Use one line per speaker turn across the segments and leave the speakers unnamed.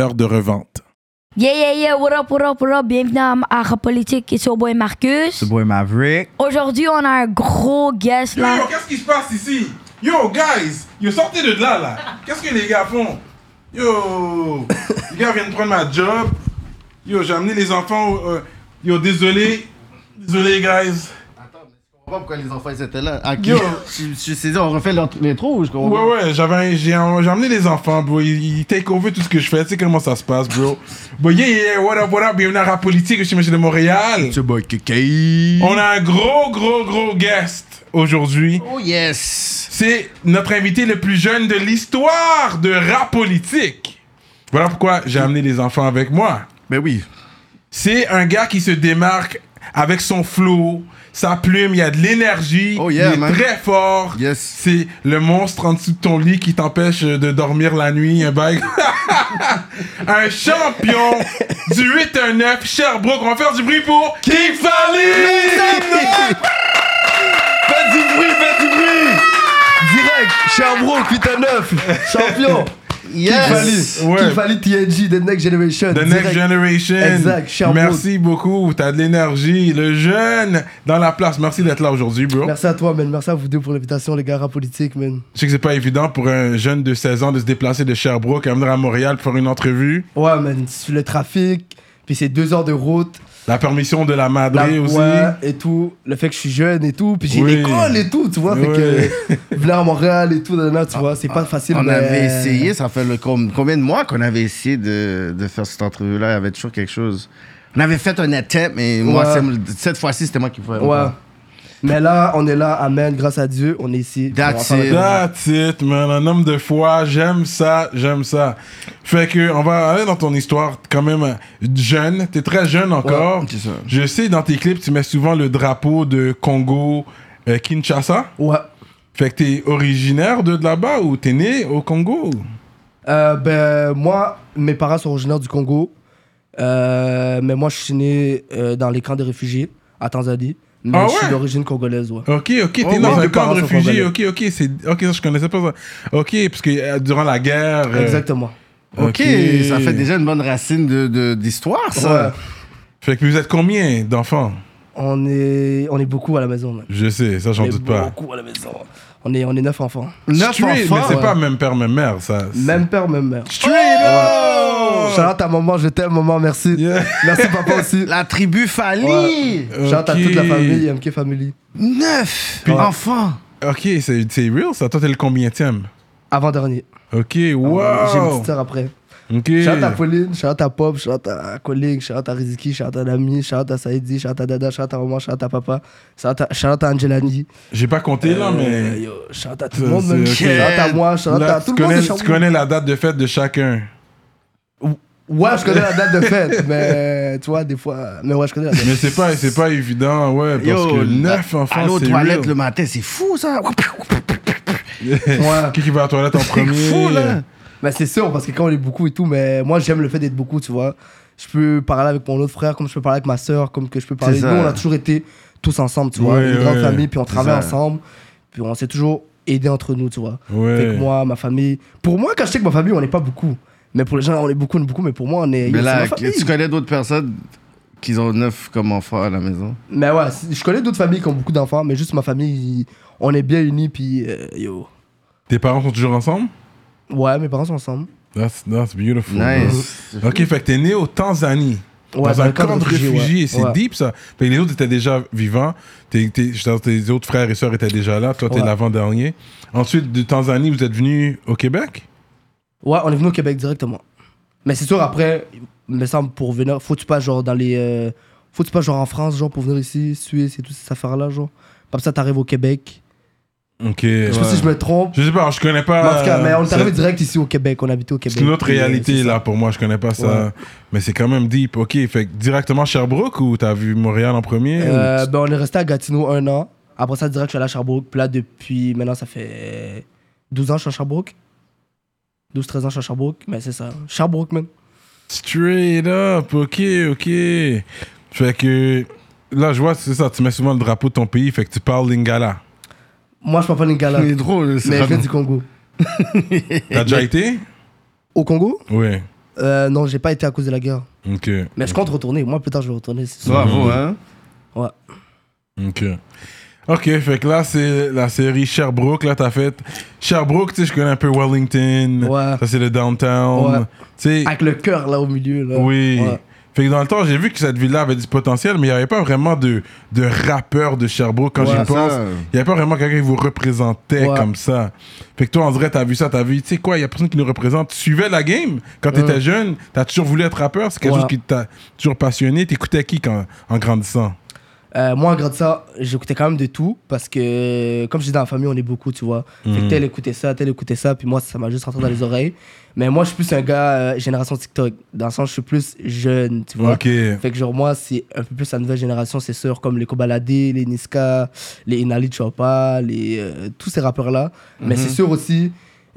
de revente.
Yeah, yeah, yeah, what up, what up, what up, bienvenue à Ara Politique, ici au boy Marcus.
The boy Maverick.
Aujourd'hui, on a un gros guest
Yo,
là.
qu'est-ce qui se passe ici? Yo, guys! Yo, sortez de là, là! Qu'est-ce que les gars font? Yo! Les gars viennent prendre ma job. Yo, j'ai amené les enfants. au- euh, yo, désolé. Désolé, guys.
comprends pourquoi les enfants ils étaient là. Ah, qui-
Yo.
je, je sais on refait l'int- l'intro ou je comprends
Ouais,
pas?
ouais, j'avais, un- j'ai, un- j'ai amené les enfants, bro. Ils, ils take over tout ce que je fais. Tu sais comment ça se passe, bro. But yeah, yeah, what up, what up? Bienvenue à Rap Politique, je suis Monsieur de Montréal.
The boy KK.
On a un gros, gros, gros guest aujourd'hui.
Oh yes!
C'est notre invité le plus jeune de l'histoire de rap politique. Voilà pourquoi j'ai amené les enfants avec moi.
Ben oui.
C'est un gars qui se démarque avec son flow, sa plume, il y a de l'énergie,
Oh yeah,
il est
man.
très fort.
Yes.
C'est le monstre en dessous de ton lit qui t'empêche de dormir la nuit, un bail. un champion du 819 Sherbrooke. On va faire du bruit pour Kifali!
Faites du bruit, faites du bruit Direct, Sherbrooke 8 à 9, champion
Yes!
Kifali. Ouais.
Qui valide TNG, The Next Generation
The
direct.
Next Generation.
Exact, Sherbrooke.
Merci beaucoup. T'as de l'énergie. Le jeune dans la place. Merci d'être là aujourd'hui, bro.
Merci à toi, man. Merci à vous deux pour l'invitation, les gars, rap politique, man.
Je sais que c'est pas évident pour un jeune de 16 ans de se déplacer de Sherbrooke à venir à Montréal pour faire une entrevue.
Ouais, man, sur le trafic, puis c'est deux heures de route.
La permission de la
la
Madrid aussi.
ouais, et tout. Le fait que je suis jeune et tout. Puis j'ai
Oui.
l'école et tout, tu vois.
Ouais.
Fait que venir à Montréal et tout, nanana, tu vois, c'est pas facile.
Ah, On
mais-
avait essayé, ça fait le, com- combien de mois qu'on avait essayé de, de faire cette entrevue-là? Il y avait toujours quelque chose. On avait fait un attempt, mais moi,
Ouais.
c'est- cette fois-ci, c'était moi qui pouvais.
Ouais. Mais là, on est là, amen, grâce à Dieu, on est ici.
That's
On va faire le-
it.
That's it, man. Un homme de foi. J'aime ça. J'aime ça. Fait que, on va aller dans ton histoire quand même euh, jeune. T'es très jeune encore.
Ouais, c'est ça.
Je sais, dans tes clips, tu mets souvent le drapeau de Congo, euh, Kinshasa.
Ouais.
Fait que t'es originaire de, de là-bas ou t'es né au Congo?
Euh, ben, moi, mes parents sont originaires du Congo. Euh, mais moi, je suis né euh, dans les camps des réfugiés à Tanzanie. Mais
Ah
je suis
ouais
d'origine congolaise, ouais.
Ok, ok, t'es
Oh,
dans
oui,
un
mes
camp
parents
de
sont
réfugiés. Ok,
congolais.
ok, c'est. Ok, ça, je connaissais pas ça. Ok, parce que euh, durant la guerre. euh,
Exactement.
OK, ça fait déjà une bonne racine de- de- d'histoire, de, ça.
Ouais.
Fait que vous êtes combien d'enfants?
On est, on est beaucoup à la maison, man.
Je sais, ça, j'en
On est
doute pas.
beaucoup à la maison. On est, on est neuf enfants.
Neuf
Straight,
enfants.
mais c'est
ouais.
pas même père, même mère, ça. c'est-
Même père, même mère.
Straight up!
Shout out à maman, je t'aime, maman, merci.
Oh Yeah.
Merci, papa aussi.
La tribu Fali.
Ouais. Shout out à toute la
Ok.
famille, MK Family.
Neuf
Puis-
enfants.
Ok, c'est c'est real, ça. Toi, t'es le combienième?
Avant-dernier.
Ok,
Ah, J'ai une
wow!
petite sœur après.
Ok.
Shout out à Pauline, shout out à Pop, shout out à collègue, shout out à Riziki, shout out à Lami, shout out à Saïdi, shout out à Dada, shout out à maman, shout out à papa, shout out à, shout out à Angelani.
J'ai pas compté, là,
Euh,
Ah, mais.
Yo, shout out à tout
Ça,
le monde, man.
c'est-
Shout out à moi, shout out
Là,
à
tu
tout le monde.
connais-
de
tu
Sherbrooke.
connais la date de fête de chacun.
Ouais, je connais la date de fête, mais tu vois, des fois. Mais ouais, je connais la date.
Mais c'est pas, c'est pas évident, ouais, parce que neuf
Aller
enfants,
aux
c'est
toilettes
real.
le matin, c'est fou, ça.
Ouais.
Qui qui va à la toilette en premier
fou, là.
Mais Bah, c'est sûr, parce que quand on est beaucoup et tout, mais moi j'aime le fait d'être beaucoup, tu vois. Je peux parler avec mon autre frère, comme je peux parler avec ma soeur, comme que je peux parler.
C'est
Nous,
ça.
on a toujours été tous ensemble, tu vois.
Ouais,
une grande
ouais.
famille, puis on travaille
ça.
ensemble, puis on s'est toujours aidé entre nous, tu vois.
Ouais.
Fait que moi, ma famille. Pour moi, quand je sais que ma famille, on n'est pas beaucoup. Mais pour les gens, on est beaucoup, on est beaucoup, mais pour moi, on est.
Mais
c'est
là,
ma famille.
tu connais d'autres personnes qui ont neuf comme enfants à la maison.
Mais ouais, c'est- je connais d'autres familles qui ont beaucoup d'enfants, mais juste ma famille, ils- on est bien unis, puis euh, yo.
Tes parents sont toujours ensemble?
Ouais, mes parents sont ensemble.
That's, that's beautiful.
Nice.
bro. Ok, fait que t'es né au Tanzanie.
Ouais,
dans
dans
un
le
camp de réfugiés,
ouais.
c'est
Ouais.
deep ça. Fait que les autres étaient déjà vivants. Tes, tes, je veux dire, tes autres frères et sœurs étaient déjà là. Toi, t'es
Ouais.
l'avant-dernier. Ensuite, de Tanzanie, vous êtes venu au Québec?
Ouais, on est venu au Québec directement. Mais c'est sûr, après, il me semble, pour venir, faut que tu passes genre dans les. euh, Faut que tu passes genre en France, genre pour venir ici, Suisse et toutes ces affaires-là, genre. Comme ça, t'arrives au Québec.
Ok.
Je sais pas
ouais.
si je me trompe.
Je sais pas, je connais
Mais
pas.
en tout cas, mais on est
ça-
arrivé direct ici au Québec, on habitait au Québec.
C'est une autre
Puis, euh,
réalité
c'est
là pour moi, je connais pas ça.
Ouais.
Mais c'est quand même deep. Ok, fait que directement Sherbrooke ou t'as vu Montréal en premier
ça.
ou
Euh,
tu-
ben, on est resté à Gatineau un an. Après ça, direct, je suis allé à Sherbrooke. Puis là, depuis maintenant, ça fait 12 ans que je suis à Sherbrooke. 12-13 ans, je suis à Sherbrooke. Mais c'est ça. Sherbrooke, man.
Straight up, ok, ok. Fait que là, je vois, c'est ça, tu mets souvent le drapeau de ton pays, fait que tu parles Lingala.
Moi, je parle pas Lingala.
Il est
mais
drôle,
je viens
c'est
du Congo.
T'as déjà été
Au Congo
Ouais,
euh, Non, j'ai pas été à cause de la guerre.
ok,
Mais je compte retourner. Moi, plus tard, je vais retourner. c'est sûr.
Bravo, hein.
Ouais.
ok. Ok, fait que là, c'est la série Sherbrooke, là, t'as fait. Sherbrooke, tu sais, je connais un peu Wellington.
Ouais.
Ça, c'est le downtown.
Ouais.
Tu sais,
Avec le cœur là au milieu. Là.
Oui.
Ouais.
Fait que dans le temps, j'ai vu que cette ville-là avait du potentiel, mais il n'y avait pas vraiment de, de rappeur de Sherbrooke. Quand
Ouais,
j'y
ça.
pense, il n'y avait pas vraiment quelqu'un qui vous représentait
Ouais.
comme ça. Fait que toi, on dirait, t'as vu ça, t'as vu, tu sais quoi, il y a personne qui nous représente. Tu suivais la game quand t'étais jeune, t'as toujours voulu être rappeur, c'est quelque
Euh. Ouais.
chose qui t'a toujours passionné. T'écoutais qui quand, en grandissant
Euh, moi, en grande ça, j'écoutais quand même de tout parce que, comme je dis dans la famille, on est beaucoup, tu vois.
Mm.
Fait que tel écoutait ça, tel écoutait ça, puis moi, ça m'a juste rentré dans les oreilles. Mais moi, je suis plus un gars euh, génération TikTok. Dans le sens, je suis plus jeune, tu vois.
Ok.
Fait que, genre, moi, c'est un peu plus la nouvelle génération, c'est sûr, comme les Kobalade, les Niska, les Inali Chopa, les, euh, tous ces rappeurs-là.
Mm-hmm.
Mais c'est sûr aussi,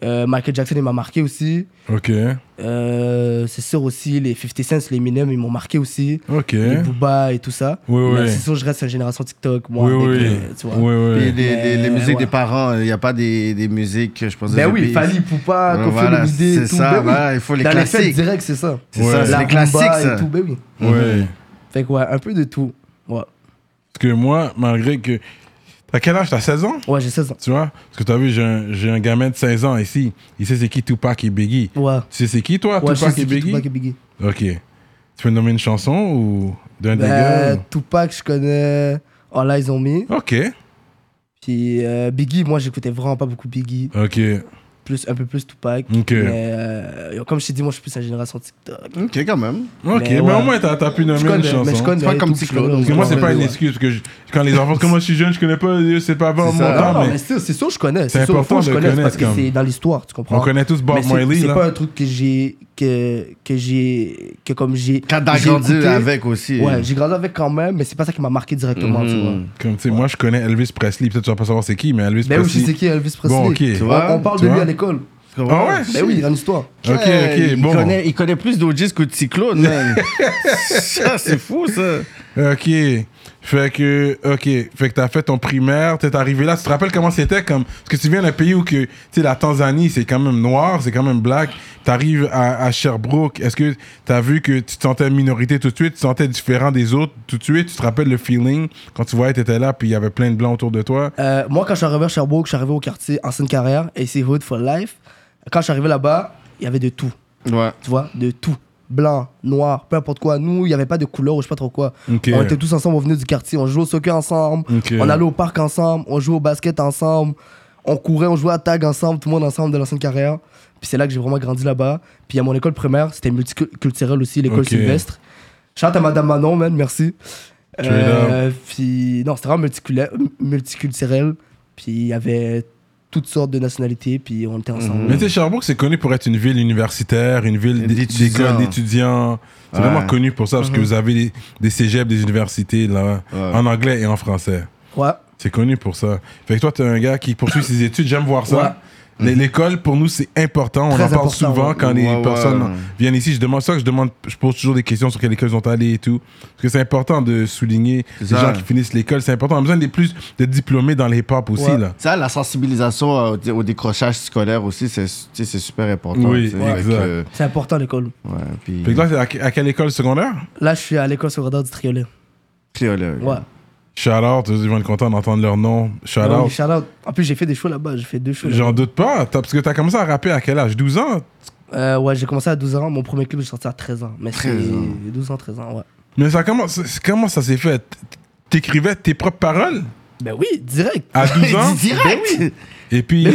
euh, Michael Jackson, il m'a marqué aussi.
Ok.
Euh, c'est sûr aussi, les 50 Cent, les Eminem, ils m'ont marqué aussi.
Ok.
les Booba et tout ça.
Oui,
Mais
oui.
c'est sûr, je reste sur la génération TikTok, moi.
Oui,
avec,
oui.
euh, tu vois.
Oui,
Puis
oui.
les, les- les
Mais
musiques
ouais.
des parents, il n'y a pas des, des musiques, je pense.
Ben
des
oui,
pays.
Fali, Poupa,
Ouais,
Kofi
voilà,
Olomide,
c'est
tout.
ça,
ben oui.
voilà, il faut les
Dans les
classiques.
fêtes directes, c'est ça.
C'est
Ouais.
ça,
La
c'est les
rumba
classiques,
Et
ça.
tout, ben oui.
Ouais.
Fait que ouais, un peu de tout. Ouais,
Parce que moi, malgré que. T'as quel âge T'as 16 ans
ouais j'ai 16 ans.
Tu vois Parce que t'as vu, j'ai un, j'ai un gamin de 16 ans ici. Il sait c'est qui Tupac et Biggie.
Ouais.
Tu sais c'est qui toi,
Ouais, je sais
Tupac et
c'est qui,
Biggie
Tupac et Biggie.
Ok. Tu peux nommer une chanson ou d'un des
Ben, euh,
gars
Tupac, je connais Oh, All Eyes on Me.
ou- Ok.
Puis euh, Biggie, moi, j'écoutais vraiment pas beaucoup Biggie.
Ok.
ben Plus, un peu plus Tupac.
Ok.
Mais euh, comme je t'ai dit, moi, je suis plus la génération TikTok.
Ok, quand même.
Ok. Mais,
Mais ouais.
au moins, t'as, t'as pu nommer
Je
une
connais,
chanson.
mais je connais.
C'est pas comme
tout,
Petit
je connais,
Claude.
ouais.
Parce que moi, c'est pas une
Ouais.
excuse. Parce que je- quand les enfants, comme moi, je suis jeune, je connais pas, euh, c'est pas avant
C'est
mon
ça.
Non,
temps,
non,
mais
mais c'est c'est sûr, je connais.
C'est
sûr,
important
je
de le
connais c'est parce
connaître,
que
comme.
c'est dans l'histoire, tu comprends.
on connaît tous Bob
Mais c'est-
Marley,
c'est
là.
pas un truc que j'ai que que j'ai que comme j'ai
Quand t'as
j'ai
grandi
écouté.
avec aussi.
Ouais, j'ai grandi avec quand même, mais c'est pas ça qui m'a marqué directement, tu vois.
Mhm.
Comme, tu sais, moi, je connais Elvis Presley. Peut-être tu vas pas savoir c'est qui, mais Elvis
Ben oui, je
Presley.
sais qui est Elvis Presley.
Bon, ok. Tu
On-
vois,
on, parle
tu
de lui
vois.
à l'école.
Ah ouais
Ben oui, il y a une histoire.
Ok, ok,
il
bon.
Connaît, il connaît plus d'Ogis que de Cyclone, man. ça, c'est fou, ça.
Ok. Fait que, ok. Fait que t'as fait ton primaire, t'es arrivé là. Tu te rappelles comment c'était comme. Parce que tu viens d'un pays où que, tu sais, la Tanzanie, c'est quand même noir, c'est quand même black. T'arrives à, à Sherbrooke. Est-ce que t'as vu que tu te sentais minorité tout de suite, tu te sentais différent des autres tout de suite? Tu te rappelles le feeling quand tu voyais, t'étais là, puis il y avait plein de blancs autour de toi?
Euh, moi, quand je suis arrivé à Sherbrooke, je suis arrivé au quartier Ancienne Carrière, et c'est Hood for Life. Quand je suis arrivé là-bas, il y avait de tout.
Ouais.
tu vois, de tout. Blanc, noir, peu importe quoi. Nous, il n'y avait pas de couleur ou je sais pas trop quoi.
Ok.
On était tous ensemble, on venait du quartier, on jouait au soccer ensemble,
Ok.
on allait au parc ensemble, on jouait au basket ensemble, on courait, on jouait à tag ensemble, tout le monde ensemble de l'ancienne carrière. Puis c'est là que j'ai vraiment grandi là-bas. Puis à mon école primaire, c'était multiculturel aussi, l'école
Ok.
Sylvestre. Chante à Madame Manon, man, merci.
Straight
Euh, puis non, c'était vraiment multicula- multiculturel. Puis il y avait toutes sortes de nationalités, puis on était
Mm.
ensemble.
Mais tu sais, Sherbrooke, c'est connu pour être une ville universitaire, une ville d'é-
D'étudiants.
d'école d'étudiants. C'est
Ouais. Mm-hmm.
vraiment connu pour ça, parce que vous avez des, des cégeps, des universités, là,
Ouais.
en anglais et en français.
Ouais.
C'est connu pour ça. Fait que toi, t'es un gars qui poursuit ses études. J'aime voir ça. L- L'école, pour nous, c'est important. On
Très
en parle
important,
souvent
ouais.
quand les
Mm-hmm. Ouais, ouais.
personnes viennent ici. Je demande ça, que je demande, je pose toujours des questions sur quelle école ils sont allés et tout. Parce que c'est important de souligner les
ça.
gens qui finissent l'école. C'est important. On a besoin des plus de diplômés dans les hip-hop aussi,
Ouais.
là.
Ça, la sensibilisation euh, au, dé- au décrochage scolaire aussi, c'est tu sais, c'est super important.
Oui,
tu sais, avec,
exact.
euh,
C'est important l'école.
ouais, puis...
Fait que là, t'es à, que- à quelle école secondaire?
Là, je suis à l'école secondaire du Triolet.
Créole,
Ouais.
Shout out, ils vont être contents d'entendre leur nom. Shout
Ah oui,
out.
shout-out. En plus, j'ai fait des shows là-bas. J'ai fait deux shows.
J'en doute pas. T'as- parce que t'as commencé à rapper à quel âge? 12 ans?
là-bas. Euh, ouais, j'ai commencé à 12 ans. Mon premier clip, j'ai sorti à 13 ans. Mais c'est
13 ans.
12 ans, 13 ans, ouais.
Mais ça, comment, c'est- comment ça s'est fait? T'écrivais tes propres paroles?
Ben oui, direct.
À 12 ans? Ben
Direct!
Et puis,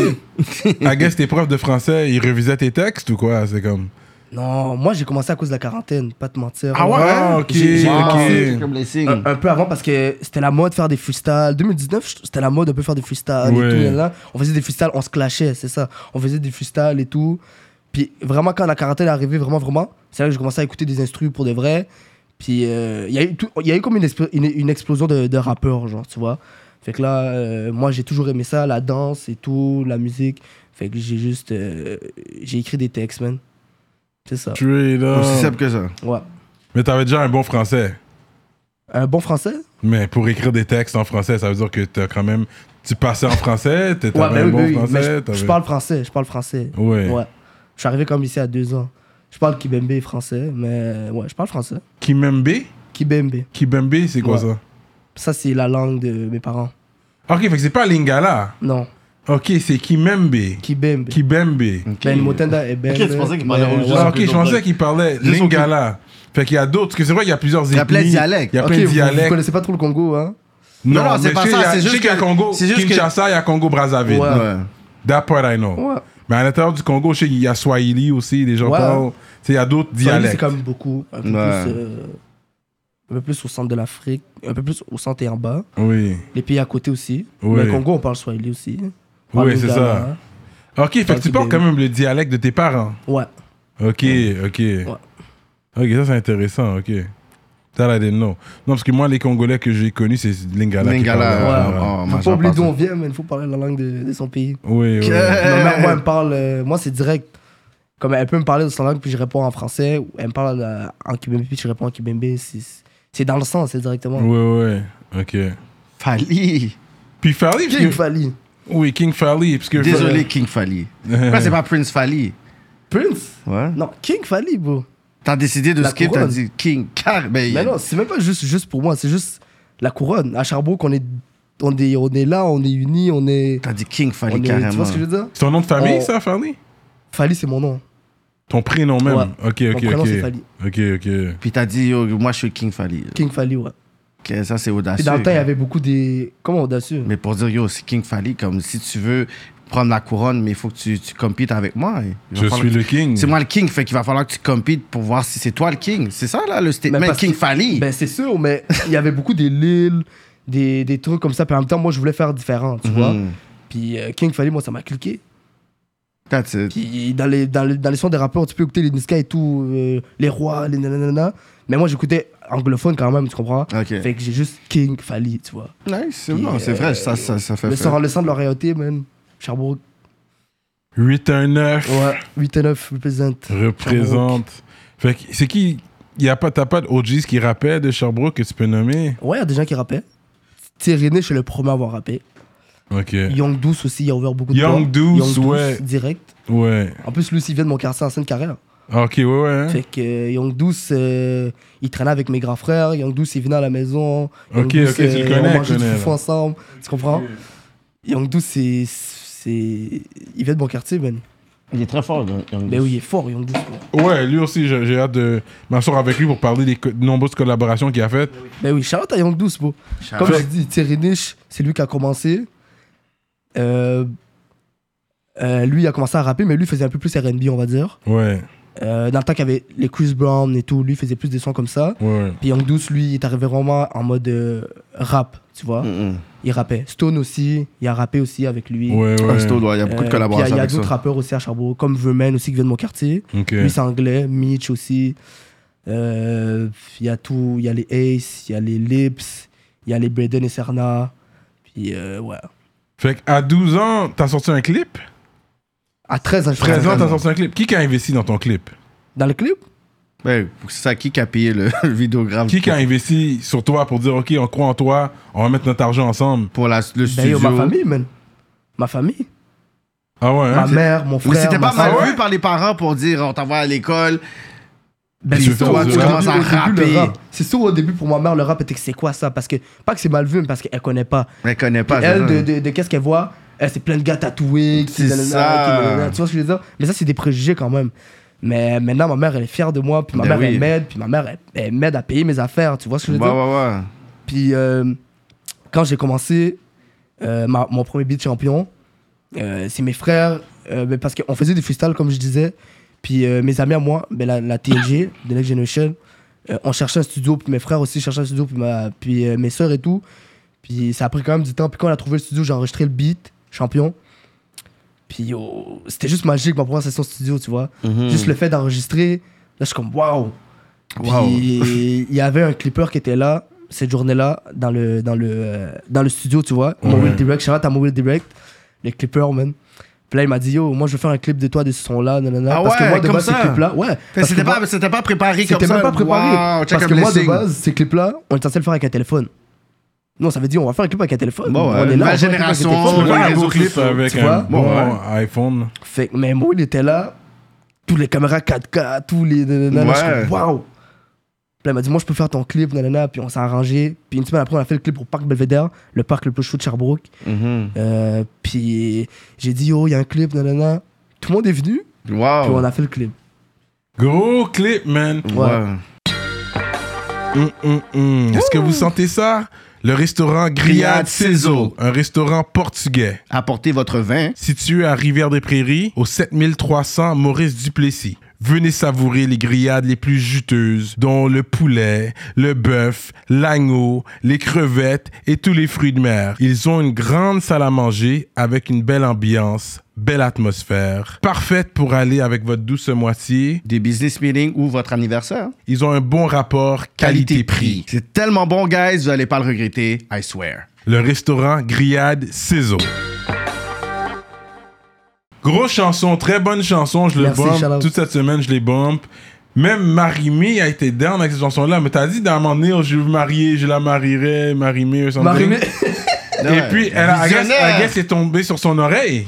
I guess tes profs de français, ils révisaient tes textes ou quoi? C'est comme.
Non, moi j'ai commencé à cause de la quarantaine, pas te mentir.
Ah ouais? Ah, ok,
J'ai- j'ai
ok.
commencé
Euh,
Comme les
un,
Mm.
signes.
un peu avant parce que c'était la mode faire des freestyles. 2019, je- c'était la mode un peu faire des freestyles
Ouais.
et tout. et là, on faisait des freestyles, on se clashait, c'est ça. On faisait des freestyles et tout. Puis vraiment, quand la quarantaine est arrivée, vraiment, vraiment, c'est là que j'ai commencé à écouter des instrus pour de vrai. Puis euh, il y, a eu tout- il y a eu comme une, explo- une, une explosion de, de rappeurs, genre, tu vois. Fait que là, euh, moi, j'ai toujours aimé ça, la danse et tout, la musique. Fait que j'ai juste. euh, j'ai écrit des textes, man. C'est ça.
Straight up.
Aussi simple que ça.
Ouais.
Mais t'avais déjà un bon français.
Un bon français
Mais pour écrire des textes en français, ça veut dire que t'as quand même. Tu passais en français, t'étais
Ouais,
un
ben oui,
bon
ben oui, mais
français.
je, je
t'avais-
parle français, je parle français.
Ouais.
Ouais. Je suis arrivé comme ici à deux ans. Je parle kibembe français, mais ouais, je parle français.
Kimembe
Kibembe.
Kibembe, c'est quoi
Ouais. Ça, c'est la langue de mes parents.
ça Ok, fait que c'est pas Lingala.
Non,
Ok, c'est Kimembe.
kibembe.
Kibembe.
Ben Motenda et Ben.
Ok, tu pensais qu'il parlait
mais-
aux gens.
ouais.
Ah,
un
ok,
peu
je pensais
nombreux.
qu'il parlait
Juste au
Lingala. Fait qu'il y a d'autres, parce que c'est vrai, il y a plusieurs ethnies.
y a plein de dialectes.
Il y a
Ok,
plein de
vous, vous
dialectes.
connaissez pas trop le Congo, hein?
Non,
Non, non,
c'est pas ça. C'est juste qu'il y a
que-
Congo,
c'est juste que-
Kinshasa, il y a Congo Brazzaville.
Ouais.
Ouais.
That part I know.
Ouais.
Mais à l'intérieur du Congo, je sais qu'il y a Swahili aussi, les gens
Ouais.
parlent. Tu sais, il y a d'autres
Swahili, C'est
dialectes.
quand même beaucoup. Un peu,
Ouais.
plus, euh, un peu plus au centre de l'Afrique, un peu plus au centre et en bas.
Oui.
Les pays à côté aussi.
Ouais.
Mais le Congo, on parle Swahili aussi. On parle hein.
Oui, c'est
Lingala,
ça. Ok, fait que tu
Parti
parles
des-
quand même le dialecte de tes parents.
hein. Ouais.
Ok, ok. Ok, ça c'est intéressant, ok. Ça, I didn't know. Non, parce que moi, les Congolais que j'ai connus, c'est Lingala. qui
Lingala,
parle.
ouais. en- en
Faut pas
majeure
oublier d'où
partie.
on vient, mais il faut parler la langue de, de son pays.
Oui, oui.
Non, ma mère, moi, elle me parle. euh, moi, c'est direct. Comme elle peut me parler de son langue, puis je réponds en français. Ou elle me parle euh, en kibembe, puis je réponds en kibembe. C'est- C'est dans le sens, c'est directement.
Oui, oui. Ok.
Fali.
Puis Fally, parce
King
que-
Fally.
Oui, King Fally, parce que...
Désolé, King Fali. Pourquoi c'est pas Prince Fali?
Prince
Ouais.
Non, King Fally, bro.
T'as décidé de
La
skip, t'as
couronne.
dit King. Car, ben,
Mais non, c'est même pas juste, juste pour moi, c'est juste la couronne. À Charbourg, qu'on est, on est, on est là, on est unis, on est.
t'as dit King
on
Fali
est- tu
carrément.
vois ce que je veux dire
C'est ton nom de famille,
On-
ça, Fally
Fally, c'est mon nom.
Ton prénom même.
Ouais.
Ok,
Mon
ok,
prénom,
ok.
c'est Fally.
Ok, ok.
Puis t'as dit, yo, moi je suis King Fali.
King Fally, ouais.
Ok, ça c'est
Puis
audacieux.
dans le temps, il y avait beaucoup des. Comment audacieux
Mais pour dire, yo, c'est King Fali, comme si tu veux prendre la couronne, mais il faut que tu, tu compites avec moi. hein. Il va
Je
falloir
suis
que-
le King.
C'est moi le King, fait qu'il va falloir que tu compites pour voir si c'est toi le King. C'est ça, là, le statement
parce
King
que-
Fali.
Ben, c'est sûr, mais il y avait beaucoup des Lil, des, des trucs comme ça. Puis en même temps, moi, je voulais faire différent, tu vois.
Mhm.
Puis euh, King Fally, moi, ça m'a cliqué.
That's it.
Puis dans les, dans les, dans les sons des rappeurs, tu peux écouter les Niska et tout, euh, les rois, les nanana. Mais moi, j'écoutais anglophone quand même, tu comprends
Ah, Ok.
Fait que j'ai juste King Fally, tu vois.
Nice, c'est-
Puis,
non, c'est
euh,
vrai, ça, ça, ça fait.
Le
fait.
sang, le sang de l'oreilleté, man. Sherbrooke,
819
ouais, 8 et 9, represent.
Mm. représente. Fait que c'est qui y a pas, T'as pas de OGs qui rappellent de Sherbrooke que tu peux nommer
Ouais, il y a des gens qui rappaient. Tyréné, je suis le premier à avoir rappé.
Ok.
Young Douce aussi, il a ouvert beaucoup de
Young
portes.
Douce, ouais.
direct.
Ouais.
En plus, lui, il vient de mon quartier en Seine-Carrère.
Ok, ouais, ouais. hein.
Fait que euh, Young Douce, euh, il traînait avec mes grands frères. Young Douce, il venait à la maison. Young
Ok,
Douce,
ok, tu le
euh,
connais,
On mangeait
connais,
du
là.
foufou ensemble. Tu comprends Young Douce, c'est. c'est- Il vient de mon quartier, man.
Il est très fort, Young Young
Mais
Douce.
oui, il est fort, Young Douce. man.
Ouais, lui aussi, j'ai j'ai hâte de m'asseoir avec lui pour parler des co- nombreuses collaborations qu'il a faites.
Ben oui, shout out à Young Douce, bro.
Ah
Shout
Comme
out.
je dis, Thierry Niche, c'est lui qui a commencé. Euh, euh, lui, il a commencé à rapper, mais lui, il faisait un peu plus RB, on va dire.
Ouais,
Euh, dans le temps qu'il y avait les Chris Brown et tout, lui, il faisait plus des sons comme ça.
ouais, ouais.
Puis Young Douce, lui, il est arrivé vraiment en mode euh, rap, tu vois.
Mhm.
Il rappait. Stone aussi, il a rappé aussi avec lui.
Ouais, ouais.
Ah, c'est au doigt, il y a beaucoup
Euh, puis
de
Il
collaborations
y a- il y a
avec
d'autres
ça.
rappeurs aussi à Charbourg, comme Vermain aussi qui vient de mon quartier.
Ok.
Lui, c'est anglais. Mitch aussi. Euh, Il y a tout. Il y a les Ace, il y a les Lips, il y a les Braden et Serna. Puis, euh, ouais.
Fait qu'à 12 ans, t'as sorti un clip
À 13 ans, je
13
faisais
ans,
ça.
t'as sorti un clip. Qui qui a investi dans ton clip
Dans le clip
Ouais, c'est ça, qui qui a payé le le vidéogramme
Qui qui a investi sur toi pour dire, OK, on croit en toi, on va mettre notre argent ensemble
pour la, le
Ben, yo,
studio
ma famille, man. Ma famille.
Ah ouais,
Bah,
hein?
ma mère, mon frère.
Mais c'était
ma
pas
soeur.
mal
Ah ouais?
vu par les parents pour dire on t'envoie à l'école.
Ben,
Tu
c'est
fais
sûr,
au
au
début,
début,
commences à
au début,
rapper.
le rap. C'est sûr, au début, pour ma mère, le rap était que c'est quoi ça Parce que, pas que c'est mal vu, mais parce qu'elle connaît pas.
Elle connaît pas.
elle,
c'est
de,
vrai.
de, de qu'est-ce qu'elle voit Elle, c'est plein de gars tatoués. qui
C'est
nanana, qui
ça.
nanana. Tu vois ce que je veux dire Mais ça, c'est des préjugés quand même. Mais maintenant, ma mère, elle est fière de moi. Puis ma
Ben
mère,
oui.
elle m'aide. Puis ma mère, elle, elle m'aide à payer mes affaires. Tu vois ce que je veux
Ouais,
dire
ouais, ouais.
Puis euh, quand j'ai commencé euh, ma- mon ben, premier beat champion, euh, c'est mes frères. euh, mais parce qu'on faisait des freestyles, comme je disais. Puis euh, mes amis à moi, ben, la, la TNG, The Next Generation, euh, on cherchait un studio, puis mes frères aussi cherchaient un studio, puis, ma- puis, euh, mes soeurs et tout. Puis ça a pris quand même du temps. Puis quand on a trouvé le studio, j'ai enregistré le beat, champion. Puis yo, c'était juste magique ma première session studio, tu vois. Juste le fait d'enregistrer, là je suis comme waouh. Puis il y avait un clipper qui était là cette journée-là dans le dans le euh, dans le studio, tu vois. Mon Will Direct, shout out à mon Will Direct, le clipper man. Puis là il m'a dit yo, moi je veux faire un clip de toi de ce son là, nanana.
Ah
parce que
ouais,
moi de
comme
base,
ça.
ces clips là, ouais.
Fait que
parce que
C'était
moi-
pas, c'était pas préparé comme ça.
c'était même pas préparé.
Wow, check
parce
a
que moi, de
blessing.
base, ces clips-là, on était censé le faire avec un téléphone. Non, ça veut dire on va faire un clip avec un téléphone.
Bon,
on
ouais,
est là, on
nouvelle
fait un clip avec un
génération.
téléphone.
Tu peux faire un
Ouais, les
beau
autres
clip
clips,
avec
tu
un
vois.
bon
Ouais.
iPhone.
Fait que, mais moi, il était là, toutes les caméras 4K, tous les. nanana,
Ouais.
je suis comme, waouh! Puis elle m'a dit, moi, je peux faire ton clip, nanana, puis on s'est arrangé. Puis une semaine après, on a fait le clip au Parc Belvedere, le parc le plus chaud de Sherbrooke.
Mhm.
Euh, puis j'ai dit, yo, il y a un clip, nanana. Tout le monde est venu,
Ah
puis
Wow.
on a fait le clip.
Gros clip, man.
Ouais.
Hum, hum, hum. Est-ce que vous sentez ça? Le restaurant Grillade
Grillade
Cézo,
Cézo.
un restaurant portugais
Apportez votre vin.
situé à Rivière-des-Prairies, au 7300 Maurice Duplessis. Venez savourer les grillades les plus juteuses, dont le poulet, le bœuf, l'agneau, les crevettes et tous les fruits de mer. Ils ont une grande salle à manger avec une belle ambiance, belle atmosphère, parfaite pour aller avec votre douce moitié.
Des business meetings ou votre anniversaire.
Ils ont un bon rapport qualité-prix.
C'est tellement bon, guys. Vous allez pas le regretter. I swear.
le restaurant Grillade Ciseaux. Grosse chanson, très bonne chanson, je le
Merci,
bump.
shout-out.
Toute cette semaine, je les bump. Même Marimé a été down avec cette chanson-là, mais t'as dit d'un moment donné, oh, je vais me marier, je la marierai, Marimé ou something.
Marimé,
Et puis, elle a, I guess,
Visionnaire.
I guess est tombée sur son oreille.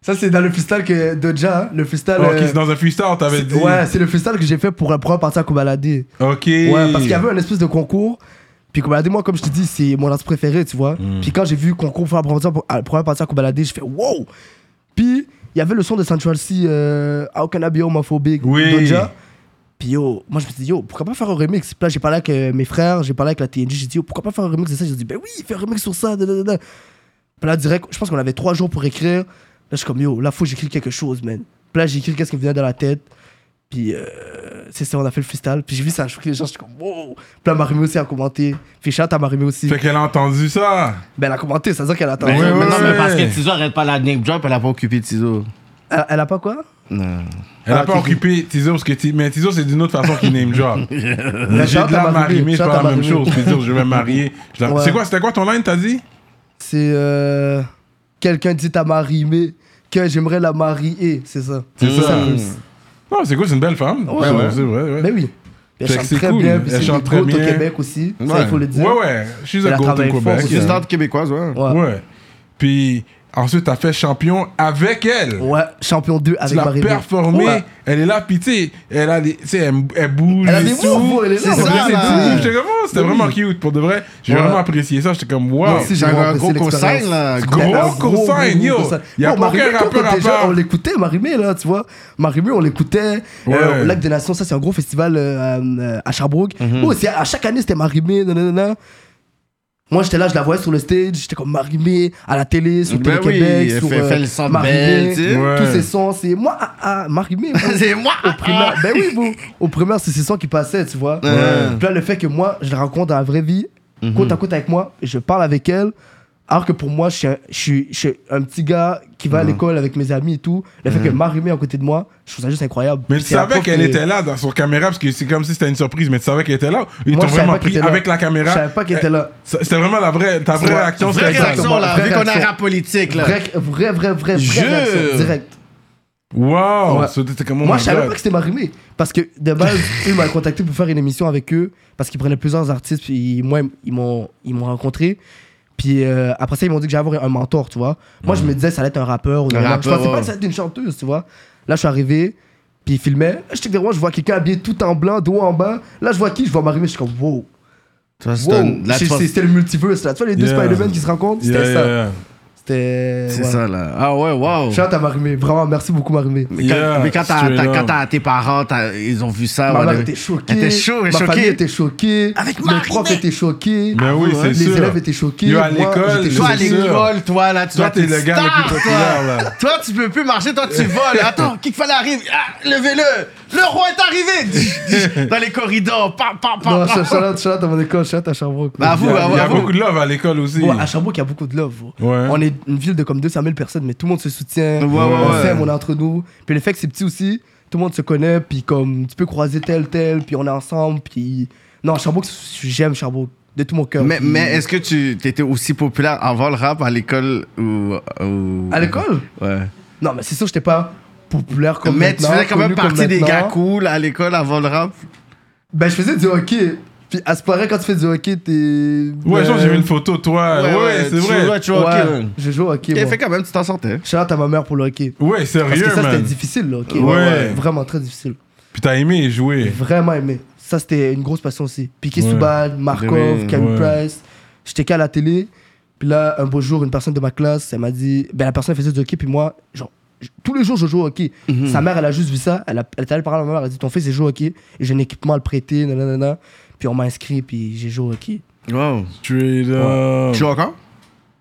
ça, c'est dans le freestyle que Doja, hein, le freestyle.
Ok,
euh,
c'est Oh, dans un freestyle, t'avais
c'est-
dit.
ouais, c'est le freestyle que j'ai fait pour la première partie à Kobalade.
Ok.
Ouais, parce qu'il y avait un espèce de concours. Puis Kobalade, moi, comme je te dis, c'est mon artiste préféré, tu vois.
Mm.
Puis quand j'ai vu concours faire la première partie- la première partie à Kobalade, je fais wow! Puis il y avait le son de Central C, euh, How Can I Be Homophobic,
Oui.
Doja. Puis yo, moi je me suis dit, yo, pourquoi pas faire un remix? Puis là, j'ai parlé avec euh, mes frères, j'ai parlé avec la TNG, j'ai dit, yo, pourquoi pas faire un remix de ça? J'ai dit, ben oui, fais un remix sur ça, da, da, da, da. Puis là, direct, je pense qu'on avait trois jours pour écrire. Là, je suis comme, yo, là, faut que j'écris quelque chose, man. Puis là, j'ai écrit qu'est-ce qui me venait dans la tête. Puis, euh, c'est ça, on a fait le freestyle. Puis j'ai vu ça, je les gens, je suis comme, wow. Puis là, Marimé aussi a commenté. Puis chat, t'as Marimé aussi.
Fait qu'elle a entendu ça.
Ben, elle a commenté, ça veut dire qu'elle a attendu.
Mais
ouais,
mais non,
ouais.
mais parce que Tizo arrête pas la name drop, elle a pas occupé Tizo.
Elle, elle a pas quoi
Non.
Elle a
Ah,
pas
ok, ok.
occupé Tizo, parce que Ti- mais Tizo, c'est d'une autre façon qu'il name drop. Mais j'ai
Shout
de la
à
marimée, je
shout
parle
à
la même
Marimé.
chose. Puis dire, je vais me marier. Je la-
Ouais.
C'est quoi, c'était quoi ton line, t'as dit
C'est. euh, Quelqu'un dit à Marimé que j'aimerais la marier, c'est ça.
C'est ça.
le-
Non, c'est cool, c'est une belle femme.
Ouais,
C'est
ouais.
vrai, C'est vrai, ouais.
Ben oui. Elle
Fait que
chante
c'est
très
cool.
bien, puis
Elle
c'est
chante
une
très
goat au
bien.
Québec aussi, ça
Ouais.
il faut le dire.
Ouais, ouais. Je suis
Elle
à
a
Golden
travaillé fort
Quebec.
aussi.
C'est une start québécoise, ouais.
Ouais.
Ouais. Puis ensuite, t'as fait champion avec elle.
Ouais, champion 2
Tu
avec
l'as
Marimé.
performée.
Ouais.
Elle est là, puis tu sais, elle, a des- tu sais, elle, elle bouge.
Elle a
et
des
tout.
moves, elle est là.
C'est
Pour
ça,
vrai, c'est
là.
tout. J'étais comme, oh, C'était vraiment cute. Pour de vrai, j'ai
Ouais.
vraiment apprécié ça. J'étais comme, wow.
Moi aussi, j'ai
Genre un
vraiment
gros
apprécié
consigne,
l'expérience.
là.
C'était
Gros
un
consigne, yo.
consigne.
Y a
Bon,
pas aucun
Marimé, quand
rappeur
on
à
était jeune,
part.
On l'écoutait, Marimé, là, tu vois. Marimé, on l'écoutait.
Ouais.
Euh, au Lac des Nations, ça, c'est un gros festival euh, euh, à Sherbrooke.
Mhm.
Bon, c'est- à chaque année, c'était Marimé, nanana. Moi, j'étais là, je la voyais sur le stage, j'étais comme Marimé, à la télé, sur
Ben oui,
Télé-Québec,
elle
sur
fait-
euh,
fait le Centre
Marimé,
Bell, tu sais.
Ouais.
tous ses sons, c'est moi, ah, ah, Marimé. moi.
C'est moi.
Au primaire,
Ah!
ben oui, bon. Au primaire, c'est ces sons qui passaient, tu vois.
Ouais. Mhm.
Puis là, le fait que moi, je la rencontre dans la vraie vie, côte à côte avec moi, je parle avec elle, alors que pour moi, je suis un, je suis- je suis un petit gars qui
Mhm.
va à l'école avec mes amis et tout. Le fait que Marimé à côté de moi, je trouve ça juste incroyable.
Mais tu
C'est la
savais
preuve
qu'elle
que-
était là dans son caméra parce que c'est comme si c'était une surprise, mais tu savais qu'elle était là. Ils
Moi,
t'ont
je savais
vraiment
pas qu'elle
pris
était là.
avec la caméra.
Je savais pas qu'elle était là.
Ça- C'était vraiment la vraie, ta vraie
Ouais,
réaction.
Vraie
c'était ça.
réaction, là.
Vraie
Vu qu'on est
réaction.
rap
Eh,
politique, là.
Vrai, vrai, vrai, vrai,
Je-
vrai réaction, direct.
Wow!
Ouais.
So, t'étais comme, oh
Moi,
my
je savais
God.
pas que c'était Marimé. Parce que de base, eux m'ont contacté pour faire une émission avec eux. Parce qu'ils prenaient plusieurs artistes. Puis ils- moi, ils m'ont ils m'ont rencontré. Puis euh, après ça, ils m'ont dit que j'allais avoir un mentor, tu vois. Moi, je me disais, ça allait être un rappeur. Ou
Un
nanana.
rappeur,
je pensais pas
ouais.
que ça allait être une chanteuse, tu vois. Là, je suis arrivé. Puis ils filmaient. Je check des rois, je vois quelqu'un habillé tout en blanc, de haut en bas. Là, je vois qui Je vois Marimé. Je suis comme, wow.
Toi, c'est
wow.
un- là,
C'est-
tu vas-
c'est- C'était le multiverse, là. Tu vois, les deux
Yeah.
Spider-Man qui se rencontrent, c'était
Yeah,
ça.
yeah, yeah.
C'était.
C'est
ouais.
ça, là. Ah ouais, wow.
Shout out à Marimé. Vraiment, merci beaucoup, Marimé.
Mais quand,
Yeah,
mais quand t'as-
straight
t'as-
up.
quand t'as- tes parents, t'as- ils ont vu ça.
Ma
Ah, ouais,
mère
de-
était choquée.
Elle était chaude,
Ma
choquée.
famille était choquée.
Avec
Mes
Marimé.
profs étaient choqués.
Ben oui, c'est
les
sûr.
élèves étaient choqués.
Yo,
Moi,
à l'école,
j'étais
les
Toi,
choqué.
à
C'est sûr.
l'école, toi, là, tu
Toi,
dois
t'es
être
le
une
gars le
star,
plus
toi.
populaire, là.
Toi, tu peux plus marcher, toi, tu voles. Attends, qu'il fallait arriver. Ah, levez-le. Le roi est arrivé. Dans les corridors. Pam, pam, pam,
Non,
pam.
shout shout out, shout out à mon école, shout out à Sherbrooke.
Bah, vous,
Il y a, il y a
Bravo.
beaucoup de love à l'école aussi.
Ouais, à Sherbrooke, il y a beaucoup de love. bro.
Ouais.
On est une ville de comme 200 000 personnes, mais tout le monde se soutient.
Ouais, ouais,
on
ouais.
s'aime, on est entre nous. Puis le fait que c'est petit aussi, tout le monde se connaît. Puis comme tu peux croiser tel, tel, puis on est ensemble. Puis. Non, Sherbrooke, j'aime Sherbrooke de tout mon cœur.
Mais,
Puis-
mais est-ce que tu étais aussi populaire avant le rap à l'école ou, ou-
À l'école
Ouais.
Non, mais c'est sûr, j'étais pas populaire comme
mais tu
maintenant,
faisais quand
connu
même
comme
partie des
maintenant.
gars cool à l'école avant le rap.
Ben, je faisais du hockey. Puis à ce paraît, quand tu fais du hockey, t'es.
Ouais, genre, j'ai vu une
une
photo, toi. Ah, Ouais, c'est
tu
vrai.
jouais, tu
Euh, Ouais,
jouais au hockey, ouais.
je joue au hockey.
Et
moi.
fait quand même, tu t'en sortais.
Shout out à ma mère pour le hockey.
Ouais,
Parce
sérieux,
que ça, c'était
man.
difficile, le hockey.
Ouais.
Vraiment très difficile.
Puis t'as aimé jouer.
J'ai vraiment aimé. Ça, c'était une grosse passion aussi. Piqué
Ouais. Ben
Subban, Markov,
Oui,
Camille
ouais.
Price. J'étais qu'à la télé. Puis là, un beau jour, une personne de ma classe, elle m'a dit. Ben, la personne elle faisait du hockey, puis moi, genre. j- Tous les jours, je joue au hockey. Sa mère, elle a juste vu ça. Elle, a, elle est allée parler à ma mère. Elle a dit Ton fils, il joue au hockey. Et j'ai un équipement à le prêter. Nanana. Puis on m'a inscrit. Puis j'ai joué au hockey.
Wow.
Straight up.
Tu joues encore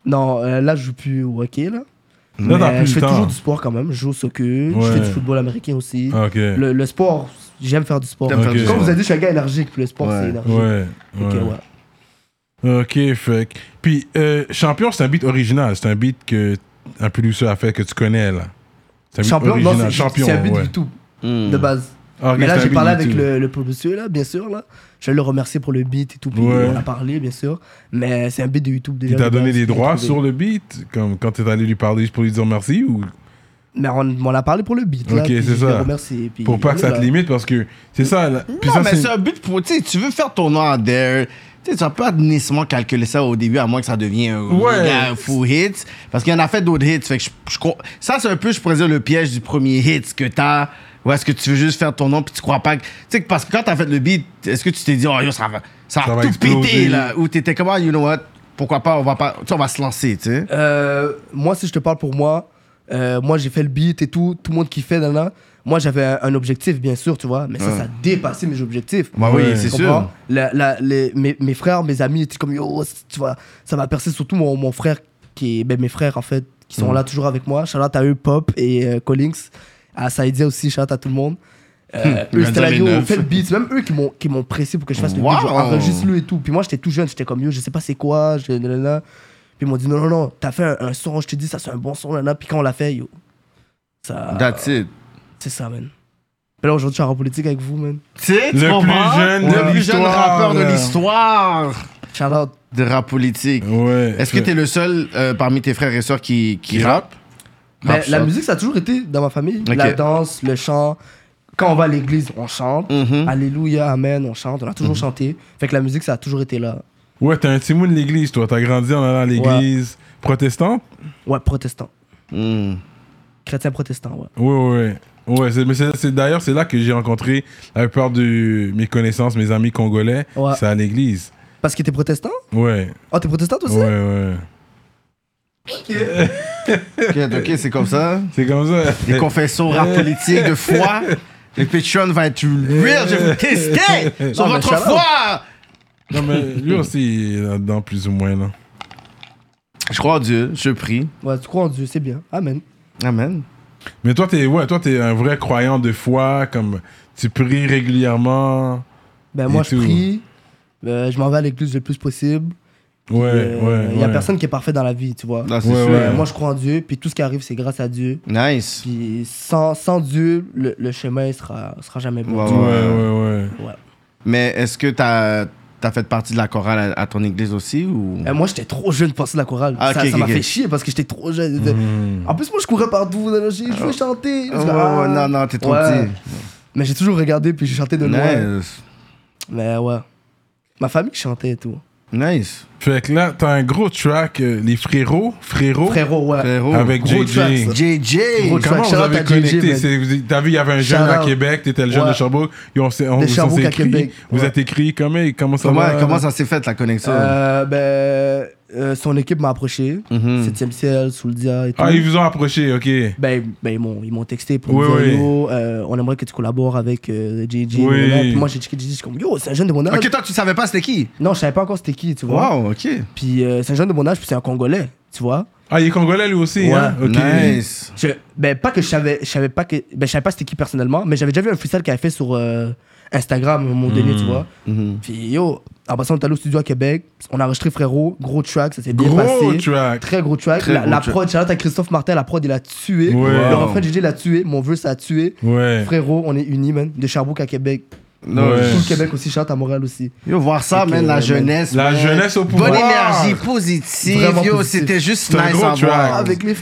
Non, euh, là, je joue plus au hockey. Là.
Là,
Mais
t'as plus
je
le
fais
temps.
toujours du sport quand même. Je joue au soccer. Je
Ouais. Ah
fais du football américain aussi.
Ok.
Le, le sport, j'aime faire du sport.
T'aimes faire
Ok.
du
Comme
sport.
vous avez dit, je suis un gars énergique. Puis le sport,
Ouais.
c'est énergique.
Ouais.
Fait que,
ouais.
ouais.
Ok, fait. que- Puis, euh, Champion, c'est un beat original. C'est un beat que un producer a fait que tu connais, là. C'est un beat
Champion, non,
original.
c'est
Champion,
c'est un but
ouais.
du tout,
Mm. Hmm.
de base.
Ah, ok,
Mais là,
c'est un
j'ai
beat
parlé
du
avec
tout.
le, le producer, là, bien sûr. Là. Je vais le remercier pour le beat et tout. Puis
Ouais.
on a parlé, bien sûr. Mais c'est un beat de YouTube déjà.
Il
de
t'a donné
base,
des
j'ai
droits
trouvé.
sur le beat, comme quand t'es allé lui parler juste pour lui dire merci ou
Mais on m'en a parlé pour le beat. là,
Ok,
puis
c'est
je l'ai
ça.
remercié, puis
pour pas que ça
voilà.
te limite parce que c'est ça. là. Puis
Non,
ça,
mais
c'est-
c'est un but pour. Tu sais, tu veux faire ton nom en there. Tu sais, tu vas pas nécessairement calculer ça au début, à moins que ça devienne un
Ouais.
gars full hit. Parce qu'il y en a fait d'autres hits. Fait que je, je com- ça, c'est un peu, je pourrais dire, le piège du premier hit que t'as. Ou est-ce que tu veux juste faire ton nom puis tu crois pas que. Tu sais, que parce que quand t'as fait le beat, est-ce que tu t'es dit, oh yo, ça va, ça
Ça
va
va
tout
exploser.
péter là? Ou t'étais comment, you know what? Pourquoi pas, on va pas. Tu sais, on va se lancer, tu sais.
Euh, moi, si je te parle pour moi, euh, moi j'ai fait le beat et tout, tout le monde qui fait, nanana. Moi j'avais un, un objectif, bien sûr, tu vois, mais ça, ça dépassait mes objectifs.
Bah oui,
Tu
c'est
comprends?
sûr.
La- la- les- mes, mes frères, mes amis étaient comme yo, c'est- tu vois, ça m'a percé surtout mon, mon frère, qui est, ben, mes frères en fait, qui sont là toujours avec moi. Shout out à eux, Pop et euh, Collings, à Saïdia aussi, shout out à tout le monde. Euh,
Il
eux,
va
c'était
dire
là,
les
yo,
neufs.
fais le beat. C'est même eux qui m'ont, qui m'ont pressé pour que je fasse le
Wow.
beat. genre, enregistre-le et tout. Puis moi, j'étais tout jeune, j'étais comme yo, je sais pas c'est quoi, je, nanana. Puis ils m'ont dit non, non, non, t'as fait un, un son, je te dis, ça c'est un bon son, nanana. Puis quand on l'a fait, yo, ça.
That's it.
C'est ça, man. Puis là, aujourd'hui, je suis en politique avec vous, man.
Tu sais, tu
Le plus
comprends?
jeune de
le plus jeune
l'histoire,
rappeur de
là.
l'histoire
Shout out.
de rap politique.
Ouais.
Est-ce que t'es le seul euh, parmi tes frères et sœurs qui, qui
Qui
rappe?
Ben,
Rap
la
ça.
musique, ça a toujours été dans ma famille. La
Ok.
danse, le chant. Quand on va à l'église, on chante.
Mm-hmm.
Mhm.
Alléluia, Amen, on chante. On a toujours chanté. Fait que la musique, ça a toujours été là.
Ouais, t'es un petit mou de l'église, toi. T'as grandi en allant à l'église protestante?
Ouais, protestant.
Hmm.
Chrétien protestant, ouais.
Ouais, ouais. Ouais, Ouais, c'est, mais c'est, c'est- d'ailleurs, c'est là que j'ai rencontré la plupart de mes connaissances, mes amis congolais.
Ouais.
C'est à l'église.
Parce que t'es protestant
Ouais,
Oh, t'es protestant toi
ouais,
aussi
ouais.
Ok, ok, c'est comme ça. Euh.
C'est comme ça.
Des confessions rap politique de foi. Le Patreon va être real. Je vais vous tester sur
Non, mais
votre
shout out.
foi.
Non, mais lui aussi, il est là-dedans, plus ou moins, là.
Je crois en Dieu, je prie.
Ouais, tu crois en Dieu, c'est bien. Amen.
Amen.
Mais toi, t'es, ouais, toi, t'es un vrai croyant de foi, comme tu pries régulièrement.
Ben
Et
moi, je
tout.
prie. euh, je m'en vais à l'église le plus possible.
Ouais,
Euh,
ouais.
Il y a
ouais. Ah,
personne qui est parfait dans la vie, tu vois.
Là, Ah, c'est
Ouais,
sûr.
ouais.
Euh, Moi, je crois en Dieu, puis tout ce qui arrive, c'est grâce à Dieu.
Nice.
Puis sans, sans Dieu, le, le chemin il sera, sera jamais bon.
Ouais,
Ouais,
ouais, ouais.
Ouais.
Mais est-ce que t'as as fait partie de la chorale à, à ton église aussi ou
Euh, moi, j'étais trop jeune pour passer la chorale.
Ah,
ça
ok,
ça
ok,
m'a
ok.
fait chier parce que j'étais trop jeune.
Hmm.
En plus, moi, je courais partout. Je voulais chanter.
Oh, ouais, non, non, t'es trop
Ouais. Mais j'ai toujours regardé, puis j'ai chanté de
petit.
loin.
Nice.
Mais ouais. Ma famille chantait et tout.
Nice.
Fait que là, t'as un gros track, euh, les frérots, frérots,
Frérot, ouais.
Frérot.
avec
Gros track,
JJ.
ça.
JJ.
Gros
Comment
track.
vous
Shout out
avez
à JJ,
connecté
man.
C'est- vous- T'as vu, il y avait un jeune
Shout
à
out.
Québec, t'étais le jeune de
Ouais.
Sherbrooke. Ils ont, on, s'est- on,
De
on s'est
Sherbrooke à
écrit.
Québec,
Vous
ouais.
êtes écrit comment, et comment ça
Comment,
va
comment ça s'est fait la connexion
Euh, ben, euh, son équipe m'a approché.
Mhm.
7ème ciel, Souldia et tout.
Ah, ils vous ont approché, ok.
Ben, ben, ils m'ont- ils m'ont texté pour
Oui,
me dire
oui.
Yo, euh, on aimerait que tu collabores avec euh, JJ.
Oui.
nanana. Puis moi, j'ai checké JJ, je suis comme Yo, c'est un jeune de mon âge.
Ok, toi, tu savais pas c'était qui
Non, je savais pas encore c'était qui, tu vois.
Wow, ok.
Puis euh, c'est un jeune de mon âge, puis c'est un Congolais, tu vois.
Ah, il est congolais lui aussi,
Ouais.
hein? Ok.
Nice.
Je- ben, pas que je savais, je savais pas que. Ben, je savais pas c'était qui personnellement, mais j'avais déjà vu un freestyle qu'il avait fait sur euh, Instagram à un moment donné,
Hmm.
tu vois.
Hmm.
Puis yo, en passant, on est allé au studio à Québec, on a enregistré frérot, gros track, ça s'est bien
Gros
passé.
track.
Très gros track.
Très
la,
gros
la
track.
prod, shout out à Christophe Martin, la prod, il a tué.
Ouais.
Le
Wow.
refrain de JJ l'a tué. Mon vœu, ça a tué.
Ouais.
Frérot, on est unis, man. De Sherbrooke à Québec.
Non,
Ouais.
Tout le Québec aussi, shout out à Montréal aussi.
Yo, voir ça,
Ok,
man, la
man.
jeunesse.
La
man.
jeunesse au pouvoir.
Bonne énergie positive.
Vraiment
Yo,
positif.
c'était juste
C'est un
nice
gros
à voir.
track.
Avec les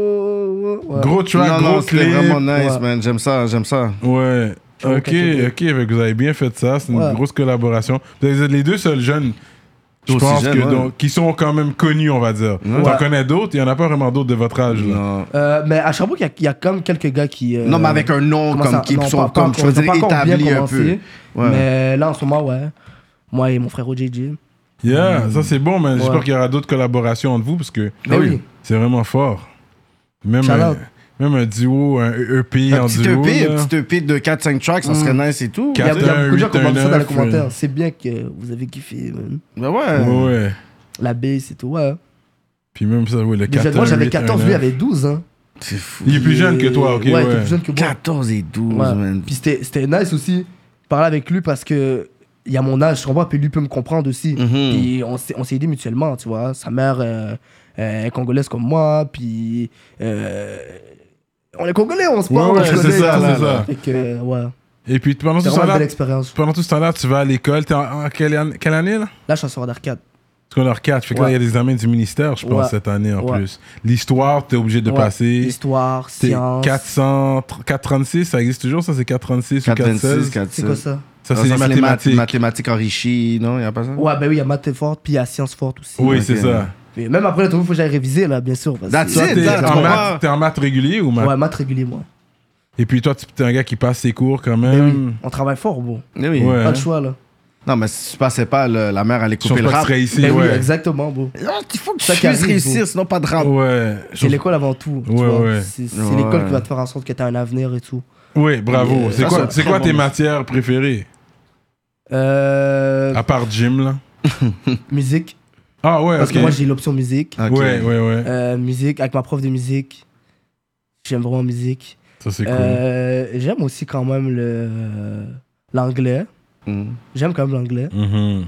frérots. Ouais.
Gros track,
Non,
gros
non, c'était
clip.
vraiment nice,
Ouais.
man. J'aime ça, j'aime ça.
Ouais.
vois
Ok,
quelqu'un.
ok, fait que vous avez bien fait ça. C'est une
Ouais.
grosse collaboration. Vous êtes les deux seuls jeunes, je
Aussi
pense,
jeunes,
que,
ouais.
donc, qui sont quand même connus, on va dire. T'en
Ouais.
connais d'autres, il n'y en a pas vraiment d'autres de votre âge. Là.
Non.
Euh, mais à Sherbrooke, il y a- il y, a quand même quelques gars qui. euh,
Non, mais avec un nom
comment
comme
ça-
qui
non,
sont
pas- pas
comme je veux
encore-
dire
ils ont pas encore
établis
bien
un peu.
commencé.
Ouais.
Mais là, en ce moment, ouais. Moi et mon frère JJ.
Mm.
Yeah, ça c'est bon, man. J'espère
Ouais.
qu'il y aura d'autres collaborations entre vous parce que
Eh
Ben oui.
c'est vraiment fort. Même,
Shout
un,
out.
même un duo, un EP
Un
en
petit
duo.
EP,
là. Mm.
un petit E EP de 4-5 tracks, ça serait nice et tout.
Il y a, il y a
Quatre,
beaucoup de gens
huit,
qui ont demandé ça dans
neuf,
les
euh.
commentaires. C'est bien que vous avez kiffé, man.
Ben ouais.
Ouais, ouais.
La baisse et tout, ouais.
Puis même ça, ouais, le
Déjà,
14.
moi, j'avais 14, lui, il avait 12, hein.
C'est fou.
Il est plus jeune que toi, ok,
Ouais, il
ouais.
était plus jeune que moi.
14 et 12,
Ouais.
man.
Puis c'était c'était nice aussi, parler avec lui parce que il y a mon âge, je comprends, puis lui peut me comprendre aussi.
Mhm.
Puis on s'est on s'est aidé mutuellement, tu vois. Sa mère euh, euh, est congolaise comme moi, puis. euh, on est congolais, on se
Ouais,
parle,
ouais,
on se
c'est
connaît et
ça,
tout.
c'est ça.
Fait que, euh, ouais.
Et puis pendant
C'était
tout, ce
vraiment une
temps-là,
belle expérience.
pendant tout ce temps-là, tu vas à l'école. T'es en, en quelle, an- quelle année, là
Là, je suis en soirée d'arcade.
Scolaire 4. Fait que là, il y a des examens du ministère, je pense,
Ouais.
cette année en
Ouais.
plus. L'histoire, t'es obligé de
Ouais.
passer.
Histoire,
T'es
science.
400 436, ça existe toujours, ça c'est 436 ou 416.
426, 4
C'est quoi ça
Ça, c'est les
les
mathématiques.
math- mathématiques enrichies, non? Il a pas ça?
Ouais, ben oui, il y a maths forte, puis il y a sciences forte aussi.
Oui,
Ok.
c'est ça.
Mais même après le tour, il faut que j'aille réviser, là, bien sûr. parce que-
That's
Toi,
it,
t'es
that's
en,
what-
maths- t'es en maths régulier ou maths
Ouais, maths régulier, moi.
Et puis toi, tu- t'es un gars qui passe ses cours quand
Ben oui,
même.
on travaille fort, bon.
Eh oui.
Ouais.
Pas le choix, là.
Non, mais si tu passais pas, le- la mère allait
Je pense
couper le
pas que tu
rap.
serais ici,
Ben oui,
ouais.
exactement, bon.
Ah, Il faut que tu
Ça qui
puisses
arrive,
réussir, sinon pas de rap.
Ah Ouais.
C'est l'école avant tout. tu
Ouais,
vois.
ouais.
C'est c'est
Ouais.
l'école qui va te faire en sorte que tu as un avenir et tout.
Oui, bravo.
Euh,
C'est
ça,
quoi,
c'est un
c'est
très
quoi
bon
tes
message.
matières préférées
Euh,
À part gym, là.
musique.
Ah ouais,
Parce
ok. Ah.
que moi, j'ai l'option musique.
Ok.
Ouais, ouais, ouais.
Euh, musique, avec ma prof de musique. J'aime vraiment musique.
Ça, c'est cool.
Euh, J'aime aussi quand même le l'anglais.
Mhm.
J'aime quand même l'anglais.
Mhm.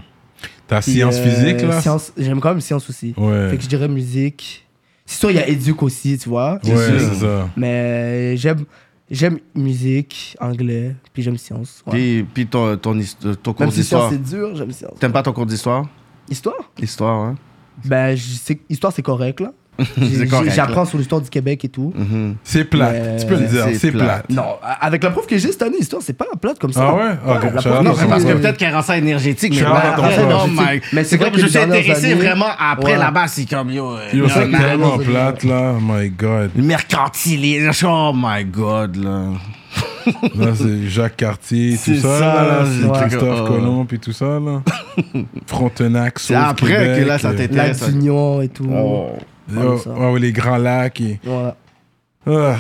Ta
Puis,
science
euh,
physique, là
science- J'aime quand même science aussi.
Ouais.
Fait que je dirais musique. C'est sûr, il y a éduc aussi, tu vois.
Ouais,
sûr.
c'est ça.
Mais j'aime j'aime musique, anglais, puis j'aime science. ouais.
Puis, puis ton, ton, his- euh, ton cours
Même si science
d'histoire.
c'est dur, j'aime science.
T'aimes pas ton cours d'histoire?
Histoire
L'histoire, hein?
Ben, je sais- histoire, c'est correct, là.
C'est
J'ai-
correct,
j'ai- J'apprends sur l'histoire du Québec et tout.
Mm-hmm.
Mhm.
C'est plate.
Euh,
tu peux le dire,
c'est
c'est plate.
plate.
Non, a- avec la prof que j'ai cette année, histoire, c'est pas plate comme ça.
Ah ouais Ah, ok,
la
ça
prof
va,
que
Non,
ça
c'est
j'ai-
va.
parce que
euh,
peut-être qu'elle rend ça énergétique, mais
Je
là,
rentre en
après,
France.
oh my.
Mais c'est
C'est
vrai
comme
que
je
les
suis
dernières
intéressé
années-
vraiment après
Ouais.
là-bas, c'est comme yo. euh,
Yo, c'est
non, non, non,
tellement
non,
plate, là. Oh my God.
Mercantilisme, oh my god, là.
Là, c'est Jacques Cartier, tout
C'est
ça,
ça,
là.
là,
C'est
c'est-
Christophe
Oh.
Colomb, puis tout ça, là. Frontenac,
C'est
Sauve
après
Québec,
que là, ça
euh,
Lac
t'intéresse.
d'Union et tout.
Oh.
yo,
ça.
ouais, ouais, les Grands Lacs et...
Voilà.
Ah.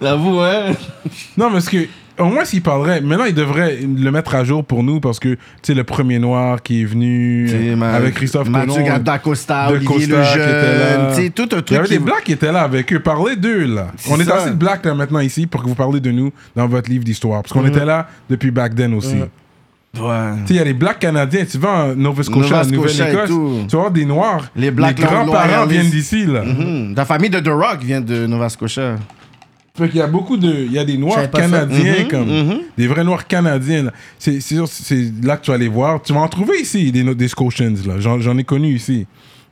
J'avoue, hein.
Non, parce que... Au moins, s'il parlerait... Maintenant, il devrait le mettre à jour pour nous, parce que, tu sais, le premier noir qui est venu euh, avec Christophe
Mathieu
Colomb...
Mathieu Dacosta,
De
Olivier
Costa qui était là.
Lejeune, tu sais, tout un
Il y
truc
avait
qui...
des blacks qui étaient là avec eux. Parlez d'eux, là.
C'est
On est
ça.
assez de blacks, là, maintenant, ici, pour que vous parlez de nous dans votre livre d'histoire. Parce qu'on
Mm-hmm.
était là depuis back then aussi.
Ouais.
Tu sais, il y a les blacks canadiens. Tu vas en Nova Scotia,
Nova
en
Scotia et
Nouvelle-Écosse,
tout.
tu vas voir des noirs.
Les Blacks, là,
grands-parents
loyalistes.
viennent d'ici, là.
Mhm. La famille de The Rock vient de Nova Scotia.
Ah Fait qu'il y a beaucoup de... Il y a des noirs
J'avais pas ça.
canadiens,
Mhm,
comme...
mhm.
Des vrais noirs canadiens, là. C'est c'est sûr, c'est là que tu vas les voir. Tu vas en trouver ici, des, no- des Scotians, là. J'en j'en ai connu ici.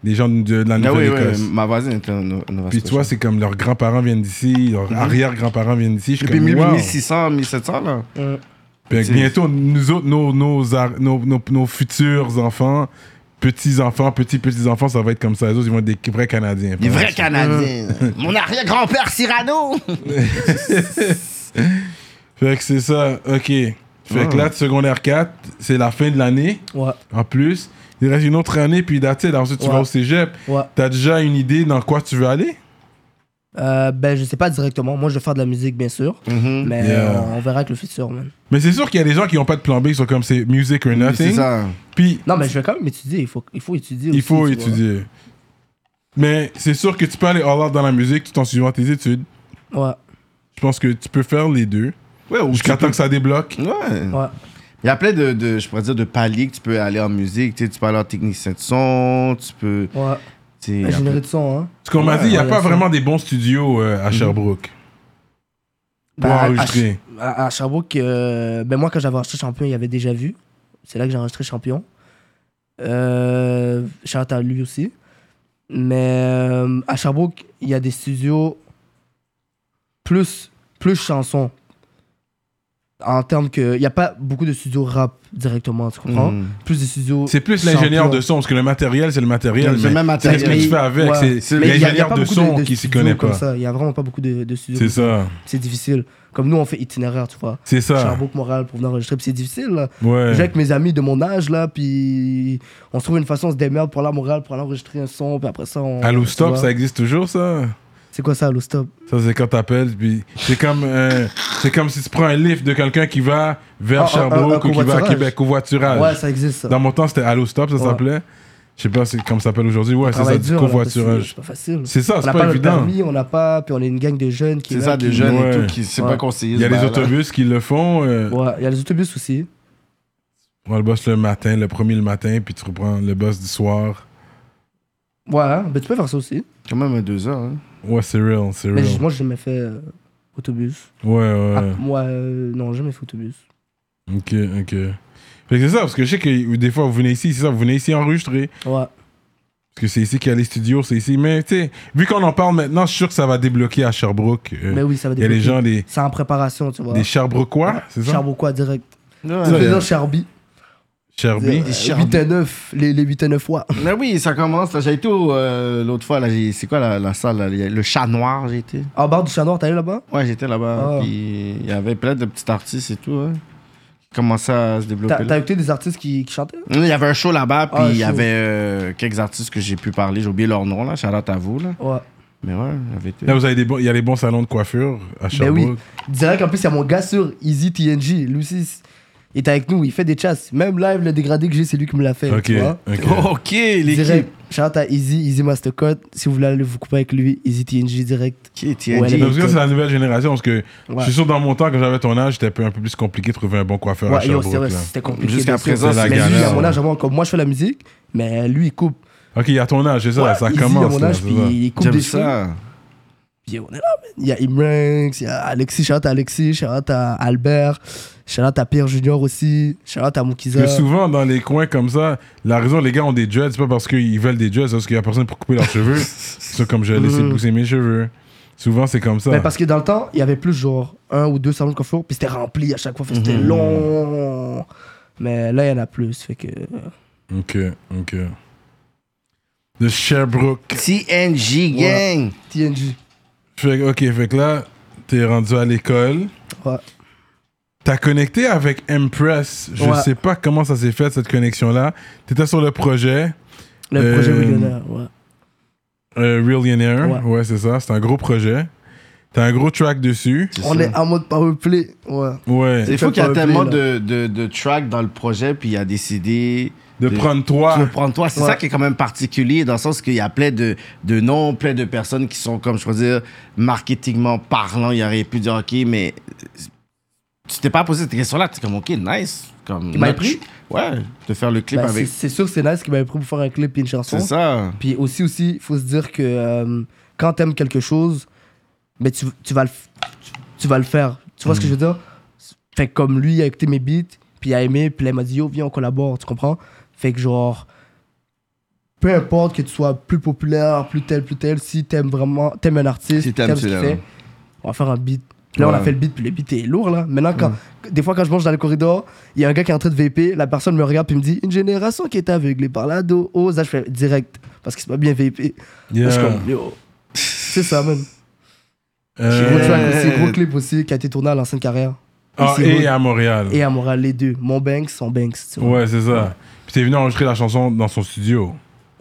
Des gens de, de la
Ah oui,
Nouvelle-Écosse.
oui, ma voisine était en Nova Scotia.
Puis tu vois, c'est comme leurs grands-parents viennent d'ici, leurs arrière-grands-parents viennent d'ici. Je suis
Mhm. Depuis
comme,
1000,
wow.
1600, 1700, là.
Puis avec
C'est-
bientôt, nous autres, nos, nos, ar- nos, nos- nos futurs enfants, petits-enfants, petits-petits-enfants, ça va être comme ça. Les autres, ils vont être des vrais Canadiens.
Des vrais Canadiens. Mon arrière-grand-père Cyrano.
Ah, Fait que c'est ça. OK. Fait
Ah.
que là, de secondaire 4, c'est la fin de l'année.
Ouais.
En plus, il reste une autre année, puis that's it. Ensuite, tu
Ouais.
vas au cégep.
Ouais.
T'as déjà une idée dans quoi tu veux aller?
Euh, ben, je sais pas directement. Moi, je vais faire de la musique, bien sûr. Mais
Mm-hmm. Yeah.
euh, on verra avec le futur, man.
Mais c'est sûr qu'il y a des gens qui n'ont pas de plan B, qui sont comme c'est music or
C'est
nothing.
ça.
Puis,
Non, mais je vais quand même étudier. Il faut, il faut étudier.
il
aussi,
faut
tu vois.
étudier. Mais c'est sûr que tu peux aller all out dans la musique tout en suivant tes études.
Ouais,
Je pense que tu peux faire les deux.
Ouais, ou
Jusqu'à temps que ça débloque.
Ouais.
ouais.
Il y a plein de, de- je pourrais dire, de paliers que tu peux aller en musique. Tu, sais, tu peux aller en technicien de son, tu peux.
Ouais.
tu sais, il y a
Ingénierie
plein-
de son, hein.
Parce qu'on m'a
Ouais,
dit, il n'y a
ouais, Mhm.
pas
bien sûr.
vraiment des bons studios euh, à Sherbrooke
Ben,
pour
à-
enregistrer.
À, à Sherbrooke, euh, ben moi, quand j'avais enregistré Champion, il y avait déjà vu. C'est là que j'ai enregistré Champion. Euh, shout à lui aussi. Mais euh, à Sherbrooke, il y a des studios plus, plus chansons. En termes que. Il n'y a pas beaucoup de studios rap directement, tu comprends?
Mhm.
Plus des studios.
Hmm. C'est plus l'ingénieur
champions.
de son, parce que le matériel, c'est le matériel.
C'est le
mais
même
c'est
matériel.
ce que tu fais avec.
Ouais.
c'est- C'est
Mais il y a- il y a
l'ingénieur
pas
de
beaucoup
son qui s'y
studios
connaît
comme
pas.
ça. Il n'y a vraiment pas beaucoup de, de studios.
C'est
comme
ça.
C'est difficile. Comme nous, on fait itinéraire, tu vois.
C'est ça.
Sherbrooke, Montréal pour venir enregistrer, puis c'est difficile. Là.
Ouais.
J'ai avec mes amis de mon âge, là, puis on se trouve une façon, on se démerde pour aller à Montréal, pour aller enregistrer un son, puis après ça, on.
Allo Stop,
tu vois.
ça existe toujours, ça?
C'est quoi ça, Allo Stop
Ça, c'est quand t'appelles, puis c'est comme, euh, c'est comme si tu prends un lift de quelqu'un qui va vers
Ah, ah, ah,
Sherbrooke
ah,
ou qui va à
covoiturage.
Québec, covoiturage.
Ouais, ça existe, ça.
Dans mon temps, c'était Allo Stop, ça
Ouais.
s'appelait. Je sais pas c'est comme ça s'appelle aujourd'hui. Ouais,
On
c'est ça,
travaille
du
dur, là, parce que
covoiturage.
C'est pas facile.
C'est ça,
On
c'est
n'a
pas
pas, le
évident.
permis, on n'a pas, puis on est une gang de jeunes qui.
C'est
là,
ça, des
qui-
jeunes
Ouais.
et tout, qui c'est
Ouais.
pas conseillé.
Il y a
ce
les
bail-là.
autobus qui le font. euh,
Ouais, il y a les autobus aussi.
On le bosse le matin, le premier le matin, puis tu reprends le boss du soir.
Ouais, hein, ben tu peux faire ça aussi.
Quand même à deux heures. hein.
Ouais, c'est real, c'est
Mais
real.
j- moi, j'ai jamais fait euh, autobus.
Ouais,
Ah,
ouais.
moi, euh, non, jamais fait autobus.
Ok, ok. Fait que c'est ça, parce que je sais que des fois, vous venez ici, c'est ça, vous venez ici enregistrer.
Ouais,
Parce que c'est ici qu'il y a les studios, c'est ici. Mais tu sais, vu qu'on en parle maintenant, je suis sûr que ça va débloquer à Sherbrooke. euh,
mais oui, ça va
Il y a les
débloquer.
gens, des,
C'est en préparation, tu vois.
des Sherbrookois, c'est ça?
Charboquois direct.
Ouais.
Tu veux
il y a-
dire Charby Euh,
Sherby.
Des Charby.
8 à 9, les, les 8 à 9 fois.
Mais oui, ça commence. là. J'ai été au, euh, l'autre fois, là, j'ai- c'est quoi la, la salle là? Il y a Le chat noir, j'ai été.
En barre du chat noir, t'es allé là-bas
Ouais, j'étais là-bas.
Ah.
Puis il y avait plein de petits artistes et tout. hein, qui commençaient à se développer.
T'as
là.
t'as écouté des artistes qui, qui chantaient
Non, Il y avait un show là-bas, puis
Ah,
il y
show.
avait euh, quelques artistes que j'ai pu parler. J'ai oublié leur nom, là. Charlotte à vous, là.
Ouais.
Mais ouais, il y avait tout.
Là, vous avez des bons, il y a les bons salons de coiffure à Sherbrooke.
Ben oui. Direct, en plus, il y a mon gars sur Easy TNG, Lucis. Il est avec nous, il fait des chasses. Même live, le dégradé que j'ai, c'est lui qui me l'a fait.
Ok,
Tu vois
ok.
OK, l'équipe.
Direct, shout à Easy, Easy Mastercode. Si vous voulez aller vous couper avec lui, Easy TNG direct.
Qui est
Ouais,
TNG?
les-
Parce que ça, c'est la nouvelle génération, parce que je
Ouais.
suis sûr, dans mon temps, quand j'avais ton âge, c'était un peu, un peu plus compliqué de trouver un bon coiffeur à
Ouais, yo,
Sherbrooke.
c'est vrai,
là.
c'était compliqué.
Jusqu'à
bien sûr.
présent,
c'est la
Mais lui,
galère, hein.
à mon
ouais.
âge, avant, comme moi, je fais la musique, mais lui, il coupe.
Ok, il y a ton âge, c'est ça,
Ouais,
ça
Easy,
commence.
à mon
là,
âge,
c'est
puis
ça.
il coupe
J'aime
des cheveux.
ça.
Puis on est là, man. Il y a Imranks, il y a Alexis, shout à Alexis, shout à Albert, shout à Pierre Junior aussi, shout à Moukiza.
Parce que souvent, dans les coins comme ça, la raison les gars ont des dreads, c'est pas parce qu'ils veulent des dreads, c'est parce qu'il y a personne pour couper leurs cheveux. C'est comme je vais laisser
Mm.
pousser mes cheveux. Souvent, c'est comme ça.
Mais parce que dans le temps, il y avait plus genre un ou deux salons de coiffure, puis c'était rempli à chaque fois, fait que
Mhm.
c'était long. Mais là, il y en a plus, fait que.
Ok, ok. De Sherbrooke.
TNG gang.
TNG.
Fait, que- ok, fait que là, t'es rendu à l'école.
Ouais.
T'as connecté avec Empress. Je
Ouais.
sais pas comment ça s'est fait, cette connexion-là. T'étais sur le projet
Le
Euh,
projet millionnaire, ouais.
euh, Realionaire. Ouais,
Ouais.
c'est ça. C'est un gros projet. T'as un gros track dessus.
C'est
On
ça.
est en mode powerplay, ouais.
Ouais.
C'est
C'est
fou
fait
qu'il y a
pour le
tellement
play,
de, de, de tracks dans le projet, puis il a décidé
De
de-
prendre toi.
Tu veux prendre toi. C'est
Ouais.
ça qui est quand même particulier, dans le sens qu'il y a plein de, de noms, plein de personnes qui sont, comme je veux dire, marketingment parlant. Il aurait pu dire, OK, mais tu t'es pas posé cette question-là. Tu es comme, OK, nice. Comme,
Il m'a
notre-
pris?
Ouais, de faire le clip
Bah, c'est-
avec.
c'est sûr que c'est nice qu'il m'avait pris pour faire un clip et une chanson.
C'est ça.
Puis aussi, aussi, il faut se dire que euh, quand t'aimes quelque chose, mais tu, tu vas le, f- tu, tu vas le faire. Tu vois ce que je veux dire? Fait que comme lui, il a écouté mes beats, puis il a aimé, puis là, il m'a dit, yo, viens, on collabore, tu comprends? Fait que genre, peu importe que tu sois plus populaire, plus tel, plus tel, si t'aimes vraiment, t'aimes un artiste,
Si t'aimes,
t'aimes ce
c'est
qu'il
là.
fait, on va faire un beat. Là, on a fait le beat, puis le beat est lourd, là. Maintenant, quand, des fois, quand je mange dans le corridor, il y a un gars qui est en train de VP, la personne me regarde, puis me dit Une génération qui est aveuglée par la dos. Oh, ça, je fais direct, parce qu'il s'est pas bien VP. Là, je suis comme Yo. C'est ça, man.
Euh,
Gros track aussi, gros clip aussi, qui a été tourné à l'ancienne carrière.
ah,
ici,
et
ouais.
à Montréal.
Et à Montréal, les deux. Mon Banks, son Banks. tu vois.
Ouais, c'est ça. Puis t'es venu enregistrer la chanson dans son studio.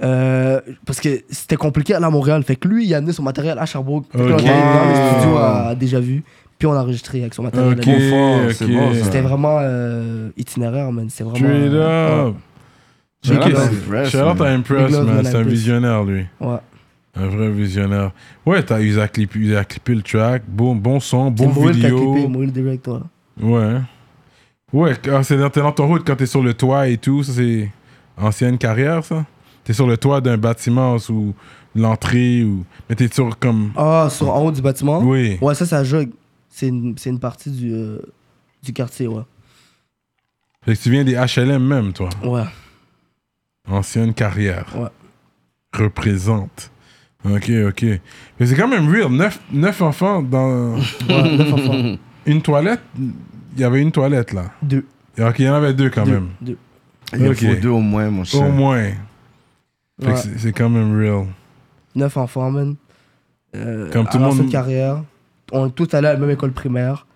Euh, parce que c'était compliqué à aller à Montréal. Fait que lui, il a amené son matériel à Sherbrooke. Puis
Ok.
là, on est allé dans le studio à Déjà Vu. Puis on a enregistré avec son matériel.
Ok,
là-dedans.
fort,
ok.
c'est bon, ça.
C'était vraiment euh, itinéraire, man. C'est vraiment.
Straight
euh,
up.
Big
Ok.
love.
Impress,
Shout out à
man.
Impress,
Big love,
man.
man,
C'est un
Impress.
visionnaire, lui.
Ouais.
Un vrai visionnaire. Ouais, t'as, il, a clippé, il a clippé le track. Bon, bon son,
C'est
bon
Moïse qui a
vidéo.
clippé, Moïse direct, toi.
Ouais. Ouais, quand c'est dans, t'es dans ton route, quand t'es sur le toit et tout, ça c'est ancienne carrière, ça. T'es sur le toit d'un bâtiment ou l'entrée ou. Mais t'es sur comme.
Ah, sur en haut du bâtiment
Oui.
Ouais, ça, ça jogue. C'est une, c'est une partie du, euh, du quartier, ouais.
Fait que tu viens des HLM même, toi.
Ouais.
Ancienne carrière.
Ouais.
Représente. Ok, ok. Mais c'est quand même real. Neuf, neuf enfants dans
Ouais, neuf enfants.
une toilette. Il y avait une toilette là.
Deux.
Ok, il y en avait deux quand
Deux.
même.
Deux.
Il en
Ok.
faut deux au moins, mon
Au
cher.
moins. Fait que
Ouais.
c'est- c'est quand même real.
Neuf enfants, man. Euh,
Comme tout
à
le monde-
l'ancienne carrière. On est tous allés à la même école primaire.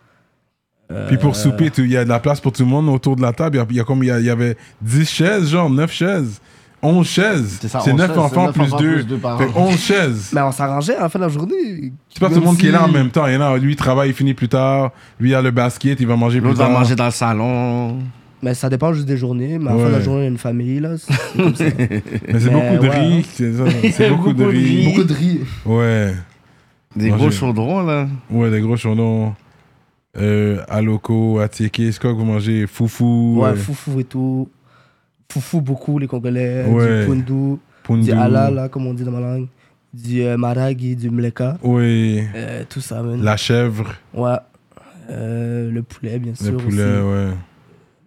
Puis pour souper, tout- il y a de la place pour tout le monde autour de la table. Il y a- il y, a comme il y, a- il y avait 10 chaises, genre 9 chaises. 11 chaises.
C'est ça,
C'est
11
9
chaises,
enfants
c'est neuf
plus
enfants
2.
plus deux parents.
Fait 11 chaises.
Mais on s'arrangeait à la fin de la journée.
C'est pas
Bah,
tout le
Même
monde qui est là en
si-
même temps. Il y en a, lui, il travaille, il finit plus tard. Lui, il a le basket, il va manger plus
L'autre va
tard.
manger dans le salon.
Mais ça dépend juste des journées. Mais à la fin de la
Ouais.
journée, il y a une famille, là. C'est c'est comme ça.
Mais c'est
Mais
beaucoup de
ouais,
riz.
hein.
C'est ça, c'est beaucoup de
Beaucoup de
riz.
riz.
Beaucoup de riz.
Ouais.
Des
Manger.
gros chaudrons, là.
Ouais, des gros chondons. Euh, Aloko, Atiéké, c'est quoi que vous mangez Foufou,
Ouais,
euh,
foufou et tout. Foufou beaucoup, les Congolais.
Ouais.
Du pundu,
Pundu.
du halal, là, comme on dit dans ma langue. Du euh, maragi, du mleka.
Ouais.
Euh, tout ça, man.
La chèvre,
Ouais. Euh, le poulet, bien
le
sûr.
poulet,
aussi.
ouais.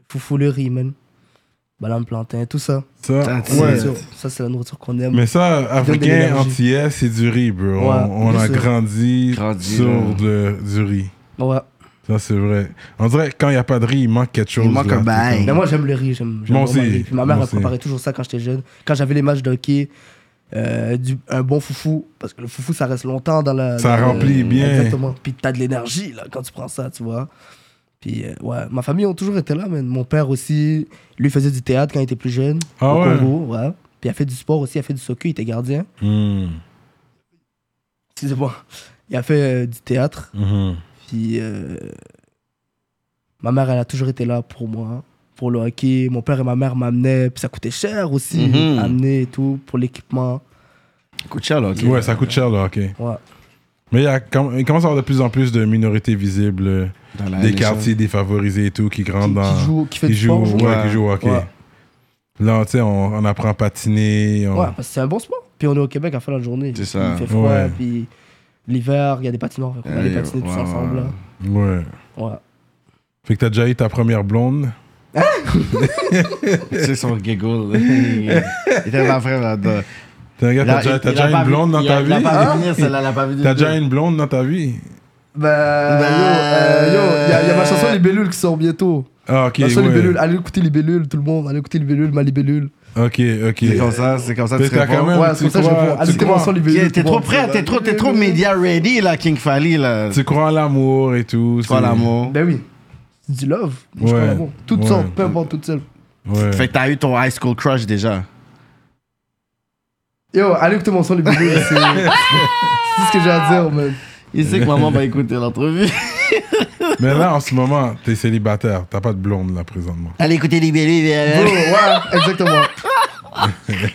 Foufou le riz, man. Banane plantain, tout ça.
Ça,
That's
ouais.
Bien sûr. Ça, c'est la nourriture qu'on aime.
Mais ça,
donne de
africain,
l'énergie.
antillais, c'est du riz, bro. On- on
bien
a
sûr.
grandi,
Grandi,
sur
là.
de- du riz.
Ouais.
Ça, c'est vrai. On dirait que quand il n'y a pas de riz, il manque quelque chose.
manque
là.
un bail.
C'est
Mais
comme-
moi, j'aime le riz. J'aime j'aime
Mm.
vraiment
Moi
le
aussi.
riz. Puis ma mère,
Moi
elle préparait toujours ça quand j'étais jeune. Quand j'avais les matchs de hockey, euh, du, un bon foufou. Parce que le foufou, ça reste longtemps dans la.
Ça
dans le-
remplit bien.
Exactement. Puis t'as de l'énergie, là, quand tu prends ça, tu vois. Puis, euh, ouais, ma famille ont toujours été là, man. Mon père aussi, lui faisait du théâtre quand il était plus jeune.
Ah
au
ouais?
Congo, ouais. Puis il a fait du sport aussi, il a fait du soccer, il était gardien.
Hmm,
Excusez-moi. Il a fait euh, du théâtre.
mhm.
Puis euh, ma mère, elle a toujours été là pour moi, hein, pour le hockey. Mon père et ma mère m'amenaient, puis ça coûtait cher aussi,
Mhm.
amener et tout, pour l'équipement.
Écoute, cher, là, ok.
Ouais, ça coûte cher, là, ok.
Ouais.
Mais il, y a com- il commence à avoir de plus en plus de minorités visibles, euh,
Dans la
des
NHL.
quartiers défavorisés et tout, qui
Qui,
grandent dans.
qui joue, qui fait
Ah bah, qui
du sport.
jouent-
joue.
ouais,
ouais.
qui jouent au hockey.
Ouais.
Là, tu sais, on, on apprend à patiner. on-
Ouais, parce que c'est un bon sport. Puis on est au Québec à faire la journée.
C'est ça.
Il fait froid,
Ouais.
puis l'hiver, il y a des patinoires. On allait
Ouais,
patiner tous
ouais,
ensemble.
ouais.
là.
ouais.
Ouais.
Fait que t'as déjà eu ta première blonde.
Tu sais, son giggle. Il était ma frère là-dedans.
T'es un gars, T'as déjà, t'as déjà une blonde dans ta
Il a
vie
Ah,
Ah.
pas vu venir, celle-là, elle a pas vu
T'as
venir.
déjà une blonde dans ta vie
Ben,
Bah,
yo, euh, yo, il y, a- il y a ma chanson Les Bellules qui sort bientôt.
Ah, ok,
ma chanson Les
ouais.
Bellules, allez écouter Les Bellules, tout le monde, allez écouter Les Bellules, ma Les Bellules.
Ok, ok.
C'est comme ça, c'est comme ça que
Mais
tu
t'as quand
réponds.
même-
Ouais, c'est
tu
pour ça que je
crois-
réponds. Allez
tu
écouter ma
crois-
chanson Les
Ok,
Bellules.
T'es
tout le
trop
monde.
prêt, t'es trop, t'es trop media ready, là, King Fally, là.
Tu crois en l'amour et tout.
Tu crois à
c'est-
l'amour.
Ben oui. C'est du love. Moi, je
Ouais.
crois en l'amour. Toute
Ouais.
seule, peu importe, toute seule.
Ouais.
Fait que t'as eu ton high school crush déjà.
Yo, allez écouter mon son, les bébés. C'est c'est tout ce que j'ai à dire, man.
Il sait que maman va écouter l'entrevue.
Mais là, en ce moment, t'es célibataire. T'as pas de blonde là présentement.
Allez écouter les
Bro,
bébés.
ouais, exactement.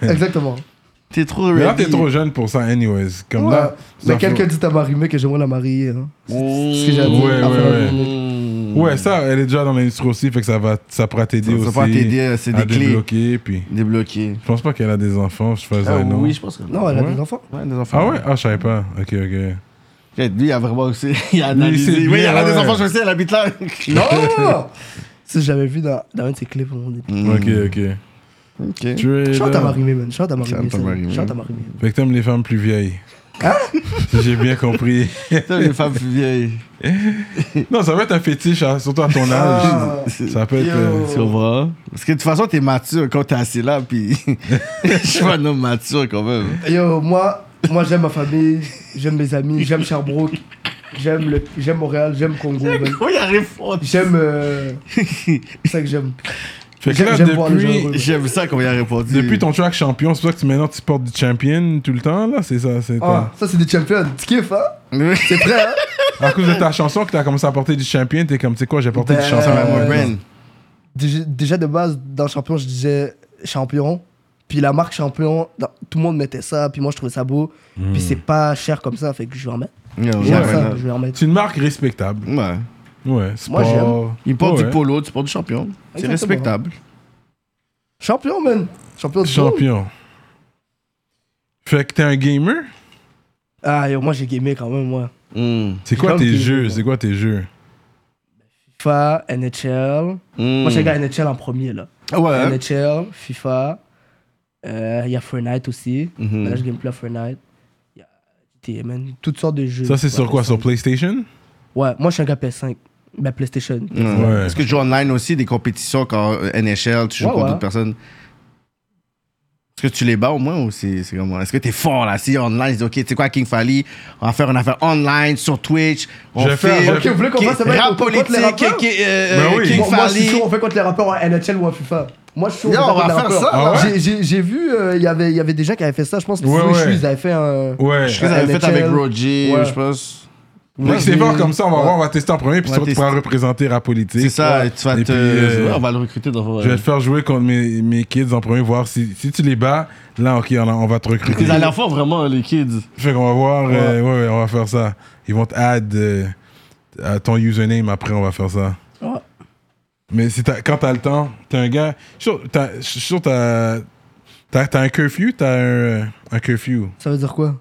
Exactement.
T'es trop
Mais
ready.
là, t'es trop jeune pour ça, anyways. Comme
Ouais.
là. ça
Mais quelqu'un
faut-
dit à ma rime que j'aimerais la marier. hein. C'est ce que j'ai à dire.
Ouais,
Après la
ouais, ouais.
journée.
Ouais, ça, elle est déjà dans l'industrie aussi, fait que ça va, ça pourra t'aider
Ça
aussi.
va
euh,
t'aider, c'est
à
des clés.
débloquer, puis.
Débloqué.
Je pense pas qu'elle a des enfants, je faisais
Ah,
non.
oui, je pense que.
Non, elle a
Ouais.
des enfants.
Ouais, des enfants.
Ah ouais? Ah, je savais pas. Ok, ok.
Ouais, Lui, il a vraiment aussi. Il a
il sait
analysé.
bien,
Oui, il a
ouais.
des enfants, je sais, elle habite là.
Non Si j'avais vu dans, dans un de ses clips, on dit.
Ok, ok.
Ok.
Tu es.
Chante à
là.
ma rime, man. Chante à ma
Shout
rime.
out à Marimé.
Chante à ma rime.
Fait que t'aimes les femmes plus vieilles.
Hein?
J'ai bien compris.
Putain, les femmes vieilles.
Non, ça va être un fétiche, hein, surtout à
Ah.
ton âge. ça peut être. euh,
Tu comprends? Parce que de toute façon, t'es mature quand t'es assis là, puis je suis un homme mature quand même.
Yo, moi, moi j'aime ma famille, j'aime mes amis, j'aime Sherbrooke, j'aime le, j'aime Montréal, j'aime Congo. man.
Comment il arrive fort?
J'aime. euh, c'est ça que j'aime.
fait que là,
J'aime voir les gens
depuis,
heureux.
J'aime ça comment il a répondu.
depuis ton track champion, c'est pour ça que tu- maintenant tu portes du champion tout le temps, là, c'est ça. C'est
Ah, ça c'est des champions. Tu kiffes, hein C'est prêt, hein
ta- À cause de ta chanson que t'as commencé à porter du champion, t'es comme, tu sais quoi, j'ai porté du
Ben,
champion.
Ça va, mon
Euh,
friend.
Déjà, déjà de base, dans Champion, je disais champion. Puis la marque champion, dans- tout le monde mettait ça. Puis moi, je trouvais ça beau.
Hmm.
Puis c'est pas cher comme ça, fait que je vais en mettre.
Yo,
J'aime
ouais,
ça,
ouais.
je vais en mettre.
C'est une marque respectable.
Ouais.
Ouais, sport.
Moi, j'aime.
Il porte
Ouais.
du polo, tu portes du champion. C'est
Exactement.
respectable.
Champion, man Champion du monde.
Champion. Fait que t'es un gamer?
Ah, yo, moi, j'ai gamé quand même, moi.
Mm.
C'est quoi
Comme
tes
gamer,
jeux?
moi.
C'est quoi tes jeux?
FIFA, NHL.
Mm.
Hmm.
Moi, j'ai gagné NHL en premier, là.
Ah ouais. hein?
NHL, FIFA. euh, Il y a Fortnite aussi.
Mhm.
Mais là, je game plus à Fortnite. Il y a GTA, man. Toutes sortes de jeux.
Ça, c'est sur quoi? Sur PlayStation?
Ouais, moi, je suis un gars PS5. Ben, PlayStation.
Mm.
Ouais.
Est-ce que tu joues online aussi des compétitions quand euh, NHL, tu joues
Ouais,
contre
ouais.
d'autres personnes? Est-ce que tu les bats au moins ou c'est c'est comment? Est-ce que t'es fort là? Si online, tu dis, OK, tu sais quoi, King Fally, on va faire une affaire online sur Twitch. On
Je vais faire-
Ok, vous voulez qu'on
King-
fasse ça maintenant
rap
contre les
politique,
rappeurs
King- euh,
Ben oui.
King
Moi, moi, je suis
Fally.
chaud, on fait contre les rappeurs en NHL ou en FIFA. Moi, je suis chaud.
Yo,
fait
on
contre
va
les
faire
rappeurs.
ça,
là. Ah ouais?
J'ai- j'ai- J'ai vu, euh, il y avait- il y avait des gens qui avaient fait ça. Je pense que
Ouais,
Swish,
ouais.
ils avaient fait un.
Ouais.
Je sais que ça avait fait
NHL.
avec Roger,
Ouais.
je pense.
Fait que c'est
Ouais.
fort comme ça, on va voir, on va tester en premier, puis
On
tu
va
pourras
tester.
représenter rap politique.
C'est ça,
Ouais.
tu vas
Et
te.
puis, euh,
ouais, on va le recruter dans.
Je vais te faire jouer contre mes, mes kids en premier, voir si, si tu les bats. Là, ok, on, on va te recruter.
Ils ont l'air forts vraiment, les kids.
Fait qu'on va voir, euh, ouais, ouais, on va faire ça. Ils vont te add euh, à ton username après, on va faire ça.
Ouais.
Mais si t'as- quand t'as le temps, t'es un gars. Je suis sûr- t'as- je suis sûr t'as. T'as t'as un curfew, t'as un, un curfew.
Ça veut dire quoi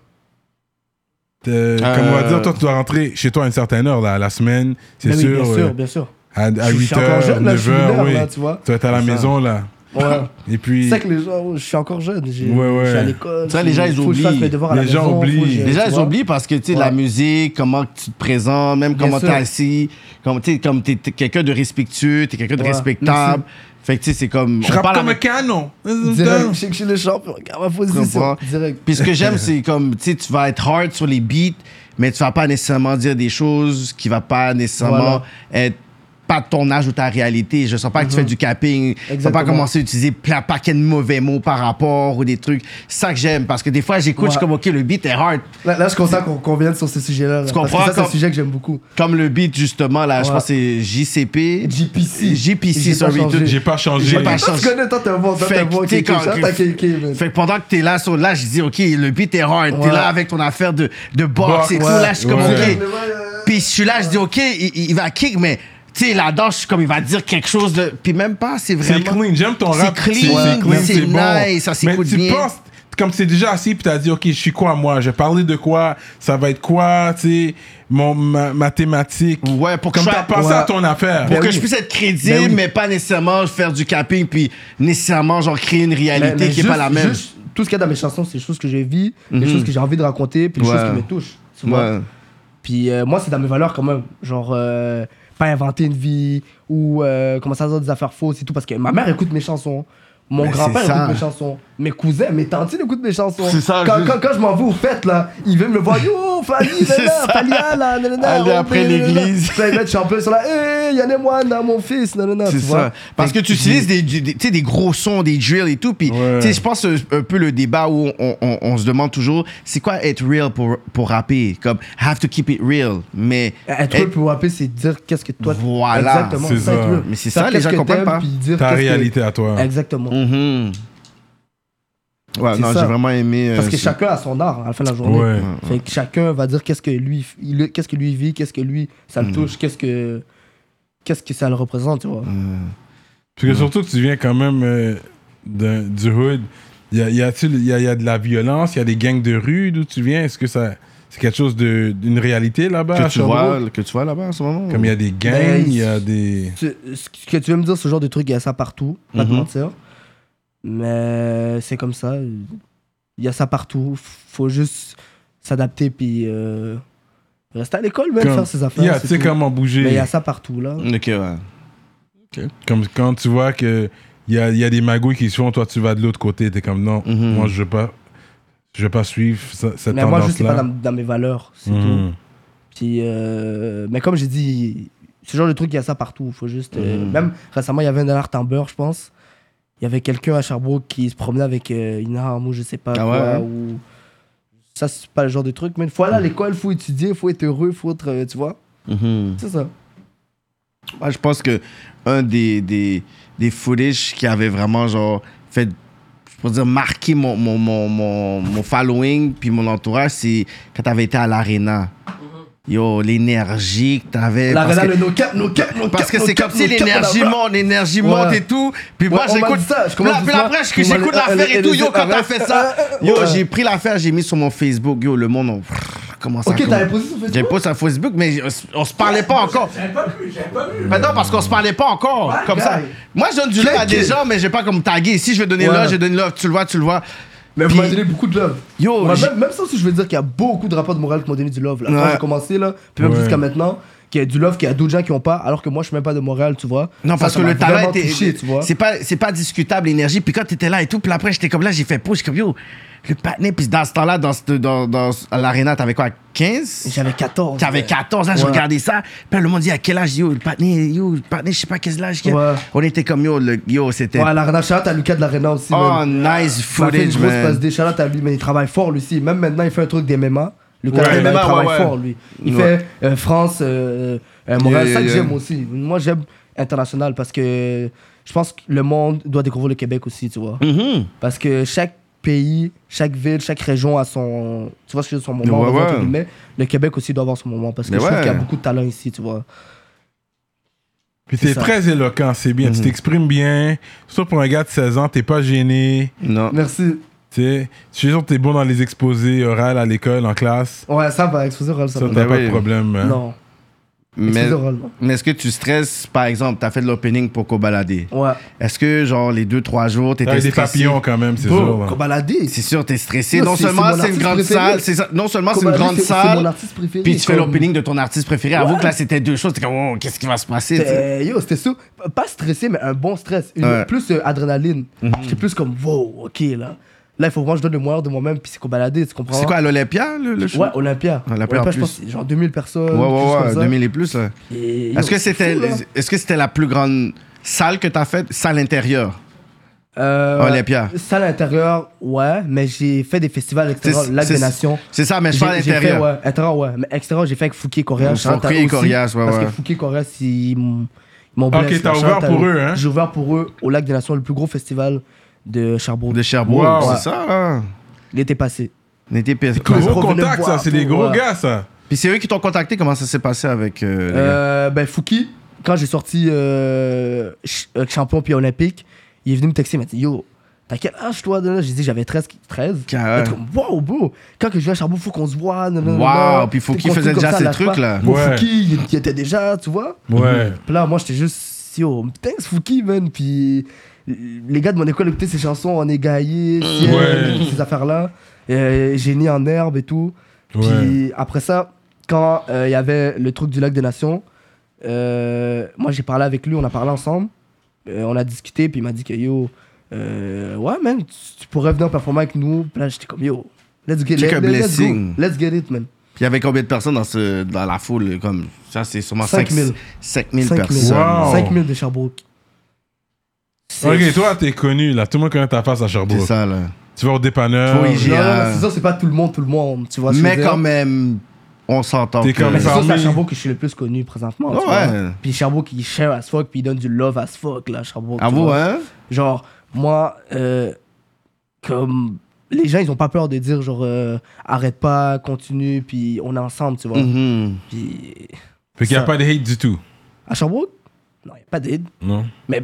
T'es- Comme on va
Euh.
dire, toi, tu dois rentrer chez toi à une certaine heure, là, la semaine, c'est
Ben oui,
sûr.
Bien
euh,
sûr, bien sûr.
À, à
Je suis-
8
Je suis encore
h,
jeune, là, je
9
suis mineur,
h, oui.
là, tu vois.
Tu vas être à la
C'est ça.
maison, là.
Ouais.
Et puis.
C'est ça que les gens, je suis encore jeune. j'ai-
Ouais, ouais.
Je suis à l'école.
Ça, les gens, ils
faut que je fasse
oublient.
mes devoirs à la
Les gens
maison, faut que
oublient.
je-
Les
tu
Déjà, ils
vois.
oublient parce que, tu sais,
Ouais.
la musique, comment que tu te présentes, même
Bien
comment t'es
sûr.
assis, comme, tu sais, comme t'es t'es quelqu'un de respectueux, t'es quelqu'un de
Ouais,
respectable. Fait que, tu sais, c'est comme...
Je
on
rappe
parle
comme un
avec-
canon.
Direct, je sais que je suis le champion. Regarde ma position.
comprends?
Direct.
Puis ce que j'aime, c'est comme, tu sais, tu vas être hard sur les beats, mais tu vas pas nécessairement dire des choses qui va pas nécessairement
Voilà. Uh-huh.
être pas de ton âge ou ta réalité. Je sens pas que tu fais du capping. Tu vas pas
Exactement.
commencer à utiliser plein paquet de mauvais mots par rapport ou des trucs. C'est ça que j'aime parce que des fois, j'écoute, je suis
Ouais.
comme, OK, le beat est hard.
Là, là, je suis content qu'on qu'on vienne sur ce sujet-là. là, parce
Tu
que
comprends
ça, c'est un
comme-
sujet que j'aime beaucoup.
Comme le beat, justement, là, je
Ouais.
pense que c'est JCP.
JPC. J'ai
JPC,
pas
sorry.
changé.
tout-
J'ai pas changé.
J'ai pas
Toi, tu
changé.
connais, toi, t'es un bon, toi, t'es un
Fait que,
bon
t'es
kéké,
quand-
ça, t'as kéké, man.
Fait que pendant que t'es là, sur, là, je dis, OK, le beat est hard.
Ouais.
T'es là avec ton affaire de, de boxe et
Boxe,
tout. Là, je suis comme,
ouais.
OK. Puis je suis là, je dis, OK, il, il va kick, mais tu sais, là-dedans, je suis comme, il va dire quelque chose de. Puis même pas, c'est
C'est
vraiment.
clean, j'aime ton
C'est
rap.
clean, c'est nice, ça
Mais
s'écoute
tu
bien.
penses, comme c'est déjà assis, puis t'as dit, OK, je suis quoi, moi Je vais parler de quoi Ça va être quoi, tu sais, mon, ma, ma thématique
Ouais, pour que
Comme
je
t'as
sois-
pensé
ouais.
à ton affaire.
Pour
Ben
que
oui.
je puisse être crédible,
Ben oui.
mais pas nécessairement faire du capping, puis nécessairement, genre, créer une réalité
Mais- mais
qui est pas
juste-
la même. Mhm.
juste, tout ce qu'il y a dans mes chansons, c'est les choses que j'ai vis, les choses que j'ai envie de raconter, puis les
Ouais.
choses qui me touchent. tu vois.
Ouais.
Puis euh, moi, c'est dans mes valeurs quand même. Genre, euh, pas inventer une vie ou euh, commencer à dire des affaires fausses et tout. Parce que ma mère écoute mes chansons. Mon
Mais
grand-père
c'est ça.
écoute mes chansons. Mes cousins, mes tantines écoutent mes chansons.
C'est ça,
Quand,
juste-
quand, quand je m'en vais aux fêtes, là, ils viennent me voir. Yo, Fanny,
C'est
là,
ça.
Fanny, là, là, là, là,
Aller
oh,
après
là, là, là.
l'église.
Puis là, ils mettent champion, ils sont là. Hé, y'en a moi, là, mon fils, là, là, là,
C'est
tu vois.
ça. Parce que tu utilises des, du- des, tu sais, des gros sons, des drills et tout. Puis,
Ouais.
tu sais, je pense euh, un peu le débat où on, on- on se demande toujours, c'est quoi être real pour, pour rapper? Comme, have to keep it real. Mais.
Être heureux pour rapper, c'est dire qu'est-ce que toi.
Voilà.
Exactement.
C'est ça.
être heureux.
Mais c'est
Faire
ça, les
qu'est-ce
gens
que
comprennent
t'aimes,
pas.
puis dire
Ta
qu'est-ce que-
réalité à toi.
Exactement.
Mhm. Ouais,
Mm-hmm. C'est
non,
ça.
j'ai vraiment aimé. euh,
Parce que
ce-
chacun a son art à la fin de la journée.
Ouais.
Fait que chacun va dire qu'est-ce que lui il- qu'est-ce que lui vit, qu'est-ce que lui ça
Mm.
le touche, qu'est-ce que qu'est-ce que ça le représente, tu vois.
Mm. Parce que surtout que tu viens quand même euh, d'un- du hood, y a, y, a, y, a, y a de la violence, il y a des gangs de rue d'où tu viens. Est-ce que ça, c'est quelque chose de- d'une réalité là-bas à
Que tu, vois,
Sherbrooke?
que tu vois là-bas en ce moment.
Comme il y a des gangs,
Ben,
il y a des.
Ce, ce que tu veux me dire ce genre de truc, il y a ça partout, pas
Mm-hmm.
de
Mhm.
mentir. Mais c'est comme ça, il y a ça partout, faut juste s'adapter puis euh, rester à l'école, même,
Comme-
faire ses affaires.
Yeah,
c'est
tu sais
tout.
comment
Mais il y
bouger.
a ça partout, là.
Ok, ouais.
Comme quand tu vois que il y a, il y a des magouilles qui se font, toi tu vas de l'autre côté, t'es comme non,
Mhm.
moi je veux pas, je veux pas suivre ce- cette
Mais moi, je sais pas
tendance-là.
dans, dans mes valeurs, c'est tout.
Mhm.
Puis, euh, mais comme j'ai dit, ce genre de truc, il y a ça partout. Faut juste. euh,
Mhm.
Même récemment, il y avait un alerte en beurre, je pense. Il y avait quelqu'un à Sherbrooke qui se promenait avec euh, une arme ou je sais pas
Ah
quoi.
ouais, Mhm. ouais.
Ou... Ça, c'est pas le genre de truc. Mais une fois là à l'école, faut étudier, faut être heureux, faut être. euh, tu vois
Mhm.
C'est ça.
Moi, je pense que un des, des, des footage qui avait vraiment, genre, fait, je pourrais dire, marqué mon, mon, mon, mon, mon following puis mon entourage, c'est quand t'avais été à l'Arena. Yo, l'énergie que t'avais.
La
parce
reine,
que-
le no cap, no cap, no cap.
Parce que
no
c'est
cap,
comme si
no cap,
l'énergie
blablabla.
monte, l'énergie
Ouais.
monte et tout. Puis moi,
Ouais, on m'a
j'écoute.
dit ça, je
Puis
commence
là- puis
doucement.
après,
Puis
je-
on m'a
j'écoute
dit-
l'affaire
elle-
et tout.
elle-
Yo, quand
elle-
t'as fait ça,
elle-
yo,
elle-
j'ai pris l'affaire, j'ai mis sur mon Facebook. Yo, le monde, on... comment ça
Ok,
comment-
t'avais posé sur
J'ai
Facebook.
pas sur Facebook, mais on, on se parlait pas encore. J'avais pas vu, j'avais pas vu. Maintenant, parce qu'on se parlait pas encore. comme ça.
guy.
Moi, je donne du love à des gens, mais j'ai pas comme tagué. Ici, je vais donner
Ouais.
love, je vais donner love. Tu le vois, tu le vois.
Mais vous
Puis-
m'avez donné beaucoup de love.
Yo,
Ouais,
j'ai-
même, même ça aussi, je veux dire qu'il y a beaucoup de rappeurs de morale qui m'ont donné du love. Là, quand
Ouais.
j'ai commencé, là, puis même
Ouais.
jusqu'à maintenant, qu'il y a du love, qu'il y a d'autres gens qui n'ont pas, alors que moi, je suis même pas de morale, tu vois.
Non,
Ça,
parce
ça
que
m'a
le talent
vraiment
était.
touché, tu vois.
C'est pas, c'est pas discutable, l'énergie. Puis quand t'étais là et tout, puis après, j'étais comme là, j'ai fait push, comme yo, le patiné. Puis dans ce temps-là, dans, ce- dans, dans ce- à l'aréna, t'avais quoi, 15
J'avais 14.
T'avais 14 ans, je
Ouais.
regardais ça. Puis là, le monde dit à quel âge, yo, le patiné, yo, le patiné, je sais pas quel âge. quel-
Ouais.
On était comme yo, le, yo, c'était.
Ouais, l'Arena, shout à Lucas de l'Arena aussi.
oh,
man.
nice
Il m'a fait une
footage,
grosse passe
man.
des shout-out à lui, mais il travaille fort, lui aussi. Même maintenant, il fait un truc des MMA. Lucas
Ouais,
de l'Arena,
MMA,
il travaille
ouais, ouais.
fort, lui. Il
Ouais.
fait euh, France, euh, euh, Montréal.
Yeah,
ça que
yeah,
j'aime
yeah.
aussi. Moi, j'aime international parce que je pense que le monde doit découvrir le Québec aussi, tu vois.
Mhm.
Parce que chaque pays, chaque ville, chaque région a son, tu vois, ce que je veux dire, son moment.
Ouais,
on va dire,
ouais.
entre guillemets. Le Québec aussi doit avoir son moment parce que
Mais
je trouve
ouais.
qu'il y a beaucoup de talent ici, tu vois.
Puis t'es
C'est ça.
très éloquent, c'est bien.
Mhm.
Tu t'exprimes bien. Surtout pour un gars de 16 ans, t'es pas gêné.
Non.
Merci.
Tu sais, je suis sûr que t'es bon dans les exposés orales à l'école, en classe.
Ouais, ça va, exposer oral, ça
Ça,
va.
t'as
Ben
pas
oui.
de problème. hein.
Non,
Mais,
exposer oral, non.
mais est-ce que tu stresses, par exemple, t'as fait de l'opening pour Kobalade?
Ouais.
Est-ce que, genre, les 2-3 jours, t'étais
T'as des
stressé?
papillons quand même, c'est sûr.
Bon,
là.
Kobalade,
C'est sûr, t'es stressé.
Yo,
Non
c'est-
seulement
c'est mon
c'est une
artiste
grande
préféré.
salle, c'est ça- non seulement c'est une
Kobalade,
grande
c'est- C'est mon
salle,
artiste préféré.
puis tu fais
comme-
l'opening de ton artiste préféré. Avoue
Ouais.
que là c'était deux choses, t'es comme oh qu'est-ce qui va se passer. tu sais.
Euh, yo, c'était sûr. Pas stressé, mais un bon stress. Une-
Ouais. Mhm.
Plus euh, adrénaline. J'étais plus comme, wow, ok, là. Là, il faut vraiment que je donne le meilleur de moi-même, puis c'est Kobalade, tu comprends?
C'est quoi à l'Olympia le, le show?
Ouais, Olympia.
Olympia, en
Olympia, je
plus.
pense, c'est genre 2000 personnes.
ouais,
quelque chose
ouais,
comme
ouais,
ça.
2000 et plus là.
Et, yo,
Est-ce que
c'est
c'était,
fou, là.
est-ce que c'était la plus grande salle que t'as faite, salle intérieure?
Euh,
Olympia.
Salle intérieure, ouais, mais j'ai fait des festivals extérieurs,
C'est-
Lac
c'est-
des Nations.
C'est ça, mais je
J'ai-
parle
j'ai fait,
intérieur.
ouais, intérieur, ouais. Mais extérieur, j'ai fait avec Fouquier Corias.
Fouquier
Chantal aussi,
Corias, ouais,
Parce
ouais.
que Fouquier Corias, ils m- ils m'ont
Ok,
blessé,
t'as
là,
ouvert
Chantal.
pour eux, hein?
J'ai ouvert pour eux au Lac des Nations, le plus gros festival de Sherbrooke.
De Sherbrooke,
Wow.
c'est ça. hein. Là.
L'été passé.
On était pire.
Gros
Revenez
contact,
voir
ça. C'est des
pour,
gros
ouais.
gars, ça.
Puis c'est eux qui t'ont contacté. Comment ça s'est passé avec euh, les gars?
Euh, ben, Fouki, quand j'ai sorti euh, ch- euh, champion puis olympique, il est venu me texter, il m'a dit Yo, t'as quel âge toi là? J'ai dit J'avais 13. 13.
Carré.
Il était comme, Wow, bro, quand que je viens à Charbon, faut qu'on se voit. nanana.
Wow, puis
Qu'on
Fouki
se
faisait
trouve comme
déjà
ça,
ses
lâche
trucs,
pas.
là.
Bon,
Ouais.
Fouki, il, il était déjà, tu vois.
Ouais.
Puis là, moi, j'étais juste Yo, thanks Fouki, man. Puis les gars de mon école écoutaient ses chansons en égaillé, ciel,
Ouais.
toutes ces affaires-là. Euh, Génie en herbe et tout.
Ouais.
Puis après ça, quand euh, il y avait le truc du lac des Nations, euh, moi j'ai parlé avec lui, on a parlé ensemble, Euh, on a discuté, puis il m'a dit que yo, euh, ouais man, tu, tu pourrais venir performer avec nous. Puis là j'étais comme yo, let's get,
Check
let-
a
let- let's, go.
blessing.
let's get it man.
Puis il y avait combien de personnes dans, ce, dans la foule? Comme, ça, c'est sûrement
5000.
5000 5000
5000.
personnes.
Wow. Oh.
5000 de Sherbrooke. C'est-
Ok, toi, t'es connu, là. Tout le monde connaît ta face à
C'est
Sherbrooke.
ça, là.
Tu vas au dépanneur.
Faut y
Non, non, non,
Yeah.
c'est sûr, c'est pas tout le monde, tout le monde, tu vois. ce que je
Mais
veux dire.
quand même, on s'entend.
T'es
que-
comme
Mais c'est sûr, c'est à
Parmi-
Sherbrooke que je suis le plus connu présentement. tu
Ouais.
vois. Puis Sherbrooke, il share as fuck, puis il donne du love as fuck, là, Sherbrooke.
À
tu
vous,
vois.
hein?
Genre, moi, euh, comme les gens, ils ont pas peur de dire, genre, euh, arrête pas, continue, puis on est ensemble, tu vois.
Mhm.
Puis
Fait qu'il n'y a
Ça.
pas de hate du tout.
à Sherbrooke, non, y a pas d'aide.
Non.
Mais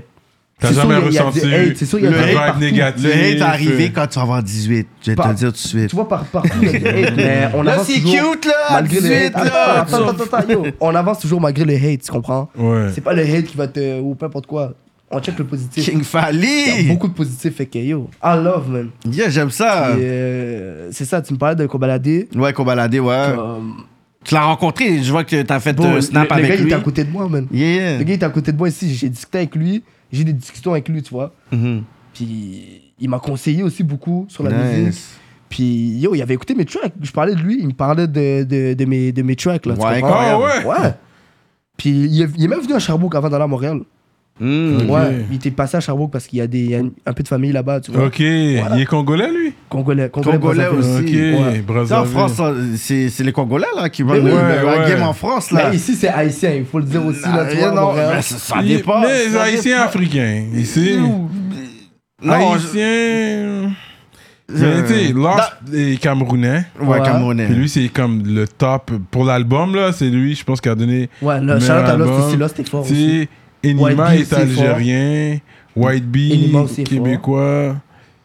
T'as
c'est sûr,
jamais
y a- y a
ressenti
du hate, c'est sûr, y a
le
du hate
vibe
partout.
négatif.
Le hate est arrivé
euh,
quand tu vas avoir 18. Je vais te
Pas-
le dire tout de suite.
Bah, tu vois, par, partout, y a du hate, mais on
Là,
avance
c'est
toujours.
cute, là! à
malgré le
18,
hate.
là!
Attends, attends, attends, attends, yo, on avance toujours malgré le hate, tu comprends?
Ouais.
C'est pas le hate qui va te. ou peu importe quoi. on check le positif.
King
Il y a
Fali.
beaucoup de positifs, fait que yo, I love, man.
Yeah, j'aime ça.
Et, euh, c'est ça, tu me parlais de Kobalade.
Ah. Ouais, Kobalade, ouais.
Comme,
Tu l'as rencontré, je vois que t'as fait
bro,
euh, snap
le, le
avec
gars, il
lui.
était à côté de moi, man. Le
Yeah, yeah.
gars, il était à côté de moi ici, j'ai discuté avec lui, j'ai eu des discussions avec lui, tu vois.
Mhm.
Puis il m'a conseillé aussi beaucoup sur la musique.
Nice.
Puis yo, il avait écouté mes tracks. Je parlais de lui, il me parlait de, de, de mes, de mes tracks. Là, tu
Ouais,
comprends?
incroyable.
Ouais. Puis il est, il est même venu à Sherbrooke avant d'aller à Montréal.
Mm.
Ouais, il était passé à Sherbrooke parce qu'il y a, des, il y a une- un peu de famille là-bas, tu vois.
Ok, il est congolais, lui
Congolais, Congolais,
Congolais
Brazzaville.
aussi.
Ok,
ouais.
Tu sais, en
Brazzaville.
France, ça, c'est c'est les Congolais là, qui vont
oui.
la
Ouais, ouais.
game en France. là.
Mais ici, c'est haïtien, il faut le dire aussi. là, tu vois,
Non, non,
Montréal. euh,
mais ça, ça
Il-
dépend.
Mais les
ça
Haïtiens africains, ici.
dépend. Non, je-
Haïtiens. Mais
Euh,
tu sais, Lost est camerounais.
Ouais,
Ouais.
Camerounais.
Puis lui, c'est comme le top pour l'album, là. C'est lui, je pense, qui a donné.
Ouais, là,
le
Charlotte à
meilleur
Lost
album.
aussi, Lost est fort
Tu
aussi.
sais, Enigma
White Bee
est
aussi est fort.
algérien. White Bee,
Enigma aussi est fort.
québécois.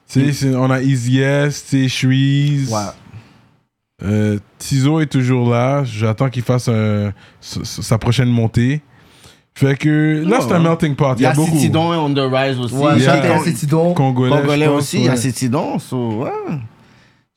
Tu
Mm.
sais, c'est- on a Easy S, tu sais, Shreeze.
Ouais.
Euh, Tizo est toujours là. J'attends qu'il fasse euh, sa- sa prochaine montée. Fait que là, c'est un melting pot. Il y a beaucoup.
Citidon et On The Rise aussi.
Ouais,
Il y a-
Charlotte à Lost, Tidon.
Congolais,
Congolais
je pense,
aussi, il y a
ouais.
Citidon. so, ouais.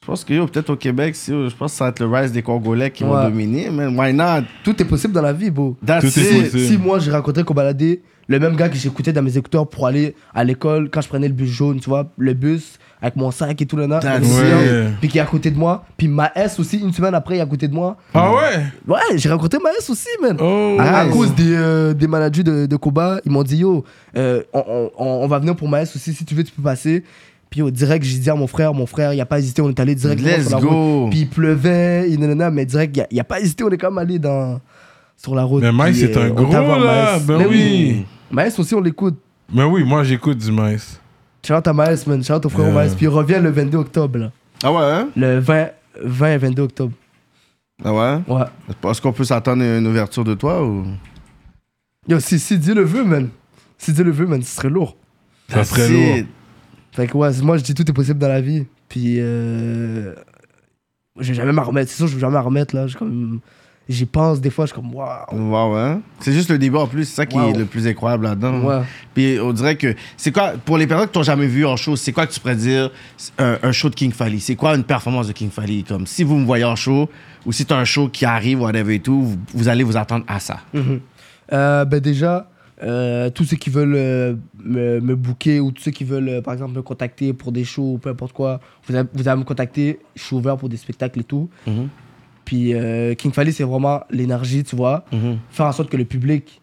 Je pense que yo, peut-être au Québec, si, yo, je pense que ça va être le Rise des Congolais qui vont
Ouais.
dominer. Man. Why not?
Tout est possible dans la vie, beau.
That's
Tout est
it.
possible.
Si moi, j'ai rencontré Kobalade, le même gars que j'écoutais dans mes écouteurs pour aller à l'école quand je prenais le bus jaune, tu vois, le bus avec mon sac et tout le na-
That's
le silence,
it.
Puis qui est à côté de moi. Puis Maes aussi, une semaine après, il est à côté de moi.
Ah ouais?
Ouais, j'ai rencontré Maes aussi, man.
Oh!
À- À
Nice.
cause des, euh, des managers de, de Koba, ils m'ont dit Yo, euh, on, on- on va venir pour Maes aussi, si tu veux, tu peux passer. Puis au direct, j'ai dit à mon frère, mon frère, il a pas hésité, on est allé direct.
Let's
sur la route.
go.
Puis il pleuvait, et nanana, mais direct, il a, il a pas hésité, on est quand même allé dans, sur la route.
Mais Maes,
Puis, euh,
c'est un
on t'a
gros,
voir
là.
Maes.
Ben
Mais
oui.
Maes aussi, on l'écoute.
Mais oui, moi, j'écoute du maïs.
Shout à Maes, man. Shout au frère
Yeah.
Maes. Puis il revient le 22 octobre, là.
Ah ouais? hein?
Le 20, 20 et 22 octobre.
Ah ouais?
Ouais.
Est-ce qu'on peut s'attendre à une ouverture de toi ou.
Yo, si, si Dieu le veut, man. Si Dieu le veut, man, ce serait lourd.
Ça serait
That's
lourd.
it.
Fait que ouais, moi je dis tout est possible dans la vie. Puis euh, je vais jamais m'en remettre. C'est sûr, je vais jamais m'en remettre là. Je suis comme j'y pense des fois, je suis comme waouh.
Wow, hein? C'est juste le débat en plus, c'est ça qui
Wow.
est le plus incroyable là-dedans.
Ouais.
Puis on dirait que. C'est quoi, pour les personnes qui t'ont jamais vu en show, c'est quoi que tu pourrais dire un, un show de King Fally? C'est quoi une performance de King Fally? Comme si vous me voyez en show ou si t'as un show qui arrive, whatever et tout, vous, vous allez vous attendre à ça.
Euh, ben déjà, euh, tous ceux qui veulent euh, me, me booker ou tous ceux qui veulent euh, par exemple me contacter pour des shows ou peu importe quoi, vous allez, vous allez me contacter. Je suis ouvert pour des spectacles et tout.
Mhm.
Puis euh, King Fally, c'est vraiment l'énergie, tu vois. Faire en sorte que le public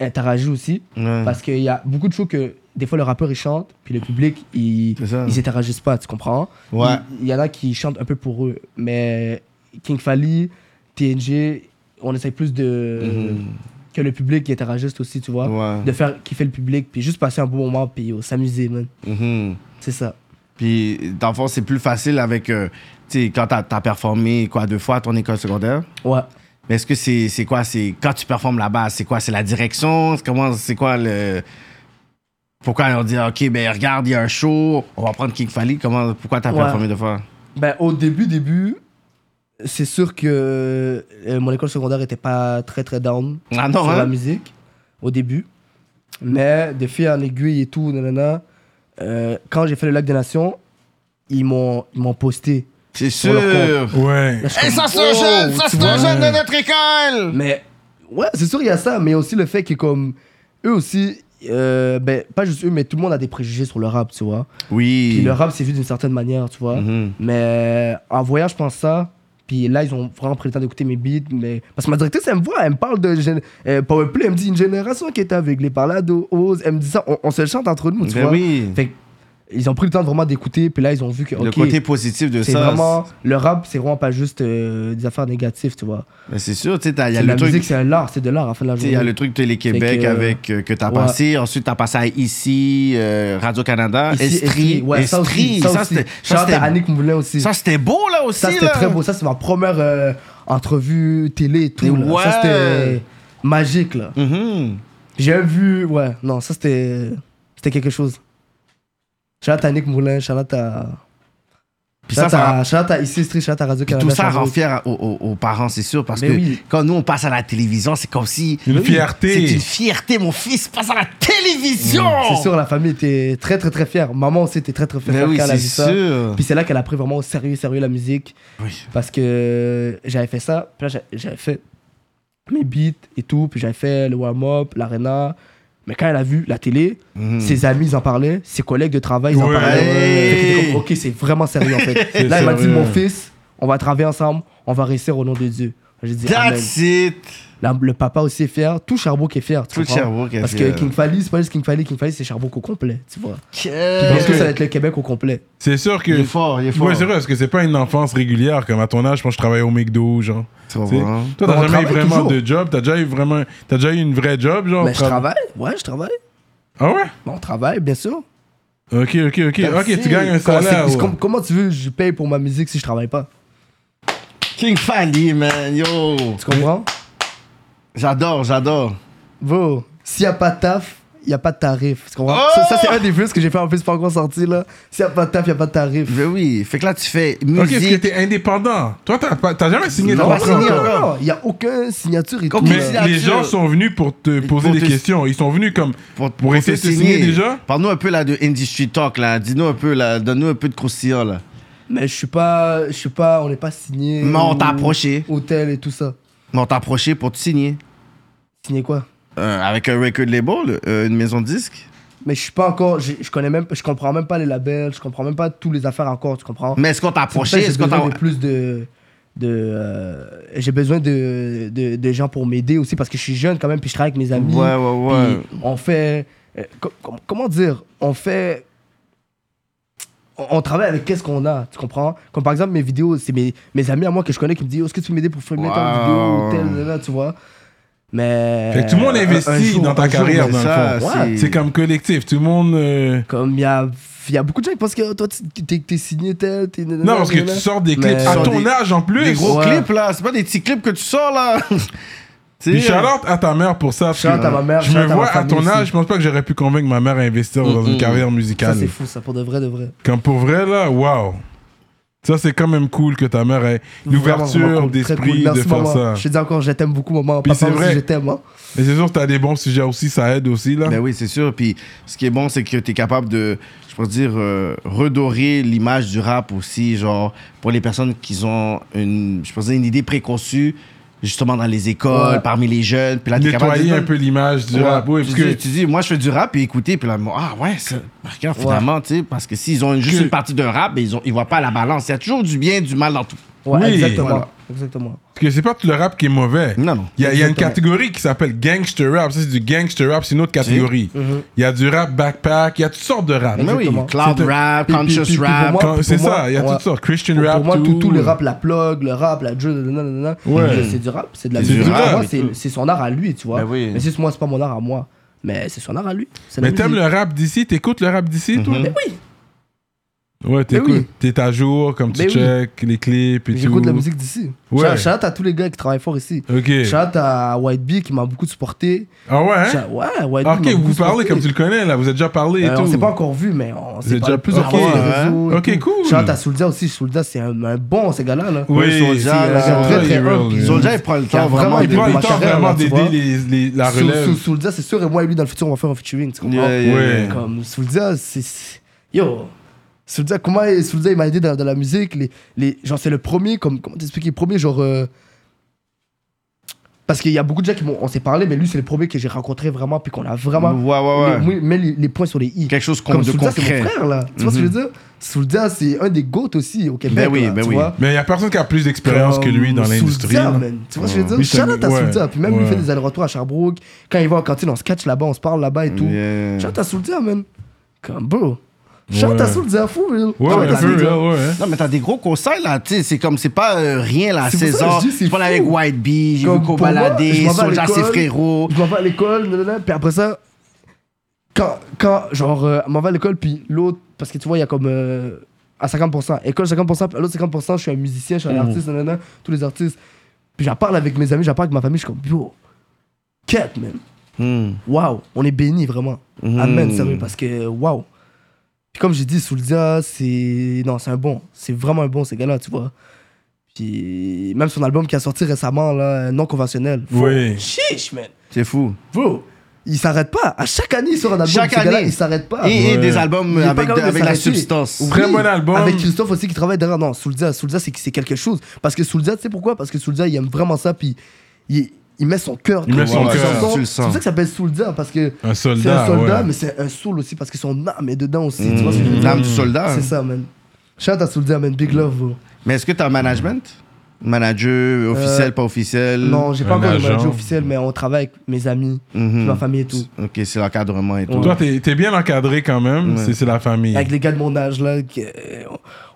interagit aussi.
Ouais.
Parce qu'il y a beaucoup de shows que des fois le rappeur il chante, puis le public il,
C'est ça.
ils interagissent pas, tu comprends?
Ouais.
Il, il y en a qui chantent un peu pour eux, mais King Fally, TNG, on essaye plus de. que le public y interagisse aussi, tu vois?
Mm. Ouais.
De faire kiffer le public, puis juste passer un bon moment, puis oh, s'amuser, man.
Mhm.
C'est ça.
Puis dans le fond, c'est plus facile avec. euh, tu sais, quand t'as as performé quoi deux fois à ton école secondaire?
Ouais.
Mais est-ce que c'est c'est quoi c'est quand tu performes là-bas, c'est quoi c'est la direction, c'est comment c'est quoi le pourquoi on dit OK ben regarde, il y a un show, on va prendre King Fally, comment pourquoi t'as
Ouais.
performé deux fois
Ben, au début, début, c'est sûr que euh, mon école secondaire était pas très très down.
Ah non
sur la
hein?
musique au début. Mais de fil en aiguille et tout, nanana, euh, quand j'ai fait le Lac des Nations, ils m'ont, ils m'ont posté.
C'est
sur leur
sûr.
Ouais.
Là, je suis
Et
comme,
ça c'est un jeune,
wow,
ça
tu
c'est un
vois.
jeune de notre école.
Mais ouais, c'est sûr, il y a ça, mais aussi le fait que, comme eux aussi, euh, ben, pas juste eux, mais tout le monde a des préjugés sur le rap, tu vois. Puis
Oui.
le rap, c'est vu d'une certaine manière, tu vois.
Mhm.
Mais euh, en voyage, je pense ça. Puis là, ils ont vraiment pris le temps d'écouter mes beats. Mais... Parce que ma directrice, elle me voit, elle me parle de gén- euh, Powerplay, elle me dit une génération qui est aveuglée par la dose. Elle me dit ça, on, on se le chante entre nous, tu
Ben
vois.
oui.
Fait que, ils ont pris le temps de vraiment d'écouter. Puis là, ils ont vu que,
Le
ok,
côté positif de
c'est
ça.
vraiment. Le rap, c'est vraiment pas juste euh, des affaires négatives, tu vois.
c'est- ben, C'est sûr, tu sais t'as- il y a
C'est
le
la
truc
musique, c'est un l'art, c'est de l'art à la fin de la
tu sais,
journée.
il y a le truc Télé-Québec
Fait que, euh,
avec euh, que t'as
ouais.
passé, ensuite t'as passé à ici euh, Radio-Canada,
Ici,
Estrie,
Estrie, ouais, ça aussi.
Estrie,
Ça
ça
aussi.
c'était
Shout
ça,
out à
c'était-
Annick Moulin aussi.
Ça, c'était beau, là, aussi.
Ça, c'était
là.
très beau. Ça, c'est ma première euh, entrevue télé et tout.
Mais
là. Ça,
ouais.
c'était magique, là.
Mhm.
J'ai vu, ouais, non, ça, c'était c'était quelque chose. Shout out à Nick Moulin, shout out à
Puis ça, ça rend-
Chat à ici Street, chat à Radio
puis
Canada.
tout ça
shout-out
rend
aux-
fier aux, aux- aux parents, c'est sûr, parce
Mais
que
oui.
quand nous, on passe à la télévision, c'est comme si...
Une fierté.
C'est une fierté, mon fils passe à la télévision
Mm, C'est sûr, la famille était très très très fière. Maman aussi était très très
Mais
fière
oui,
quand elle a
c'est
vu ça.
sûr.
Puis c'est là qu'elle a pris vraiment au sérieux, sérieux la musique.
Oui.
Parce que j'avais fait ça, puis là j'a- j'avais fait mes beats et tout, puis j'avais fait le warm-up, l'arena. Mais quand elle a vu la télé,
Mhm.
ses amis ils en parlaient, ses collègues de travail ils en
Ouais.
parlaient.
Hmm. Ouais.
Fait qu'elle était comme, ok, c'est vraiment sérieux en fait. là, elle m'a dit,
sérieux.
mon fils, on va travailler ensemble, on va réussir au nom de Dieu. J'ai dit, Amen.
That's it
La- le papa aussi est fier, tout Sherbrooke est fier. tu
Tout
comprends?
Sherbrooke est
Parce
fier.
que King Fally, c'est pas juste King Fally, King Fally c'est Sherbrooke au complet, tu vois.
Yeah.
Parce que ça va être le Québec au complet.
C'est sûr que.
Il est fort, il est fort.
Ouais, c'est vrai, parce que c'est pas une enfance régulière. Comme à ton âge, je pense que je travaillais au McDo, genre.
Tu
Tu sais.
comprends?
Toi,
Mais on
t'as jamais eu
travaille
vraiment
toujours.
de job. T'as déjà eu vraiment. T'as déjà eu une vraie job, genre.
Mais Ben, je
tra-
travaille, ouais, je travaille.
Ah ouais?
Bon, on travaille, bien sûr.
Ok, ok, ok. Ok, tu
Merci.
gagnes un
Comment,
salaire.
c'est-
ouais.
com- comment tu veux que je paye pour ma musique si je travaille pas
King Fally, man, yo
Tu comprends
J'adore, j'adore.
Bro, s'il n'y a pas de taf, il n'y a pas de tarif. Tu comprends Ça, ça, c'est un des plus que j'ai fait en plus pas encore sorti là. S'il n'y a pas de taf, il n'y a pas de tarif.
Ben oui, fait que là, tu fais
Ok, parce que
musique...
t'es indépendant. Toi, t'as pas- t'as jamais signé de
Non,
Non,
on va
contrat.
non,
signer
non,
encore.
non, il n'y a aucune signature et tout.
Aucune
là.
signature.
Mais les gens sont venus pour te poser
pour
des
te-
questions. Ils sont venus comme pour, essayer de
te
te signer, déjà.
Parle-nous un peu là de Industry Talk, là. Dis-nous un peu, là. Donne-nous un peu de croustillant, là.
Mais je suis pas, je suis pas, on n'est pas signé.
Mais on
ou-
t'a approché.
Hôtel et tout ça.
Mais on t'a approché pour te signer.
Signé quoi
Euh, avec un record label, euh, une maison de disques.
Mais je suis pas encore, je, je connais même, je comprends même pas les labels, je comprends même pas toutes les affaires encore, tu comprends
Mais est-ce qu'on t'a
C'est pour ça
approché?
que
Est-ce
j'ai
qu'on t'a...
besoin de plus de, de euh, j'ai besoin de, de, de gens pour m'aider aussi parce que je suis jeune quand même, puis je travaille avec mes amis.
Ouais, ouais, ouais.
Puis on fait, euh, co- com- comment dire, on fait, on, on travaille avec qu'est-ce qu'on a, tu comprends Comme par exemple mes vidéos, c'est mes, mes amis à moi que je connais qui me disent, Oh, est-ce que tu peux m'aider pour filmer
Wow.
telle vidéo ou telle là, tu vois Mais
Fait que tout le monde
un- un
investit
jour-
dans ta
un jour,
carrière,
mais
dans
ça,
le fond.
Ouais.
C'est comme collectif. Tout le monde. euh,
Comme il y a, y a beaucoup de gens qui pensent que oh, toi, tu- t'es t'es signé tel, t'es.
Non, parce que tu sors des clips
Mais-
à
Sur
ton
des-
âge en
Des
plus.
gros
Ouais.
clips, là. C'est pas des petits clips que tu sors, là. Tu
Puis
sais, euh,
shout out à ta mère pour ça. parce
euh, Shout-out
que
à ma mère,
Je me
shout-out à ma
vois à
famille
ton
aussi.
âge, je pense pas que j'aurais pu convaincre ma mère à investir dans une carrière
Ça,
musicale.
c'est fou, ça, pour de vrai, de vrai.
Comme pour vrai, là, waouh. Ça, c'est quand même cool que ta mère ait
Vraiment, vraiment
l'ouverture
cool, très
d'esprit
cool.
de
Merci,
faire
maman.
ça.
Je te dis encore, je t'aime beaucoup, maman.
Puis
Papa
c'est
aussi,
vrai.
je t'aime. hein.
Mais c'est sûr que t'as des bons sujets aussi, ça aide aussi, là.
Ben oui, c'est sûr. Puis ce qui est bon, c'est que tu es capable de, je pourrais dire, euh, redorer l'image du rap aussi, genre pour les personnes qui ont une, je pourrais dire, une idée préconçue, justement dans les écoles,
Ouais.
parmi les jeunes. Puis là, t'es capable de-
Nettoyer un peu l'image du
Ouais.
rap. Oui,
tu,
parce
dis,
que
tu dis, moi je fais du rap, et écoutez, puis là, moi, ah ouais, ça, regarde, finalement, tu sais, parce que s'ils ont juste
Que-
une partie d'un rap, ben, ils, ont, ils voient pas la balance. Il y a toujours du bien et du mal dans tout.
Ouais,
Oui,
exactement.
voilà.
Exactement.
Parce que c'est pas tout le rap qui est mauvais.
Non, non.
Il y a, il y a une
Exactement.
catégorie qui s'appelle gangster rap. Ça, c'est du gangster rap, c'est une autre catégorie.
Mhm.
Il y a du rap backpack, il y a toutes sortes de rap.
Mais oui,
Exactement.
cloud
C'est-
rap,
puis- puis-
conscious
puis- puis
rap.
pour moi,
Quand- C'est
moi,
ça, il y a
ouais.
toutes sortes. Christian
Pour,
rap,
pour moi, tout, tout le
rap.
rap, la plug, le rap, la drill, nanana,
Ouais.
c'est du rap, c'est de la
C'est du
musique. Pour
rap
moi,
et
c'est-
tout.
c'est son art à lui, tu vois.
Ben oui.
Mais c'est moi, c'est pas mon art à moi. Mais c'est son art à lui. C'est la
Mais t'aimes
musique. Ben
le rap d'ici T'écoutes le rap hein? d'ici, toi
Mhm.
oui.
Ouais, t'écoutes.
Mais Mm-hmm. Ben oui.
T'es à jour, comme tu
Mais oui.
check les clips et tout.
J'écoute la musique d'ici.
Ouais.
Shout out à tous les gars qui travaillent fort ici.
Ok.
Shout out à White Bee qui m'a beaucoup supporté.
Ah ouais hein?
Shout- Ouais, White Bee.
Ok,
m'a beaucoup
vous parlez
supporté.
comme tu le connais, là. Vous avez déjà parlé et
Euh,
tout.
on s'est pas encore vu, mais on
Vous
s'est
êtes
parlé
déjà-
plusieurs
ok,
fois sur les
ouais.
réseaux et
hein? Ok,
tout.
cool.
Shout out à Soulja aussi. Soulja, c'est un, un bon, ce gars-là. là. Ah,
Oui,
Ouais, Soulja,
c'est-
là,
c'est
Soulja,
très,
il
très
est
humble.
real.
Soulja, il prend le temps
Vraiment,
vraiment
il
Il
de-
prend
de
le
ma
temps
carrière,
vraiment
là, tu
d'aider
vois.
les, les- la
Soul-
relève.
Soul- Soulja, c'est sûr, et moi et lui, dans le futur, on va faire un featuring. Tu comprends
Yeah, yeah,
Ouais.
yeah.
Comme Soulja, c'est. c'est- Yo! Soulja, comment est- Soulja, il m'a aidé dans, dans la musique. Les, les, genre, c'est le premier, comme, comment t'expliquer, le premier, genre. euh, parce qu'il y a beaucoup de gens qui m'ont. On s'est parlé, mais lui, c'est le premier que j'ai rencontré vraiment, puis qu'on a vraiment.
Ouais, ouais, ouais.
Mais, mais les, les points sur les i.
Quelque chose qu'on-
Comme
de
Soulja, c'est
concret. Mm-hmm.
mon frère, là. Tu vois ce que je veux dire? Soulja, c'est un des GOAT aussi au Québec.
Ben oui,
là,
ben
tu
oui.
vois?
Mais il n'y a personne qui a plus d'expérience que lui dans
Comme
l'industrie.
Soulja,
là.
man. Tu vois ce que je veux
Oui,
dire?
c'est
Shout
un-
out à
ouais,
Soulja. Puis même lui, il
ouais.
fait des allers-retours à Sherbrooke. Quand il va en cantine, on se catch là-bas, on se parle là-bas et tout.
Yeah.
Shout out à Soulja, man. Comme bro. Shout out à
Ouais.
Soulja, fou, real.
Ouais,
Shout
ouais,
out à
un peu,
Soulja.
là, ouais. hein.
Non, mais t'as des gros conseils là, tu sais, c'est comme, c'est pas euh, rien là,
C'est pour ça que
16 ans.
je dis, c'est
Je parle
fou.
avec White Bee, j'ai vu
Comme
qu'on
pour moi, je
baladait,
m'en vais à
Soulja, ses
l'école.
frérots.
Je m'en vais à l'école, nanana, puis après ça, quand, quand genre, euh, je m'en vais à l'école, puis l'autre, parce que tu vois, il y a comme euh, à 50%, école 50%, puis à l'autre 50%, je suis un musicien, je suis un
Mm.
artiste, nanana, tous les artistes. Puis j'en parle avec mes amis, j'en parle avec ma famille, je suis comme, yo, quête, man.
Hmm.
Mhm.
Waouh, on est béni vraiment. Amen, sérieux, parce que, waouh. Puis comme j'ai dit, Soulja, c'est. Non, c'est un bon. C'est vraiment un bon, ces gars-là, tu vois. Puis même son album qui a sorti récemment, là, non conventionnel. Faut-
Oui.
Chiche, man.
C'est fou.
Bro, il s'arrête pas. À chaque année, il sort un album.
Chaque
ce gars-là,
année.
il s'arrête pas.
Et, et des albums
Il est pas
avec, de,
capable de
avec la
s'arrêter.
substance.
Oui.
Très bon album.
Avec Christophe aussi qui travaille derrière. Non, Soulja, Soulja c'est c'est quelque chose. Parce que Soulja, tu sais pourquoi Parce que Soulja, il aime vraiment ça. Puis il, il met son cœur.
Il met
dans
son
la
cœur.
chanson.
Tu le
C'est
sens.
pour ça que ça s'appelle Soulja. Parce que
Un
c'est un
soldat.
soldat,
ouais.
mais c'est un soul aussi. Parce que son âme est dedans aussi. Tu vois ce que je veux dire
L'âme du soldat. Mmh.
C'est ça, man. Shout à Soulja, man. Big love, bro.
Mais est-ce que t'as un management
Euh,
Manager, officiel, pas officiel
Non, j'ai
Un
pas encore le
agent.
manager officiel, mais on travaille avec mes amis,
Mhm.
puis ma famille et tout.
Ok, c'est l'encadrement et tout.
Toi, t'es t'es bien encadré quand même.
Ouais.
C'est- C'est la famille.
Avec les gars de mon âge, là, qui, euh,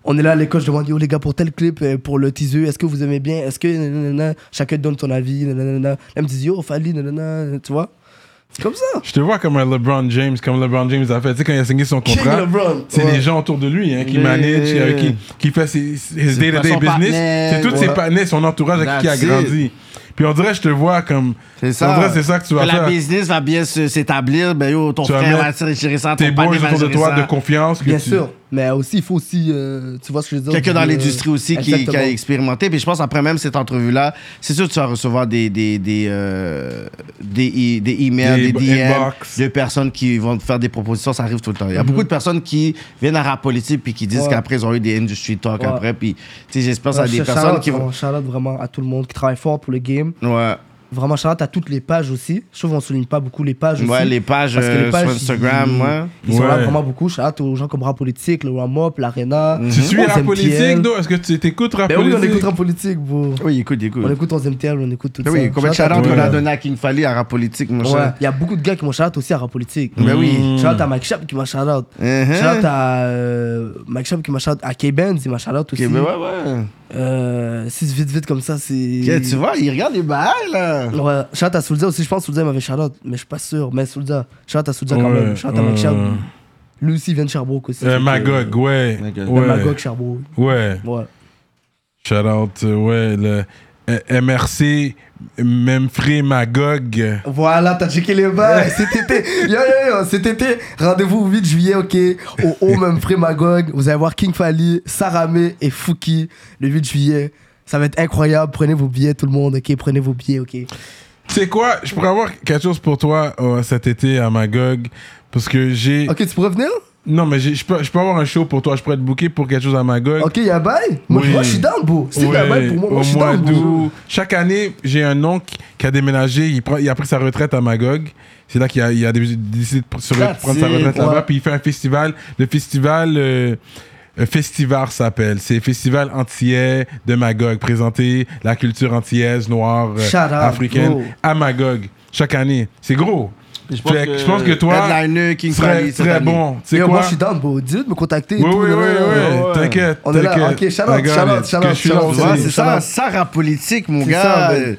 on est là à l'école, je demande, yo les gars, pour tel clip, euh, pour le teaser, est-ce que vous aimez bien Est-ce que. nanana, chacun te donne ton avis, nanana. Là, ils me disent, yo, Fali, nanana, tu vois C'est comme ça.
Je te vois comme un LeBron James, comme LeBron James a fait. Tu sais, quand il a signé son
King
contrat,
LeBron.
c'est
Ouais.
les gens autour de lui hein, qui
Yeah.
manage, qui- euh, qui, qui fait ses, his
C'est pas
day-to-day
son
business.
partenaire,
C'est tous ses
ouais.
partenaires, son entourage avec qui il a
That's it.
grandi. Puis on dirait, je te vois comme.
C'est
On
ça.
dirait, c'est ça que tu vas
Que la
faire.
business va bien se- s'établir, ben yo, ton
Tu vas
frère
mettre
va tirer gérer ça,
Tes
ton
boys
père va
autour de
gérer
toi,
ça.
de confiance. que
Bien
tu-
sûr. Mais aussi, il faut aussi. euh, tu vois ce que je veux dire
Quelqu'un
du-
dans
euh,
l'industrie aussi qui, qui a
exactement.
expérimenté. Puis je pense après même cette entrevue-là, c'est sûr que tu vas recevoir des, des, des, euh, des, e- des emails, des,
Des
DM
inbox. Mhm.
de personnes qui vont te faire des propositions. Ça arrive tout le temps. Il y a beaucoup de personnes qui viennent à Rap Politique puis qui disent
Ouais.
qu'après, ils ont eu des industry talk
Ouais.
après. Puis tu sais, j'espère que
Ouais,
ça a des
shout-
personnes
shout-out,
qui vont.
vraiment, shout-out vraiment à tout le monde qui travaille fort pour le game.
Ouais.
Vraiment, shout-out à toutes les pages aussi. Je trouve qu'on souligne pas beaucoup les pages
Ouais,
aussi.
les pages,
Parce que les
euh,
pages,
sur Instagram,
ils-
ouais.
Ils sont là
Ouais.
vraiment beaucoup. Shout-out aux gens comme Rap Politique, le Warm-Up, l'Arena.
Mhm.
Tu suis la
11e
politique,
TL.
Do? Est-ce que tu t'écoutes la
Ben oui, on
politique?
écoute Rap Politique, bro.
Oui, écoute, écoute.
On écoute 11e TL, on écoute tout
Ben
ça.
oui, combien de
Shout-out à
shout-outs
tout
on
le
a
monde.
donné à Kim Fally à Rap Politique, mon
Ouais,
cher.
il y a beaucoup de gars qui m'ont shout-out aussi à Rap Politique.
Ben oui.
Shout-out à Mike Sharp qui m'a shout-out.
Mhm.
Shout-out à euh, Mike Sharp qui m'a shout-out. À K-Benz, il m'a shout-out
Ok,
aussi.
ben ouais, ouais.
Euh, si vite, vite comme ça, c'est.
Ok, tu vois, il regarde les balles, là.
Ouais, shout-out euh, à Soulja aussi. Je pense que Soulja m'avait shout-out, mais je suis pas sûr. Mais Soulja, shout-out à Soulja quand
Ouais,
même. Shout-out à Mike
ouais.
Sharp. Lui aussi, il vient de Sherbrooke aussi.
Euh,
Donc,
Magog, ouais.
Magog.
euh,
Ouais.
Magog, Sherbrooke.
Ouais.
Ouais.
Shout out, euh, ouais, le euh, MRC, Memphis Magog.
Voilà, t'as checké les bails. cet été, yo, yo, yo, cet été, rendez-vous au 8 juillet, ok, au Home Humphrey Magog. Vous allez voir King Fali, Saramé et Fouki le 8 juillet. Ça va être incroyable. Prenez vos billets, tout le monde, ok, prenez vos billets, ok.
Tu sais quoi, je pourrais avoir quelque chose pour toi euh, cet été à Magog. Parce que j'ai.
Ok, tu pourrais venir
Non, mais j'ai- je peux, je peux avoir un show pour toi. Je pourrais te booker pour quelque chose à Magog.
Ok, y'a bail moi,
Oui.
moi, je suis down, beau. C'est
Ouais,
y'a bail pour moi, moi,
au
je suis
mois
down, beau.
d'août. Chaque année, j'ai un oncle qui a déménagé, il, prend, il a pris sa retraite à Magog. C'est là qu'il a, il a dé- décidé de pr- se re-
That's
prendre sa
it,
retraite
ouais.
là-bas, puis il fait un festival. Le festival. euh, euh, Festivar s'appelle. C'est Festival antillais de Magog. Présenter la culture antillaise, noire, euh,
Shout out,
africaine
bro.
à Magog. Chaque année. C'est gros. Fait que Je pense, que, toi,
Headliner, King
serais,
Fally, cette
serais
année.
bon. Tu sais
Yo,
quoi?
moi, je suis down, beau. Dis-le de me contacter. et
Oui,
tout,
oui, oui,
nan,
oui.
nan, nan.
ouais.
T'inquiète.
On est là.
t'inquiète.
Ok, shout out,
I got
shout out,
it.
shout
Que
out,
je suis
shout
là
out,
Tu
aussi.
vois,
C'est
c'est
ça.
ça, ça, rap politique, mon
C'est
gars.
ça,
euh,
ben.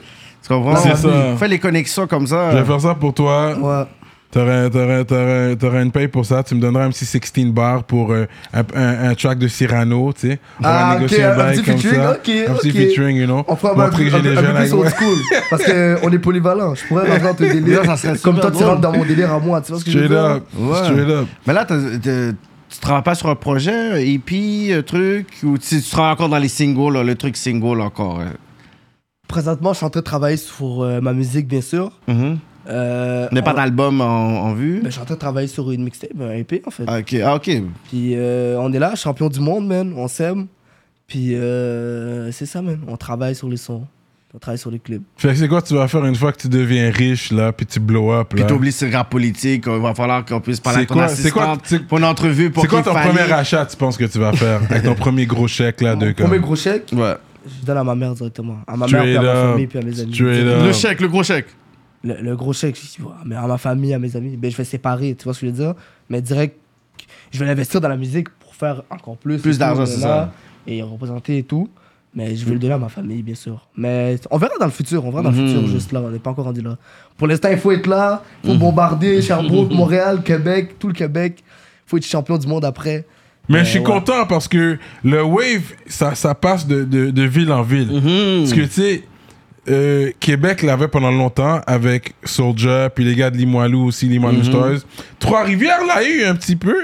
Tu comprends?
C'est ça.
Fais les connexions comme
Je
ça.
vais faire ça pour toi.
Ouais.
T'aurais, t'aurais- t'aurais- t'aurais une paye pour ça. Tu me donnerais un petit 16 bar pour euh, un, un- un track de Cyrano, tu sais. On va
Ah, ok,
négocier
un
bail
petit
comme
featuring,
ça.
ok,
Un petit
ok.
featuring, you know.
On fera un,
Montrer
peu-
que
un,
j'ai
peu-
des
un peu
jeunes
plus
avec moi.
old school. Parce qu'on est polyvalent. Je pourrais rentrer dans tes délires.
Non, ça serait
comme
super
toi, tu
drôle.
rentres dans mon délire à moi. Tu vois ce que je veux
Straight
dire?
up.
Ouais.
Straight up.
Mais là, t'as- t'as- tu travailles pas sur un projet, hippie, un truc, ou tu, tu travailles encore dans les singles, là, le truc single encore. hein.
Présentement, je suis en train de travailler sur euh, ma musique, bien sûr.
Mhm.
Euh,
Mais pas
on-
d'album en, en vue.
ben, je suis en train de travailler sur une mixtape, un EP en fait.
Ah, ok, ah, ok.
Puis euh, on est là, champion du monde, man. On s'aime. Puis euh, c'est ça, man. On travaille sur les sons. On travaille sur les clips.
Fait que c'est quoi tu vas faire une fois que tu deviens riche, là, puis tu blow up,
Puis
là?
t'oublies ce rap politique, il va falloir qu'on puisse parler
C'est
à ton
quoi- c'est quoi-
assistante
c'est-
pour une entrevue, pour
c'est quoi
qu'il
ton
faille-
premier achat, tu penses que tu vas faire? avec ton premier gros chèque, là, de
Mon
comme...
premier gros chèque,
Ouais.
je donne à ma mère directement. À ma
Straight
mère, puis à
up.
ma famille, puis à mes amis.
Straight up.
Le chèque, le gros chèque.
le, le gros chèque, je dis, Ouais, mais à ma famille, à mes amis, ben, je vais séparer, tu vois ce que je veux dire? Mais direct, je vais l'investir dans la musique pour faire encore plus.
Plus
et tout,
d'argent, c'est
nanana, Et représenter et tout. Mais je vais le donner à ma famille, bien sûr. Mais on verra dans le futur, on verra dans
Mhm.
le futur, juste là, on n'est pas encore rendu là. Pour l'instant, il faut être là, il
Mhm.
faut bombarder Sherbrooke, Montréal, Québec, tout le Québec. Il faut être champion du monde après.
Mais je suis
ouais.
content parce que le wave, ça, ça passe de, de, de ville en ville. Parce que, tu sais, euh, Québec l'avait pendant longtemps avec Soldier, puis les gars de Limoilou aussi, Limoilou Stars. Trois-Rivières l'a eu un petit peu.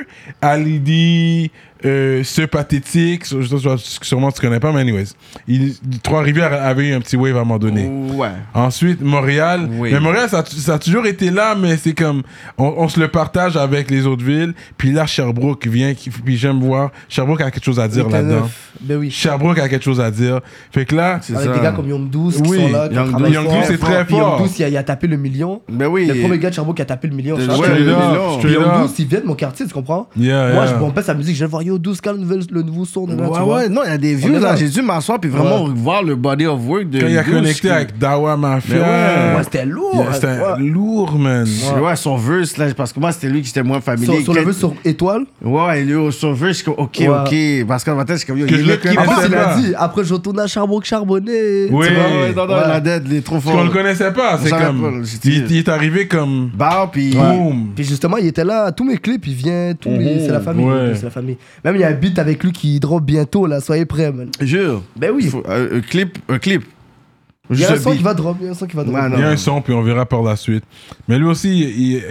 Alidi, euh, Ce Pathétique, je sais pas, sûrement tu connais pas, mais anyways. Il- Trois-Rivières avait eu un petit wave à un moment donné.
Ouais.
Ensuite, Montréal.
Oui.
Mais Montréal, ça, a tu- ça a toujours été là, mais c'est comme. On, on se le partage avec les autres villes. Puis là, Sherbrooke vient. qui- Puis j'aime voir. Sherbrooke a quelque chose à dire là-dedans.
89. Ben oui.
Sherbrooke a quelque chose à dire. Fait que là.
C'est
Avec
ça.
des gars comme Young 12 qui
Oui,
sont là. qui
Young
travaillent
12,
Young
fort.
12, c'est très
Puis Young
fort.
12, il a, il a tapé le million.
Ben oui.
Le premier gars de Sherbrooke qui a tapé le million.
Ouais,
Shout out
Straight
to
le
Young 12.
up,
million.
straight
Young
up.
12, il vient de mon quartier, tu comprends
Yeah,
Moi,
yeah.
je pompais sa musique. Je vais voir Yo 12, quand le nouvel- le nouveau son de là,
Ouais,
tu vois.
ouais, non, il y a des
est
views, là.
là.
J'ai dû m'asseoir puis vraiment voir le body of work de.
Quand il a
Goose
connecté
qui-
avec Dawa Mafia.
Mais
Ouais, c'était lourd.
Yeah, C'était
Ouais.
lourd, man.
Ouais, son verse, là, parce que moi, c'était lui qui était moins familier.
Sur, sur le
Quel-
vœu sur Étoile
Ouais, et lui, au sauveur, je suis comme, ok,
Ouais.
ok. Parce qu'en fait, je suis comme, yo,
Que
il
je le
est qui
connais
parle.
pas.
Après, il a
pas.
dit, après, je retourne à Sherbrooke charbonné.
Oui.
Ouais, ouais, non, non,
Ouais.
la dette, il est trop
Parce qu'on
fort.
le connaissait pas. C'est
savait
comme.
pas, j'étais-
il, il est arrivé comme.
Bah, puis.
Boom.
Puis justement, il était là, tous mes clips, il vient, tous mes- c'est la famille,
Mm-hmm. ouais.
donc, c'est la famille. Même il y a un beat avec lui qui drop bientôt, là, soyez prêts, man.
Jure.
Ben oui,
Il faut- euh, un, un clip, un clip.
il y
Juste
a un
un
son
beat.
qui va drop, il y a un son qui va drop.
Ouais, non.
Il y a un son, puis on verra par la suite. Mais lui aussi,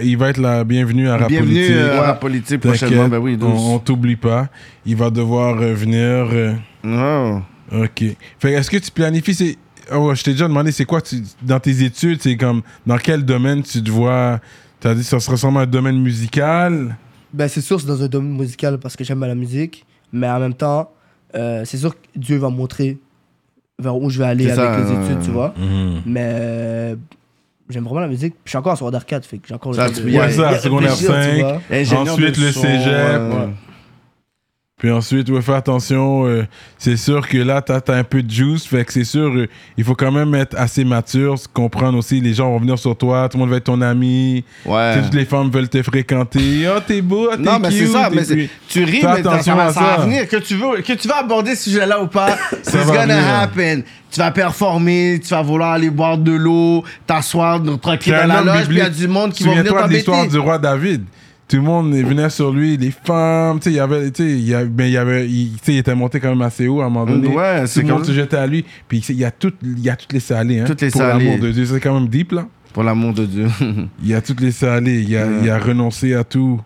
il, il va être la bienvenue à Rap
Bienvenue
Politique.
euh, à la politique prochainement.
T'inquiète,
Ben oui,
on,
donc.
on t'oublie pas. Il va devoir euh, venir. euh,
Non.
ok. Fait est-ce que tu planifies c'est oh, je t'ai déjà demandé c'est quoi tu- dans tes études, c'est comme dans quel domaine tu te vois T'as dit ça se ressemble à un domaine musical.
Ben c'est sûr, c'est dans un domaine musical parce que j'aime la musique, mais en même temps, euh, c'est sûr que Dieu va me montrer vers où je vais aller
C'est
avec
ça,
les
euh,
études, tu vois.
mm.
Mais euh, j'aime vraiment la musique, puis je suis encore en secondaire 4, fait que j'ai encore
Ça,
temps
tu-
de-
ouais,
de
ça,
réfléchir,
secondaire
tu
cinq.
vois.
Ingénieur
Ensuite,
de
le
son,
cégep.
euh,
Puis ensuite, ouais, fais attention. euh, c'est sûr que là, t'as as un peu de juice. Fait que c'est sûr, euh, il faut quand même être assez mature, se comprendre aussi. Les gens vont venir sur toi, tout le monde va être ton ami.
Ouais.
Tu sais, Toutes les femmes veulent te fréquenter. Oh, t'es beau, oh, t'es
Non, mais c'est
cute,
ça.
et
Mais c'est-
puis-
tu ris,
Fais
mais t'as-
attention à
ça va
ça.
venir. Que tu, veux, que tu vas aborder ce sujet-là ou pas, c'est
va
gonna
venir.
happen. Tu vas performer, tu vas vouloir aller boire de l'eau, t'asseoir tranquille
C'est un
dans la
homme
loge, puis il y
biblique.
a du monde qui va venir
Souviens-toi de
t'embêter.
l'histoire du roi David. Tout le monde venait sur lui, les femmes, tu sais, il y avait, tu sais, il y a- mais il y avait, il, tu sais, il était monté quand même assez haut à un moment donné.
Ouais, c'est
Tout le
quand-
monde se jetait à lui, puis il y a tout, il y a toutes les salées, hein.
Toutes les
pour
salées.
l'amour de Dieu, c'est quand même deep là.
Pour l'amour de Dieu.
Il y a toutes les salées, il y a, il y a renoncé à tout.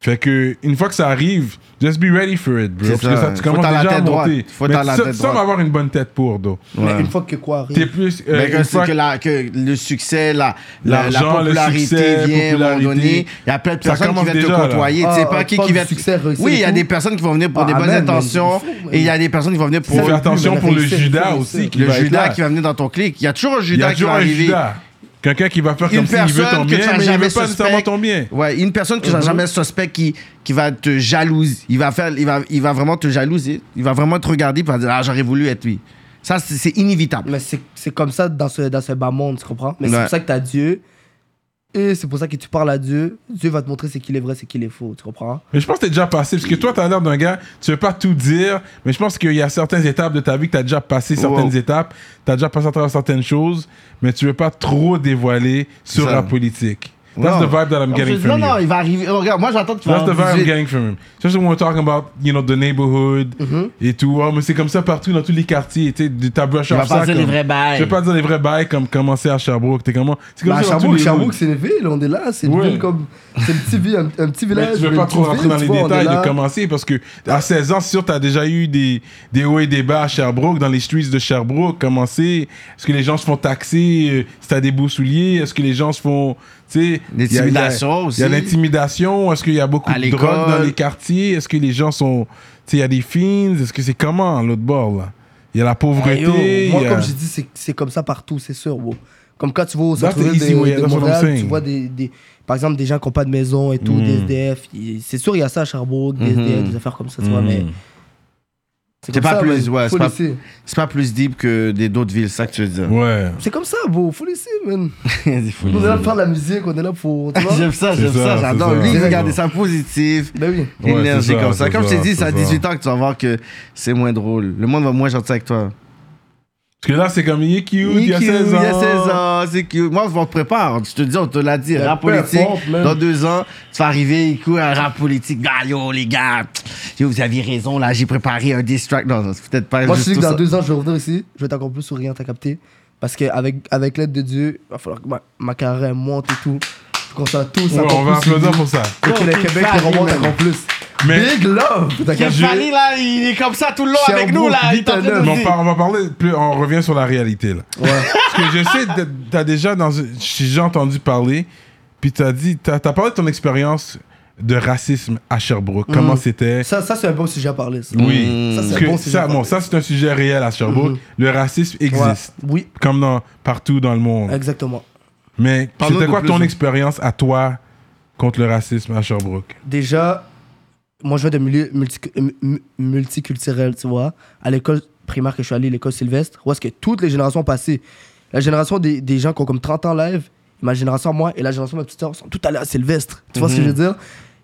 Fait que, une fois que ça arrive, just be ready for it, bro.
C'est
Parce
ça.
que ça, tu
Faut
commences
t'as la
déjà à
tête droite.
monter.
Faut
Mais
t'as la
ça-
tête
ça, on va
droite.
avoir une bonne tête pour, do.
Mais
Ouais.
une fois que quoi
T'es
arrive,
plus, euh,
Mais que
une
c'est
fois
que, la- que le succès, la, la, la
L'argent, le
popularité
succès,
vient à un moment donné.
popularité.
Il y a plein de
Ça
personnes qui
commence
viennent te
déjà, là.
côtoyer. Tu
Ah,
sais
on
pas qui,
parle
qui
du
va. te-
succès, réussite
Oui,
et
il y a
tout.
des personnes qui vont venir pour
Ah,
des bonnes
amen, mais
intentions.
il faut, mais-
Et il y a des personnes qui vont venir pour
Faut faire
le
attention
mais
pour le
réussir, faut
Judas
réussir.
aussi, qui va être
Judas
là.
qui va venir dans ton clic. Il y a toujours un
Il y
Judas
a
qui va
toujours un
arriver.
Judas. Quelqu'un qui va faire
Une
comme s'il veut
personne
ton
que
bien,
tu as
mais il
jamais
veut pas nécessairement
suspect.
ton bien. Mm-hmm.
Ouais, une personne que tu n'as jamais suspect qui, qui va te jalouser. Il va, faire, il, va, il va vraiment te jalouser. Il va vraiment te regarder et va dire Ah, j'aurais voulu être lui. Ça, c'est c'est inévitable.
mais c'est c'est comme ça dans ce, dans ce bas monde, tu comprends Mais c'est
Ouais.
pour ça que t'as Dieu, et c'est pour ça que tu parles à Dieu, Dieu va te montrer c'est qu'il est vrai, c'est qu'il est faux, tu comprends
Mais je pense que t'es déjà passé, parce que toi, t'as l'air d'un gars, tu veux pas tout dire, mais je pense qu'il y a certaines étapes de ta vie que t'as déjà passé certaines
Wow.
étapes, t'as déjà passé à travers certaines choses, mais tu veux pas trop dévoiler sur
ça.
la politique.
Non.
That's the vibe that I'm
Non, je
getting
dis, non,
from
non,
you.
il va arriver. Oh, regarde, moi, j'attends que tu
That's the vibe I'm
vas
getting from him. Especially when we're talking about, you know, the neighborhood
Mm-hmm.
et tout. Oh, mais c'est comme ça partout, dans tous les quartiers. Tu sais, de ta brush
Il va
off
pas
ça,
dire les
comme-
vrais bails.
Je vais pas dire les vrais bails comme commencer à Sherbrooke. T'es comment? C'est comme
Bah,
ça dans
Sherbrooke,
tous les
Sherbrooke,
hoods.
c'est une ville, on est là, c'est une
Ouais.
ville comme. C'est une petite ville, un, un petit
Mais
village.
tu veux
mais
pas
une
trop
petite
rentrer
ville,
dans
tu
les
vois, on est
détails
là.
de commencer parce que à 16 ans, c'est sûr, t'as déjà eu des, des hauts et des bas à Sherbrooke, dans les streets de Sherbrooke. Commencer, est-ce que les gens se font taxer euh, si t'as des beaux souliers? Est-ce que les gens se font. Tu sais. il y a- il y a-
L'intimidation aussi.
Il y a l'intimidation. Est-ce qu'il y a beaucoup
À
de
l'école.
drogue dans les quartiers? Est-ce que les gens sont. Tu sais, il y a des fins? Est-ce que c'est comment, l'autre bord, là? Il y a la
Hey, yo,
oh,
pauvreté. il
oh. moi,
y a-
euh.
comme j'ai dit, c'est- c'est comme ça partout, c'est sûr. bro. Comme quand tu vas au
That's the
centre-ville
easy way,
de, de
that's what I'm
Montréal, tu
saying.
vois des, des- par exemple des gens qui n'ont pas de maison et tout, des
Hmm.
SDF. il- C'est sûr, il y a ça à Sherbrooke, des SDF, des affaires comme ça, tu vois, mais.
C'est
comme
Hmm. pas
ça,
plus-
man.
ouais,
Faut
c'est pas-
laisser.
C'est pas plus deep que des d'autres villes, c'est ça que tu veux dire.
Ouais.
C'est comme ça, bro. Faut laisser, man.
Il faut
On est
le
là
dire.
pour faire de la musique, on est là pour. Tu vois
J'aime ça,
C'est
j'aime
ça,
ça,
c'est
j'adore.
ça.
Lui,
C'est
regardez
ça.
ça positif.
Ben oui.
Ouais,
L'énergie
c'est ça,
comme ça.
c'est
Comme je t'ai
ça,
dit, c'est à
c'est
18
ça.
ans que tu vas voir que c'est moins drôle. Le monde va moins gentil avec toi.
Parce que là, c'est comme, il est cute, il
Il
y a 16 ans.
E Il y a 16 ans, c'est cute. Moi, on te prépare. Je te dis, on te l'a dit. Rap
peu
politique,
importe, même.
dans deux ans, tu vas arriver, il court un rap politique. Ah, yo, les gars, yo, vous aviez raison, là, j'ai préparé un diss track. Non, non, c'est peut-être pas
Moi, je
juste
sais que
tout
dans
ça.
deux ans, je vais revenir ici. Je vais être encore plus souriant, t'as capté. Parce qu'avec avec, avec l'aide de Dieu, il va falloir que ma, ma carrière monte et tout. Faut Qu'on soit tous
Ouais,
encore
on va
plus
applaudir
unis.
pour ça.
Et que le Québec
Paris,
les remonte
même.
encore plus.
Mais-
Big love! T'as
Kev
capté?
Fanny, là, il est comme ça tout le long avec
Sherbrooke,
nous, là. Il est en train de
Vitelleuse.
Mais
nous
on,
dire.
par- on va parler, plus, on revient sur la réalité, là.
Ouais.
Parce que je sais, t'as- t'as déjà, dans, une- j'ai déjà entendu parler, puis t'as dit, t'as t'as parlé de ton expérience de racisme à Sherbrooke, comment c'était.
Mm. Ça, ça c'est un bon sujet à parler. ça.
Oui.
Ça, c'est
Parce
un
que
bon sujet.
ça,
à
bon,
parler.
ça c'est un sujet réel à Sherbrooke. Le racisme
Ouais.
existe,
Oui,
comme dans, partout dans le monde.
exactement.
Mais
Parle-nous
c'était
de
quoi
plus,
ton
hein.
expérience à toi contre le racisme à Sherbrooke
Déjà, moi, je viens de milieu multi- mu- mu- multiculturel, tu vois. À l'école primaire que je suis allé, l'école Sylvestre, où est-ce que toutes les générations ont passé. La génération des, des gens qui ont comme 30 ans live, ma génération, moi, et la génération de ma petite soeur, sont toutes allées à Sylvestre. Tu vois ce que je veux dire?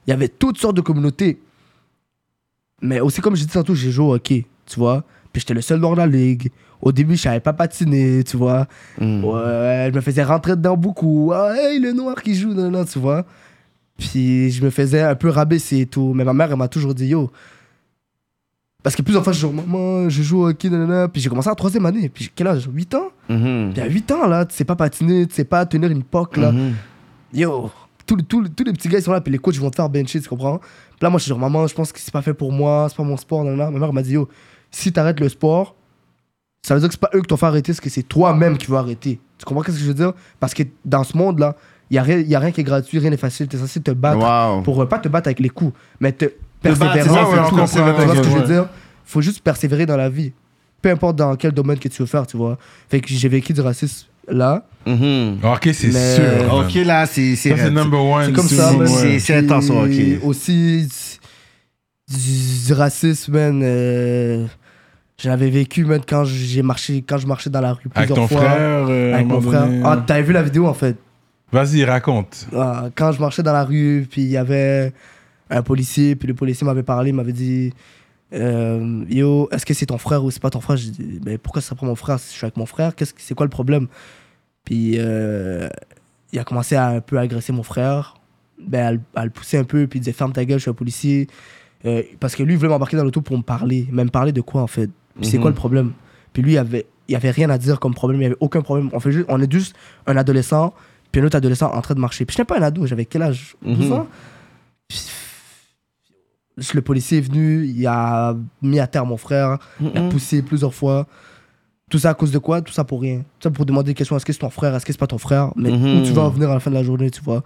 Il y avait toutes sortes de communautés. Mais aussi, comme je dis tantôt, j'ai joué au hockey, tu vois. Puis j'étais le seul noir de la ligue. Au début, je savais pas patiner, tu vois.
Mm.
Ouais, je me faisais rentrer dedans beaucoup. Ah, hey, le noir qui joue, non, non, tu vois. Puis je me faisais un peu rabaisser et tout. Mais ma mère, elle m'a toujours dit, yo. Parce que plusieurs fois, je joue, maman, je joue au hockey, nanana. Puis j'ai commencé en troisième année. Puis j'ai- quel âge 8 ans
Mm. Mm-hmm.
Puis à 8 ans, là, tu sais pas patiner, tu sais pas tenir une poque, là. Yo, tous les- tous les- tous les petits gars, ils sont là, puis les coachs, ils vont te faire bencher, tu comprends Puis là, moi, je suis genre, maman, je pense que c'est pas fait pour moi, c'est pas mon sport, nanana. Ma mère elle m'a dit, yo, si t'arrêtes le sport, ça veut dire que c'est pas eux qui t'ont fait arrêter, parce que c'est toi-même qui veux arrêter. Tu comprends qu'est-ce que je veux dire Parce que dans ce monde-là, il y a, rien- y a rien qui est gratuit, rien n'est facile. T'es censé te battre
Wow.
pour euh, pas te battre avec les coups, mais te
battre,
persévérer.
c'est ça,
ouais, on
Tu
comprend,
vois ce que je veux
ouais.
dire Faut juste persévérer dans la vie, peu importe dans quel domaine que tu veux faire, tu vois. Fait que j'ai vécu du racisme là.
Mhm.
Ok, c'est
Mais-
sûr. man.
Ok, là, c'est.
Ça, c'est number one.
C'est comme
tout
ça,
le monde,
man.
ouais.
C'est intense,
Puis
ouais, ok.
Aussi du, du racisme, man. euh, je l'avais vécu, man, quand j'ai marché, quand je marchais dans la rue
Avec
plusieurs
ton
fois.
frère. euh, à un
avec mon
moment
frère.
donné.
Ah, t'avais vu la vidéo en fait.
Vas-y, raconte.
Ah, quand je marchais dans la rue, puis il y avait un policier, puis le policier m'avait parlé, il m'avait dit euh, Yo, est-ce que c'est ton frère ou c'est pas ton frère J'ai dit Mais pourquoi ça prend mon frère Je suis avec mon frère, qu'est-ce que- c'est quoi le problème Puis euh, il a commencé à un peu agresser mon frère, ben, à, le- à le pousser un peu, puis il disait Ferme ta gueule, je suis un policier. Euh, parce que lui, il voulait m'embarquer dans l'auto pour me parler. Mais me parler de quoi en fait Puis c'est quoi le problème Puis lui, il avait, il avait rien à dire comme problème, il avait aucun problème. On, fait juste, on est juste un adolescent puis un autre adolescent en train de marcher. Puis je n'étais pas un ado, j'avais quel âge
Mhm.
12 ans Puis, pff, Le policier est venu, il a mis à terre mon frère, il
Mhm. Mm-hmm.
a poussé plusieurs fois. Tout ça à cause de quoi Tout ça pour rien. Tout ça pour demander des questions est-ce que c'est ton frère Est-ce que c'est pas ton frère Mais
Mhm.
où tu vas en venir à la fin de la journée, tu vois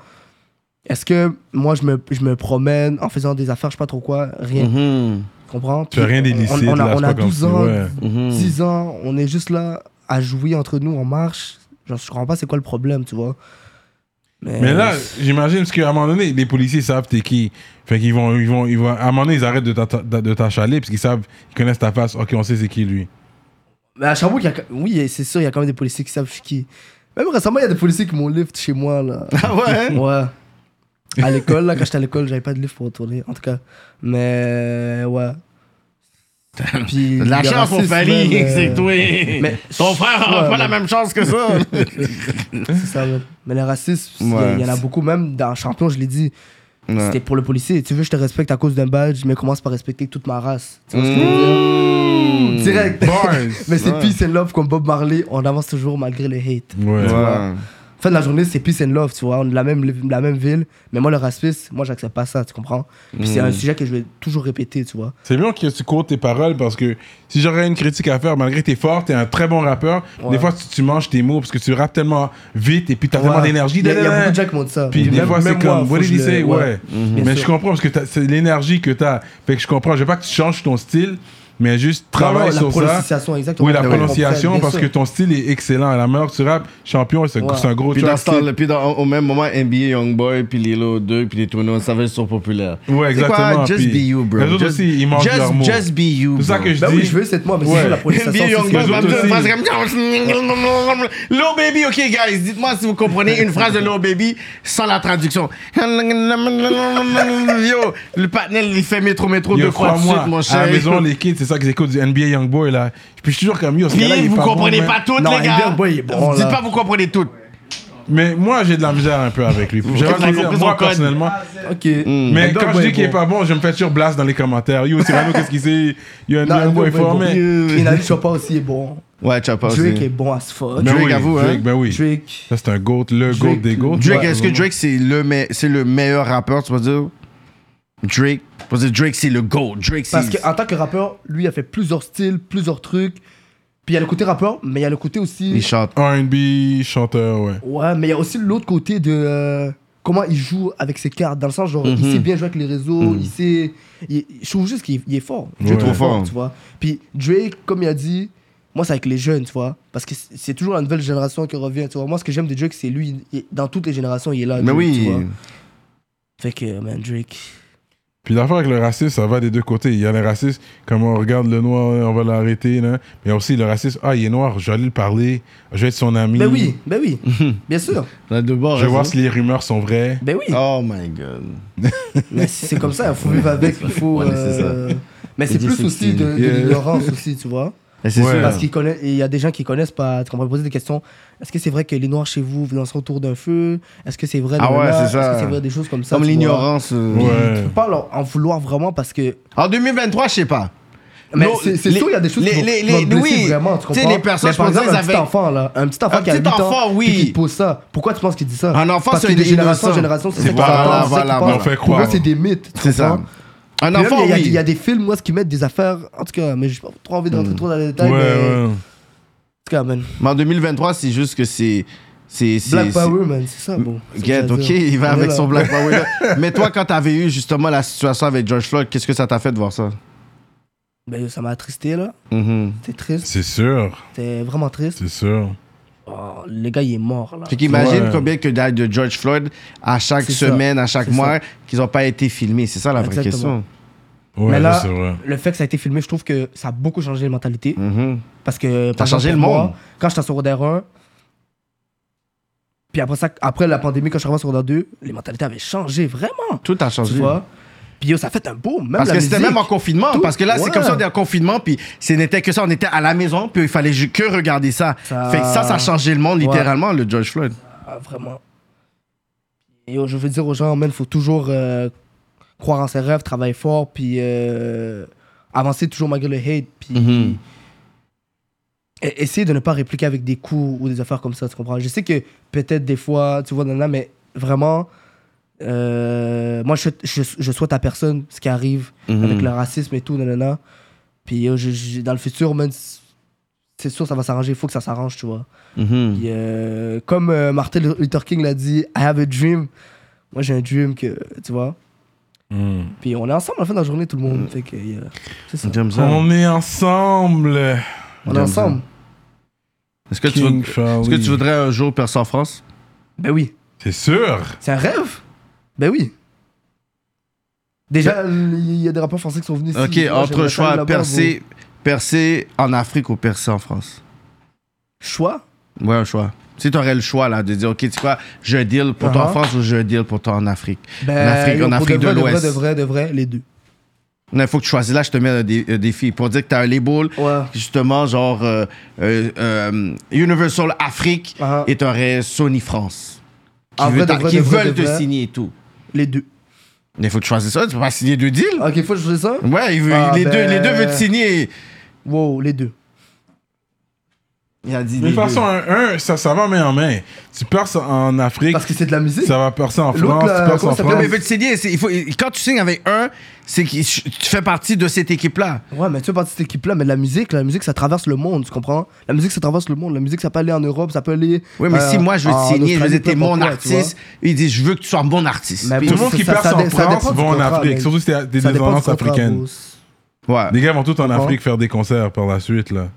Est-ce que moi je me, je me promène en faisant des affaires, je sais pas trop quoi Rien.
Mhm.
Tu comprends
Tu as rien d'illicite.
on, on
là,
a,
c'est
on
pas
a
comme
12
si-
ans,
ouais.
Hmm. Mm-hmm.
10 ans, on est juste là à jouer entre nous, on marche. Genre, je comprends pas c'est quoi le problème, tu vois.
Mais là, j'imagine, parce qu'à un moment donné, les policiers savent t'es qui. Fait qu'ils vont, ils vont, ils vont. À un moment donné, ils arrêtent de t'atta- de t'achaler, parce qu'ils savent, ils connaissent ta face. Ok, on sait c'est qui lui.
Mais à Sherbrooke, il y a... oui, c'est sûr, il y a quand même des policiers qui savent je suis qui. Même récemment, il y a des policiers qui m'ont lift chez moi, là.
Ah ouais?
ouais. À l'école, là, quand j'étais à l'école, j'avais pas de lift pour retourner, en tout cas. Mais, ouais. Puis,
De la
le
chance, mon
racisme,
Fanny,
man, euh,
c'est toi.
mais-
Ton frère
Ouais,
aura pas
mais-
la même chance que ça.
C'est ça, man. Mais le racisme, il y a-
Ouais.
il y, en a beaucoup, même dans Champion, je l'ai dit.
Ouais.
C'était pour le policier. Tu veux, je te respecte à cause d'un badge, mais commence par respecter toute ma race. Tu vois ce que je veux dire?
Mmh.
Direct.
Bars.
Mais c'est
Ouais.
peace and love comme Bob Marley, on avance toujours malgré le hate.
Ouais.
Ouais.
Fin de la journée, c'est peace and love, tu vois. On est de la même, de la même ville, mais moi, le racisme, moi, j'accepte pas ça, tu comprends? Puis c'est
Mm.
un sujet que je vais toujours répéter, tu vois.
C'est bien que tu cours tes paroles parce que si j'aurais une critique à faire, malgré que t'es fort, t'es un très bon rappeur,
Ouais.
des fois tu, tu manges tes mots parce que tu rappes tellement vite et puis t'as
Ouais.
tellement d'énergie.
Il y a, il y a
dadada.
beaucoup de gens qui m'ont dit ça.
Puis des
même-
fois c'est
même moi,
comme,
faut
what
que
did he
je le- Mhm.
say? Ouais.
Bien
Mais je
sûr.
comprends parce que t'as- c'est l'énergie que t'as. Fait que je comprends. Je veux pas que tu changes ton style, mais juste
Non, non,
travaille
la
sur ça.
prononciation, exactement.
Oui, la
Ouais, ouais,
prononciation,
bien
parce
sûr.
que ton style est excellent. La meilleure tu rap, champion, c'est
Ouais.
c'est un gros
Puis, dans
track.
ce temps-là- puis dans- au même moment, NBA, Youngboy, puis Lilo 2, puis les tournois, on savait sur populaire.
Ouais,
C'est quoi?
exactement,
Just
puis-
be you, bro.
Les autres
Just-
aussi, ils mangent
just-
leurs mots.
Just be you.
C'est ça
bro.
que je
Ben oui,
dis.
je veux cette moi, mais
Ouais.
c'est sûr, la prononciation.
NBA
c'est ce que-
Youngboy
les
va me
autres
dire- va
aussi.
se comme- Lil Baby, ok guys, dites-moi si vous comprenez une phrase de Lil Baby sans la traduction. Yo, le panel il fait métro métro
Yo,
deux fois de
crois-moi,
suite, mon
À
cher.
la maison, les kids, c'est ça que j'écoute du NBA Youngboy, là. Puis je suis toujours comme, yo, ce
Puis
gars-là, il est
vous
pas bon,
comprenez
man.
pas toutes,
Non,
les gars.
Ender Boy, il est bon,
Dites
là.
pas vous comprenez toutes.
Mais moi, j'ai de la misère un peu avec lui. J'ai pas
Vous avez
compris,
compris son
moi,
code.
personnellement.
Ok.
Mm.
Mais
Ender
quand je
Boy
dis qu'il
bon.
est pas bon, je me fais sur blast dans les commentaires. Yo, Cyrano, qu'est-ce qu'il sait Yo,
Non,
NBA
Ender
Youngboy
Boy
est
est bon.
formé.
Kenali Choppa aussi est bon.
Ouais, tu as pas
Drake est
aussi.
bon as fuck.
Ben
Drake,
oui,
avoue, hein.
Drake, ben oui.
Drake.
Ça, c'est un GOAT, le GOAT des GOATs.
Drake,
Ouais,
est-ce que
vraiment.
Drake, c'est le, me- c'est le meilleur rappeur, tu vas dire Drake. Tu vas dire Drake, c'est le GOAT. Drake, c'est.
Parce qu'en tant que ah, rappeur, lui, il a fait plusieurs styles, plusieurs trucs. Puis il y a le côté rappeur, mais il y a le côté
Il
aussi.
chante.
R&B, chanteur, ouais.
Ouais, mais il y a aussi l'autre côté de euh, comment il joue avec ses cartes. Dans le sens, genre,
Mhm.
il sait bien jouer avec les réseaux, il sait. il- je trouve juste qu'il est- il est fort. Drake
Il est trop
est
fort.
Tu vois. Puis Drake, comme il a dit, moi, c'est avec les jeunes, tu vois. Parce que c'est c'est toujours la nouvelle génération qui revient, tu vois. Moi, ce que j'aime de Drake, c'est lui, il- il- dans toutes les générations, il est là.
Mais
Drake,
oui.
tu vois. Fait que, man, Drake.
Puis l'affaire avec le racisme, ça va des deux côtés. Il y a le racisme, comme on regarde le noir, on va l'arrêter. là. Mais il y a aussi le racisme, ah, il est noir, je vais aller le parler, je vais être son ami.
Ben oui, ben oui, bien sûr.
On a deux bords.
Je vais voir si les rumeurs sont vraies.
Ben oui.
Oh my god.
Mais c'est c'est comme ça, il faut vivre avec, il faut.
Ouais, c'est ça.
euh, Mais c'est
Il dit
plus
c'est
aussi de, de
Yeah.
l'ignorance aussi, tu vois.
Mais C'est
Ouais.
sûr.
Parce qu'il connaît- il y a des gens qui connaissent pas. On va poser des questions. Est-ce que c'est vrai que les noirs chez vous, vous dansez autour d'un feu Est-ce que c'est vrai
Ah ouais,
nanana?
c'est ça.
Est-ce que c'est vrai des choses comme ça
Comme
tu vois?
l'ignorance. euh,
Ouais.
Tu peux pas leur en vouloir vraiment parce que.
En 2023, je sais pas.
Mais
Non,
c'est c'est
les-
sûr, il y a des choses
les-
qui vont,
les-
qui vont
les-
te blesser
oui.
vraiment, tu
Tu sais,
comprends
les personnes,
Mais
je
par
pense
exemple,
qu'ils
un petit
avaient-
enfant là, un petit enfant
Un
qui a
petit
8
enfant,
ans,
oui.
puis qui te pose ça. Pourquoi tu penses qu'il dit ça
Un enfant,
parce
c'est
que de
des
génération en
innocents.
génération, c'est
C'est
ça
voilà,
qu'ils pensent, c'est ça
voilà,
qu'ils
voilà.
pensent.
On fait
Pour eux,
croire.
c'est des mytes. tu
C'est ça.
comprends?
Un
Puis même,
enfant,
il y a- il y, a- il y a
oui.
des films où est-ce qu'ils mettent des affaires. En tout cas, mais j'ai pas trop envie de
Hmm.
rentrer trop dans les détails.
Ouais,
mais... En
ouais.
tout cas, man.
Mais en 2023, c'est juste que c'est. c'est- c'est-
Black
c'est-
Power, man, c'est ça, bon. C'est ce que
Get,
j'ai à
ok,
dire.
il va
On est
avec
là.
son Black Power. là. Mais toi, quand t'avais eu justement la situation avec George Floyd, qu'est-ce que ça t'a fait de voir ça?
Ben, yo, ça m'a attristé, là.
Mhm.
C'était triste.
C'est sûr,
C'était vraiment triste.
c'est sûr.
Oh, le gars, il est mort, là.
Fait qu'imagine
Ouais.
combien que d'ailleurs de George Floyd à chaque
C'est ça.
semaine, à chaque
C'est
mois, qu'ils n'ont pas été filmés. C'est ça la vraie
Exactement.
question.
Ouais,
Mais
là,
là,
c'est vrai.
le fait que ça a été filmé, je trouve que ça a beaucoup changé les mentalités.
Mhm.
Parce que. par
Ça a
exemple,
changé le
pour moi,
monde.
Quand j'étais en secondaire 1, puis après ça, après la pandémie, quand je suis arrivé en secondaire 2, les mentalités avaient changé vraiment.
Tout a
Tu
changé.
vois? Puis yo, ça a fait un boom. Même
Parce
la
que c'était
musique.
même en confinement.
tout.
Parce que là, c'est
Ouais.
comme ça, on est en confinement, puis ce n'était que ça. On était à la maison, puis il fallait ju- que regarder ça.
Ça-
Fait que ça, ça a changé le monde,
Ouais.
littéralement, le George Floyd.
Ah, vraiment. Et euh, je veux dire aux gens, man, faut toujours euh, croire en ses rêves, travailler fort, puis euh, avancer toujours malgré le hate, puis
Mhm.
e- essayer de ne pas répliquer avec des coups ou des affaires comme ça, tu comprends? Je sais que peut-être des fois, tu vois, nana, mais vraiment, euh, moi, je, je, je souhaite à personne ce qui arrive
Mm-hmm.
Mm-hmm. avec le racisme et tout, nanana. Puis euh, je- je- dans le futur, man, c'est sûr, ça va s'arranger, il faut que ça s'arrange, tu vois.
Mhm.
Puis, euh, comme euh, Martin Luther King l'a dit, I have a dream. Moi, j'ai un dream que, tu vois.
Mm.
Puis on est ensemble à la fin de la journée, tout le monde.
Mm.
Fait que, euh, c'est ça.
J'aime ça.
On est ensemble.
On est ensemble.
Est-ce que, tu
King
veux- est-ce que
Charlie.
tu voudrais un jour percer en France?
Ben oui.
C'est sûr.
C'est un rêve. Ben oui. Déjà, il y a des rappeurs français qui sont venus
Ben, Ok,
ici. Moi,
entre
j'aimerais aller
choix,
là-bas,
percer, percer en Afrique ou percer en France?
bon. Choix
Ouais, un choix. Si t'aurais le choix, là, de dire, OK, tu sais quoi, je deal pour toi en
Uh-huh.
France ou je deal pour toi en Afrique?
ben,
En Afrique-
yo,
en
pour
Afrique de
vrai,
l'Ouest.
De vrai, de vrai, de vrai, les deux.
Il faut que tu choisisses. Là, je te mets un, dé- un défi. Pour dire que t'as un label,
Ouais.
justement, genre euh, euh, euh, Universal Afrique
Uh-huh.
et t'aurais Sony France. Qui,
En
veut
Ah, vrai,
t'a-
de vrai,
qui
de vrai,
veulent
de
te
vrai.
signer et tout.
Les deux.
Mais il faut que tu choisisses ça. Tu peux pas signer deux deals.
Ok, faut que je fasse ça
Ouais, il veut-
Ah,
les,
ben-
deux, les deux veulent te signer.
Wow, les deux.
Il a dit
De toute
les
façon,
deux.
un, un, ça, ça va main en main. Tu perces en Afrique,
Parce que c'est de la musique.
ça va percer en
L'autre,
France,
là,
tu perces
comment
en
ça s'appelle?
Non,
France.
mais il veut te signer. C'est- il faut- il- quand tu signes avec un, c'est que tu fais partie de cette équipe-là.
Ouais, mais tu fais partie de cette équipe-là, mais la musique, la musique, ça traverse le monde, tu comprends La musique, ça traverse le monde. La musique, ça peut aller en Europe, ça peut aller.
Oui, mais
euh,
si moi je veux te
en
signer, je veux
Australie,
dire, t'es
peu importe
mon
quoi, tu vois.
artiste, il dit, je veux que tu sois mon artiste.
Mais
Puis-
Tout le
bon,
monde qui
ça-
perce
ça
en
dé- ça dépend
France
du
va en
contrat,
Afrique,
mais
surtout si t'as des
Ça dépend du
descendances
contrat, Ah
africaines.
boss.
ouais.
Les gars vont tout en
Pourquoi?
Afrique faire des concerts par la suite, là.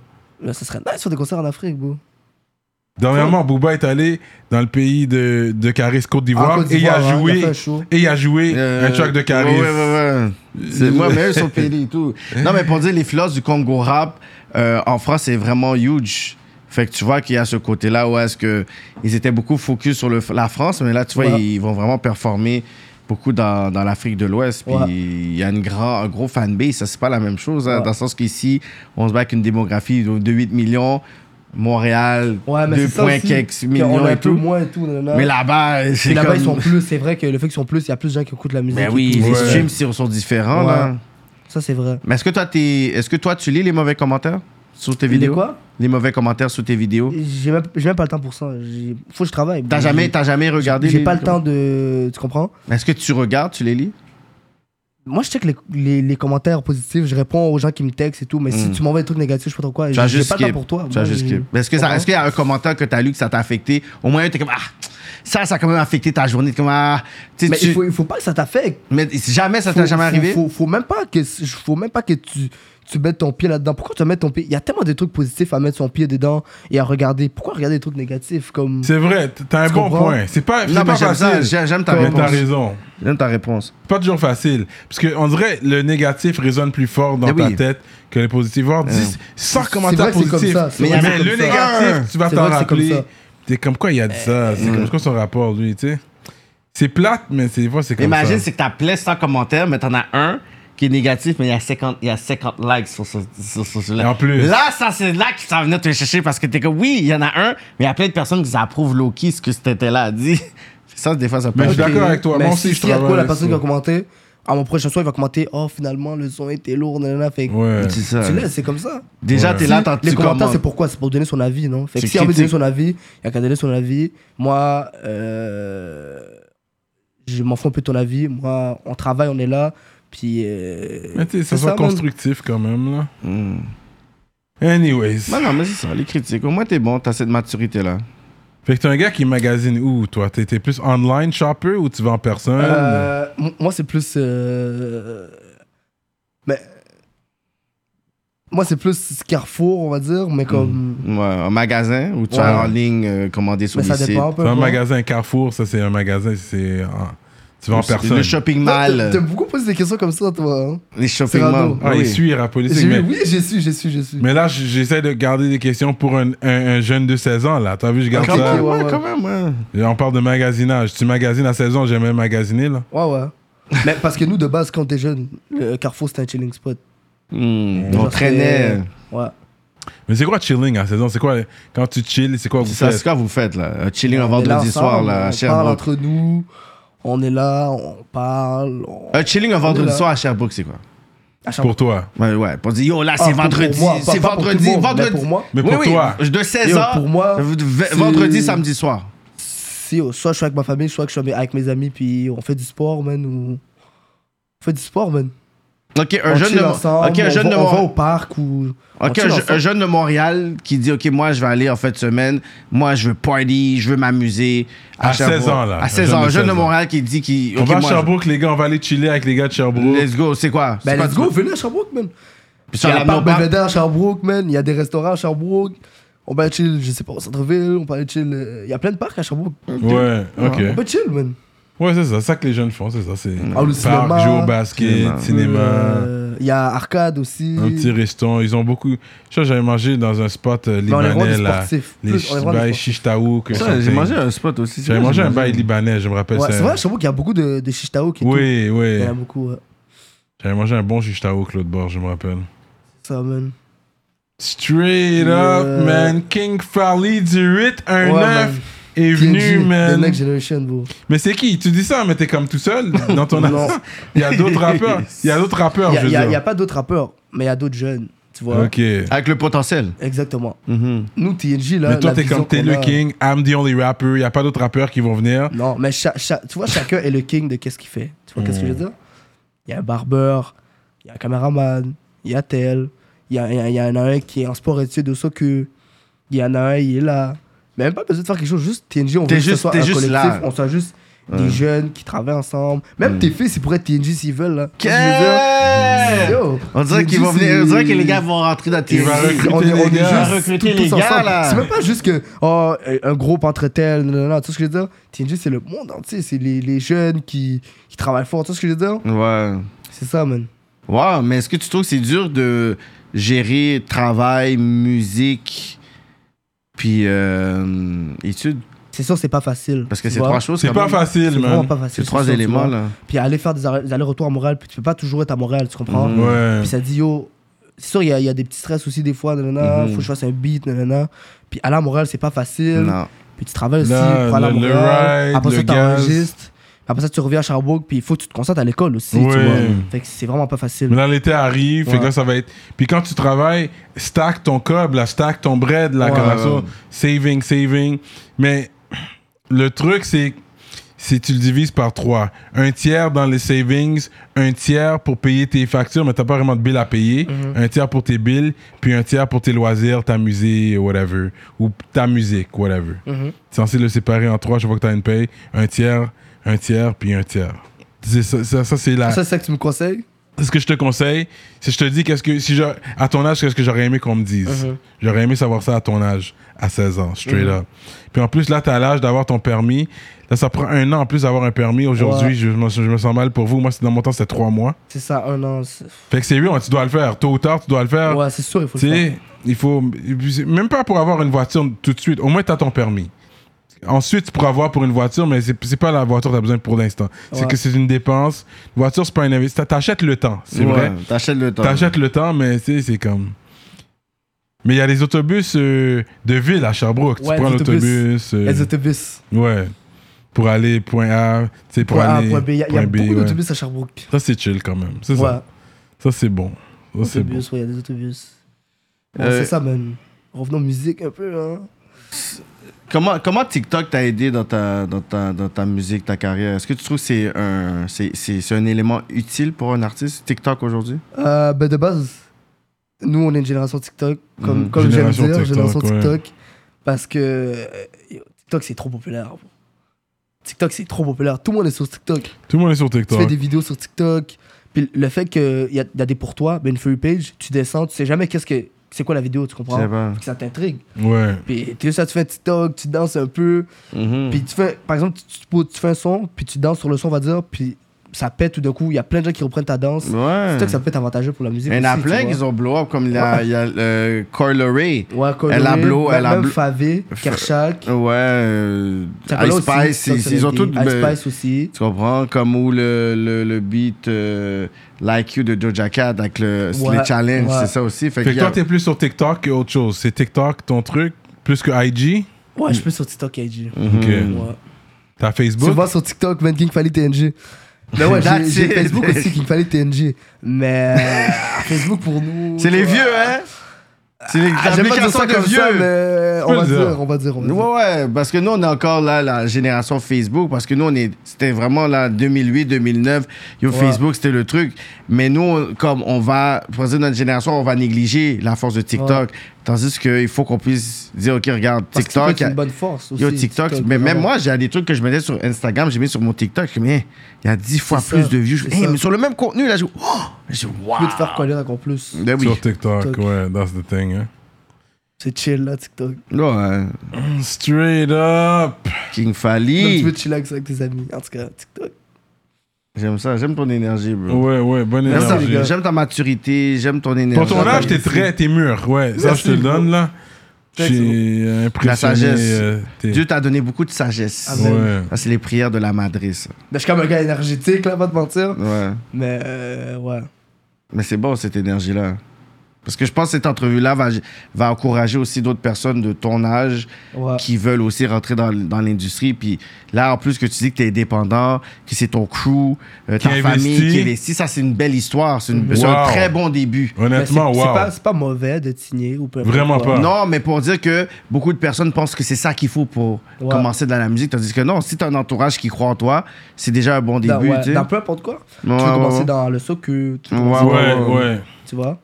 Là, ça serait nice de faire des concerts en Afrique, bro. Ah
Dernièrement, Booba est allé dans le pays de, de Caris, Côte
En
d'Ivoire,
Côte
et il a
d'Ivoire, hein,
joué,
il a fait un show.
et il a joué
Euh,
un track de Caris.
Ouais, ouais, ouais, ouais. C'est moi, mais eux sont payés et tout. Non, mais pour dire, les philosophes du Congo rap, euh, en France, c'est vraiment huge. Fait que tu vois qu'il y a ce côté-là où est-ce que ils étaient beaucoup focus sur le, la France, mais là, tu vois,
Voilà.
ils vont vraiment performer. beaucoup dans, dans l'Afrique de l'Ouest. Puis
Ouais.
il y a une grand, un gros fanbase. Ça, c'est pas la même chose. hein,
Ouais.
Dans le sens qu'ici, on se bat avec une démographie de, de 8 millions. Montréal,
Ouais, mais
2
c'est ça
points
aussi.
quelques
qu'on
millions
a un
et
peu
tout.
moins et tout. nanana.
Mais là-bas, c'est
Puis là-bas,
comme-
ils sont plus. C'est vrai que le fait qu'ils sont plus, il y a plus de gens qui écoutent la musique.
Ben
et
oui,
tout.
les
Ouais.
streams sont- sont différents.
Ouais.
là.
Ça, c'est vrai.
Mais est-ce que toi, t'es, est-ce que toi, tu lis les mauvais commentaires sous tes
Les
vidéos
quoi
Les mauvais commentaires sous tes vidéos.
J'ai même, j'ai même pas le temps pour ça. J'ai- Faut que je travaille.
T'as jamais, t'as jamais regardé
J'ai
les-
pas le temps de. Tu comprends
Est-ce que tu regardes, tu les lis
Moi, je check les, les, les commentaires positifs, je réponds aux gens qui me textent et tout, mais si
Mm.
tu m'envoies des trucs négatifs, je sais pas trop quoi.
Tu as
J'ai
juste
pas le temps
skip.
pour toi.
Tu as
Moi,
juste
j'ai-
skip. Mais Est-ce que ça,
Comprends?
est-ce qu'il y a un commentaire que t'as lu que ça t'a affecté Au moins, t'es comme ah, ça, ça a quand même affecté ta journée. T'es comme ah, tu sais,
Mais
tu-
il faut, il faut pas que ça t'affecte.
mais jamais ça
Faut-
t'a jamais
faut-
arrivé.
Faut, faut même pas que, faut même pas que tu, tu mettes ton pied là-dedans. Pourquoi tu vas mettre ton pied Il y a tellement de trucs positifs à mettre son pied dedans et à regarder. Pourquoi regarder des trucs négatifs comme.
C'est vrai, t- t'as un
Tu
bon
comprends?
point. C'est pas, c'est
Non, mais
pas
j'aime ça.
facile.
j'ai- J'aime ta
mais t'as
réponse.
raison.
J'aime ta réponse.
C'est pas toujours facile. Parce qu'on dirait le négatif résonne plus fort dans
Mais
ta
oui.
tête que le positif. Voir 10, 100 commentaires
vrai que Eh c'est comme
positifs.
ça, c'est
Mais,
vrai que c'est
le
comme ça.
négatif, tu vas
C'est
t'en
vrai que c'est comme
rappeler.
ça. Eh.
T'es comme quoi il a dit ça. C'est comme quoi son rapport, lui, tu sais. C'est plate, mais c'est des fois, c'est comme
Imagine,
ça.
c'est que t'as plein 100 commentaires, mais t'en as un qui est négatif, mais il y a 50, il y a 50 likes sur ce, sur, sur celui-là.
En plus.
Là, ça, c'est là que ça venait te chercher parce que t'es comme, oui, il y en a un, mais il y a plein de personnes qui approuvent Loki ce que c'était là a dit. Ça, des fois, ça peut
Mais je suis
arriver.
d'accord avec toi.
Mais
Moi
si,
aussi, je
s'il y a de
travaille.
quoi la personne qui
ça.
va commenter À mon prochain soir, il va commenter Oh, finalement, le son était lourd, nanana. Fait que
Ouais.
C'est ça.
Tu laisses, c'est comme ça.
Déjà,
Ouais.
t'es là,
Si,
t'en-
les
tu
commentaires,
commentes.
c'est pourquoi C'est pour donner son avis, non Fait que
Tu
si on veut donner
critiques.
son avis, il y a qu'à donner son avis. Moi, euh, je m'en fous un peu de ton avis. Moi, on travaille, on est là. Puis. euh,
Mais tu sais, ça
c'est
soit
man.
constructif quand même, là.
Hmm.
Anyways.
Non, non, mais c'est ça, les critiques. Au moins, t'es bon, t'as cette maturité-là.
Fait que t'es un gars qui magasine où, toi T'es t'es plus online shopper ou tu vas en personne
Euh, m- moi, c'est plus. euh, Mais. Moi, c'est plus Carrefour, on va dire, mais comme.
Ouais, un magasin où tu
Ouais.
as en ligne euh, commandé sur
Mais ça
les
dépend un peu.
C'est un
quoi.
magasin Carrefour, ça c'est un magasin, c'est. en- Tu vas en
sites.
personne.
Le shopping
Toi, T'as t'as
mall.
beaucoup posé des questions comme ça, toi. hein.
Les shopping
Cyrano.
malls.
Ah,
Oui.
il suit, il rapolitique,
J'ai-
mais,
Oui, j'ai su, j'ai su, j'ai su.
mais là, j- j'essaie de garder des questions pour un, un- un jeune de 16 ans, là. T'as vu, je garde
Quand
ça.
même,
ouais,
ouais,
ouais.
quand même, hein. ouais.
On parle de magasinage. Tu magasines à 16 ans, j'aime bien magasiner, là.
Ouais, ouais. Mais parce que nous, de base, quand t'es jeune, le Carrefour, c'était un chilling spot.
Hmm, On
Genre,
traînait.
c'est- euh, Ouais.
Mais c'est quoi chilling à 16 ans C'est quoi, quand tu chill, c'est quoi vous
C'est ça, c'est
faites
quoi vous faites là Un Chilling un
On est Euh, là
vendredi soir
ensemble,
là, à
On parle
Sherbrooke.
entre nous, on est là, on parle. on-
Un chilling un vendredi
là.
soir à Sherbrooke, c'est quoi
à chaque-
Pour toi.
Ouais, ouais. Pour dire yo là,
Ah,
c'est
pour-
vendredi,
pour moi, pas-
c'est
pas pour
vendredi,
tout le monde, mais
vendredi.
pour moi.
Mais pour
oui,
toi.
oui, de 16
Yo,
h
pour moi, c'est-
vendredi, samedi soir.
Si, oh, soit je suis avec ma famille, soit que je suis avec mes amis, puis on fait du sport, man. Ou... On fait du sport, man.
Ok, un
on
jeune
chill
de, Mo-
ensemble,
ok, un
on,
jeune
va,
de
on va
Montréal.
au parc ou. on
Ok,
chill
un, je-
ensemble.
un jeune de Montréal qui dit ok, moi je vais aller en fin de semaine, moi je veux party, je veux m'amuser.
À 16
Sherbrooke.
ans, là.
À
Un
16
jeune
ans,
de
un jeune de
16 ans.
Montréal qui dit qu'il.
on
ok,
va à
moi, je-
Sherbrooke, les gars, on va aller chiller avec les gars de Sherbrooke.
Let's go, c'est quoi C'est
Ben,
quoi,
let's
tu
go,
peux-
venez à Sherbrooke, man.
Puis
Il
sur
y a
la
la parc
Mobile-
Belvedere à Sherbrooke, man. Il y a des restaurants à Sherbrooke. On peut aller chill, je sais pas, au centre-ville. On peut aller chill. euh, Il y a plein de parcs à Sherbrooke.
Ouais, ok.
On peut chill, man.
Ouais, c'est ça, c'est ça que les jeunes font, c'est ça. C'est
Ah, le
parc,
cinéma.
jouer au basket,
Cinéma.
cinéma.
Euh, Il y a arcade aussi.
Un petit reston, ils ont beaucoup. Je sais, j'avais mangé dans un spot euh,
on est vraiment
libanais
des
là.
sportifs.
Les
Plus, on est vraiment des
bails
sportifs.
Chichtaouk.
Ça,
something.
J'ai mangé un spot aussi.
J'avais mangé un bail libanais, je me rappelle
Ouais,
ça.
c'est vrai, je trouve qu'il y a beaucoup de, de shishtaouk et tout.
Oui,
Il
oui.
y en a beaucoup, ouais.
J'avais mangé un bon Chichtaouk l'autre bord, je me rappelle.
Ça, man.
Straight
Euh.
up, man. King Fally du 8,
Ouais,
un 9
man.
est venu,
TNG, The
man.
Next Generation, bro.
Mais c'est qui Tu dis ça, mais t'es comme tout seul dans ton
Non.
ass- Il y a d'autres rappeurs. Il y a d'autres rappeurs,
Il y
je
a,
veux
y a- y a
dire.
pas d'autres rappeurs, mais il y a d'autres jeunes, tu vois.
Ok. Hmm.
Avec le potentiel.
Exactement. Nous, TNG, là.
Mais toi,
la
t'es
vision
comme t'es
qu'on
le
a-
king, I'm the only rapper. Il y a pas d'autres rappeurs qui vont venir.
Non, mais cha- cha- tu vois, chacun est le king de qu'est-ce qu'il fait. Tu vois, qu'est-ce que je veux
Hmm.
dire Il y a un barbeur, il y a un caméraman, il y a tel, il y, a- il y a- il y en a un qui est en sport études de soccer, il y en a un, il est là. Mais même pas besoin de faire quelque chose, juste TNG, on
T'es
veut que ce
juste-
soit
t'es
un
juste
collectif,
là. Hmm.
on soit juste des jeunes qui travaillent ensemble. Même tes fils, ils pourraient être TNG s'ils veulent. Là. Tu sais ce que je veux dire Yo,
On dirait
TNG,
qu'ils vont venir. On dirait que les gars vont rentrer dans tes.
Il va
c'est-
recruter
on est-
les
on est
gars.
juste
Il va recruter
tous
les
ensemble.
gars, là.
C'est même pas juste que oh, un groupe entre tel, nanana, tout ce que je veux dire. TNG, c'est le monde entier, c'est les, les jeunes qui, qui travaillent fort, tout ce que je veux dire.
Ouais.
C'est ça, man.
Wow, mais est-ce que tu trouves que c'est dur de gérer travail, musique, puis euh, études
C'est sûr, c'est pas facile.
Parce que
tu
c'est
vois.
trois choses.
C'est
quand
pas
même.
C'est
facile,
vraiment
man.
pas facile.
C'est trois
sûr, tu
éléments,
vois.
là.
Puis aller faire des arr- des allers-retours à Montréal, puis tu peux pas toujours être à Montréal, tu comprends?
Mm-hmm.
Ouais.
Puis ça dit, yo, c'est sûr, il y, a- il y a des petits stress aussi des fois, nanana,
Mm-hmm.
faut que je fasse un beat, nanana. Puis aller à Montréal, c'est pas facile.
Non.
Puis tu travailles aussi
Là,
pour aller à
le- le
Montréal.
ride,
après ça,
le gaz.
t'enregistres. Après ça, tu reviens à Sherbrooke, puis il faut que tu te concentres à l'école aussi, tu
Ouais.
vois. Fait que c'est vraiment pas facile.
Mais là, l'été arrive, fait que
Ouais.
là, ça va être. Puis quand tu travailles, stack ton cob, là, stack ton bread, là,
Ouais.
comme ça. Saving, saving. Mais le truc, c'est si tu le divises par trois. Un tiers dans les savings, un tiers pour payer tes factures, mais t'as pas vraiment de billes à payer.
Mhm.
Un tiers pour tes billes, puis un tiers pour tes loisirs, t'amuser, whatever. Ou ta musique, whatever.
Mhm.
T'es censé le séparer en trois chaque fois que t'as une paye. Un tiers, un tiers, puis un tiers. C'est ça, ça, ça, c'est la
Ça, c'est ça que tu me conseilles?
ce que je te conseille, c'est je te dis qu'est-ce que si je, à ton âge qu'est-ce que j'aurais aimé qu'on me dise.
Uh-huh.
J'aurais aimé savoir ça à ton âge, à 16 ans, straight up. Puis en plus là t'as l'âge d'avoir ton permis. Là ça prend un an en plus d'avoir un permis. Aujourd'hui
Ouais.
je, me- je me sens mal pour vous. Moi c'est- dans mon temps c'était trois mois.
C'est ça, un an. c'est-
Fait que c'est oui, tu dois le faire. Tôt ou tard tu dois le faire.
Ouais, c'est sûr, il faut le
Ah. Tu
faire.
sais, il faut. et puis c'est- Même pas pour avoir une voiture tout de suite. Au moins, tu as ton permis. Ensuite, tu pourras avoir pour une voiture, mais c'est c'est pas la voiture que tu as besoin pour l'instant. C'est
Ouais.
que c'est une dépense. Une voiture, c'est pas un investissement. T'achètes le temps, c'est
Ouais,
vrai.
T'achètes le temps.
T'achètes le temps, mais tu sais, c'est comme. Mais il y a les autobus euh, de ville à Sherbrooke.
Ouais,
tu prends
les autobus.
l'autobus. euh,
Les autobus.
ouais. Pour aller point A, tu sais, pour
Point A,
aller.
point B. Il y a, il y a
point B,
beaucoup
ouais.
d'autobus à Sherbrooke.
Ça, c'est chill quand même. C'est
Ouais,
ça. Ça, c'est bon. Ça, c'est bon.
autobus, ouais, il y a des autobus. Ouais,
Euh,
C'est ça, man. Revenons musique un peu, hein.
Comment, comment TikTok t'a aidé dans ta, dans, ta, dans ta musique, ta carrière? Est-ce que tu trouves que c'est un, c'est, c'est, c'est un élément utile pour un artiste, TikTok aujourd'hui?
Euh, ben de base, nous, on est une génération TikTok, comme,
Mhm.
comme j'aime
Génération
dire,
TikTok,
génération
ouais.
TikTok, parce que euh, yo, TikTok, c'est trop populaire. bro. TikTok, c'est trop populaire. Tout le monde est sur TikTok.
Tout le monde est sur
Tu fais
TikTok.
des vidéos sur TikTok. Puis le fait qu'il y a, y a des pour toi, ben une feuille page, tu descends, tu sais jamais qu'est-ce que c'est quoi la vidéo, tu comprends?
Je sais pas.
Fait que ça t'intrigue.
Ouais.
Puis t'es ça, tu fais un TikTok, tu danses un peu.
Mm.
Puis tu fais, par exemple, tu, tu te poses- tu fais un son, puis tu danses sur le son, on va dire, puis ça pète tout d'un coup. Il y a plein de gens qui reprennent ta danse.
Ouais.
TikTok, ça peut être avantageux pour la musique.
Il y en a
aussi, tu
plein
vois.
qui ont blow up, comme il y a, il y a euh, Coil Ray.
Ouais, Coloré,
Elle a blow-
même-
elle a
même
blo-
Favé, Kershak.
Ouais. euh,
Ça
Ice
colle aussi,
Spice,
ça,
ils,
ça
ils
a
ont
été-
tous.
Ice
ben,
Spice aussi.
Tu comprends? Comme où le, le, le beat euh, Like You de Doja Cat avec le
Ouais,
les challenge,
ouais.
c'est ça aussi.
Fait
Fait qu'il
que
y a-
toi, t'es plus sur TikTok qu'autre chose. C'est TikTok ton truc, plus que IG.
Ouais, je suis plus sur TikTok IG.
Mhm.
Ok.
Hmm.
Ouais.
T'as Facebook.
Souvent sur TikTok, man, King Fally TNG. Mais ouais, j'ai-
Ben That's
j'ai
it.
Facebook aussi, King Fally TNG. Mais euh, Facebook pour nous.
C'est les
tu vois.
vieux, hein? C'est les
Ah, J'aime pas dire
applications
ça
de
comme
vieux.
ça, mais on
peux
va
le dire.
dire, on va dire, on va
Ouais,
dire.
ouais, parce que nous, on est encore là, la génération Facebook, parce que nous, on est, c'était vraiment là, 2008, 2009, yo, Facebook, c'était le truc. Mais nous, on- comme on va, pour dire notre génération, on va négliger la force de TikTok. Tandis qu'il faut qu'on puisse dire, OK, regarde,
Parce que
TikTok.
c'est une bonne force aussi.
Yo, TikTok, mais même
vraiment.
moi, j'ai des trucs que je mettais sur Instagram, j'ai mis sur mon TikTok, je me dis, Hey, il y a 10 fois
C'est
plus
ça,
de views. Je-
c'est
Hey,
ça.
mais sur le même contenu, là, je oh! Je dis,
Tu peux te faire
wow!
connaître encore plus.
Ben oui.
Sur TikTok,
TikTok.
ouais, that's the thing. hein.
C'est chill là, TikTok.
Ouais.
Straight up.
euh, King
Même tu
Fally.
peux chiller avec ça avec tes amis. En tout cas, TikTok. Ben,
J'aime ça, j'aime ton énergie, bro.
Ouais, ouais, bonne
J'aime ta-
énergie.
J'aime ta maturité, j'aime ton
Pour
énergie.
ton âge, t'es
Merci.
très, t'es mûr. Ouais, ça, je te le
Merci,
donne, là.
Thanks,
J'ai
La
impressionné.
sagesse.
euh, t'es-
Dieu t'a donné beaucoup de sagesse.
Amen.
Ouais.
Ça, c'est les prières de la madrice.
Ben, Je suis comme un gars énergétique là, pas te mentir.
Ouais.
Mais euh, ouais.
Mais c'est bon, cette énergie-là. Parce que je pense que cette entrevue-là va, va encourager aussi d'autres personnes de ton âge
Ah.
Ouais.
qui veulent aussi rentrer dans, dans l'industrie. Puis là, en plus que tu dis que tu es dépendant, que c'est ton crew, euh, ta
Qui
famille
investit.
qui investit, ça, c'est une belle histoire. C'est une- c'est un
Wow.
très bon début.
Mais c'est-
Honnêtement,
c'est
wow.
pas- C'est pas mauvais de signer ou peu importe,
Vraiment
ouais.
pas.
Non, mais pour dire que beaucoup de personnes pensent que c'est ça qu'il faut pour
Ouais.
commencer dans la musique, tandis que non, si t'as un entourage qui croit en toi, c'est déjà un bon
Dans,
début.
ouais,
tu sais.
dans peu importe quoi.
Ouais,
tu
ouais,
peux commencer
ouais.
dans le socu, tu, peux
Ouais,
commencer-
Ouais,
Ouais, ouais.
ouais.
tu vois.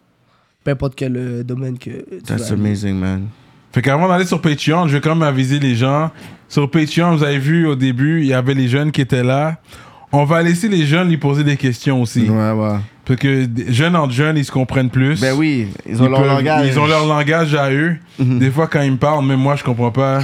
Peu importe quel euh, domaine que tu
That's
vas aller.
amazing, man.
Fait qu'avant d'aller sur Patreon, je vais quand même aviser les gens. Sur Patreon, vous avez vu au début, il y avait les jeunes qui étaient là. On va laisser les jeunes lui poser des questions aussi.
Ouais, ouais.
Parce que des- jeunes entre jeunes, ils se comprennent plus.
Ben oui, ils ont
Ils
leur
peuvent-
langage. Mhm.
Ils ont leur langage à eux. Des fois, quand ils me parlent, même moi, je comprends pas.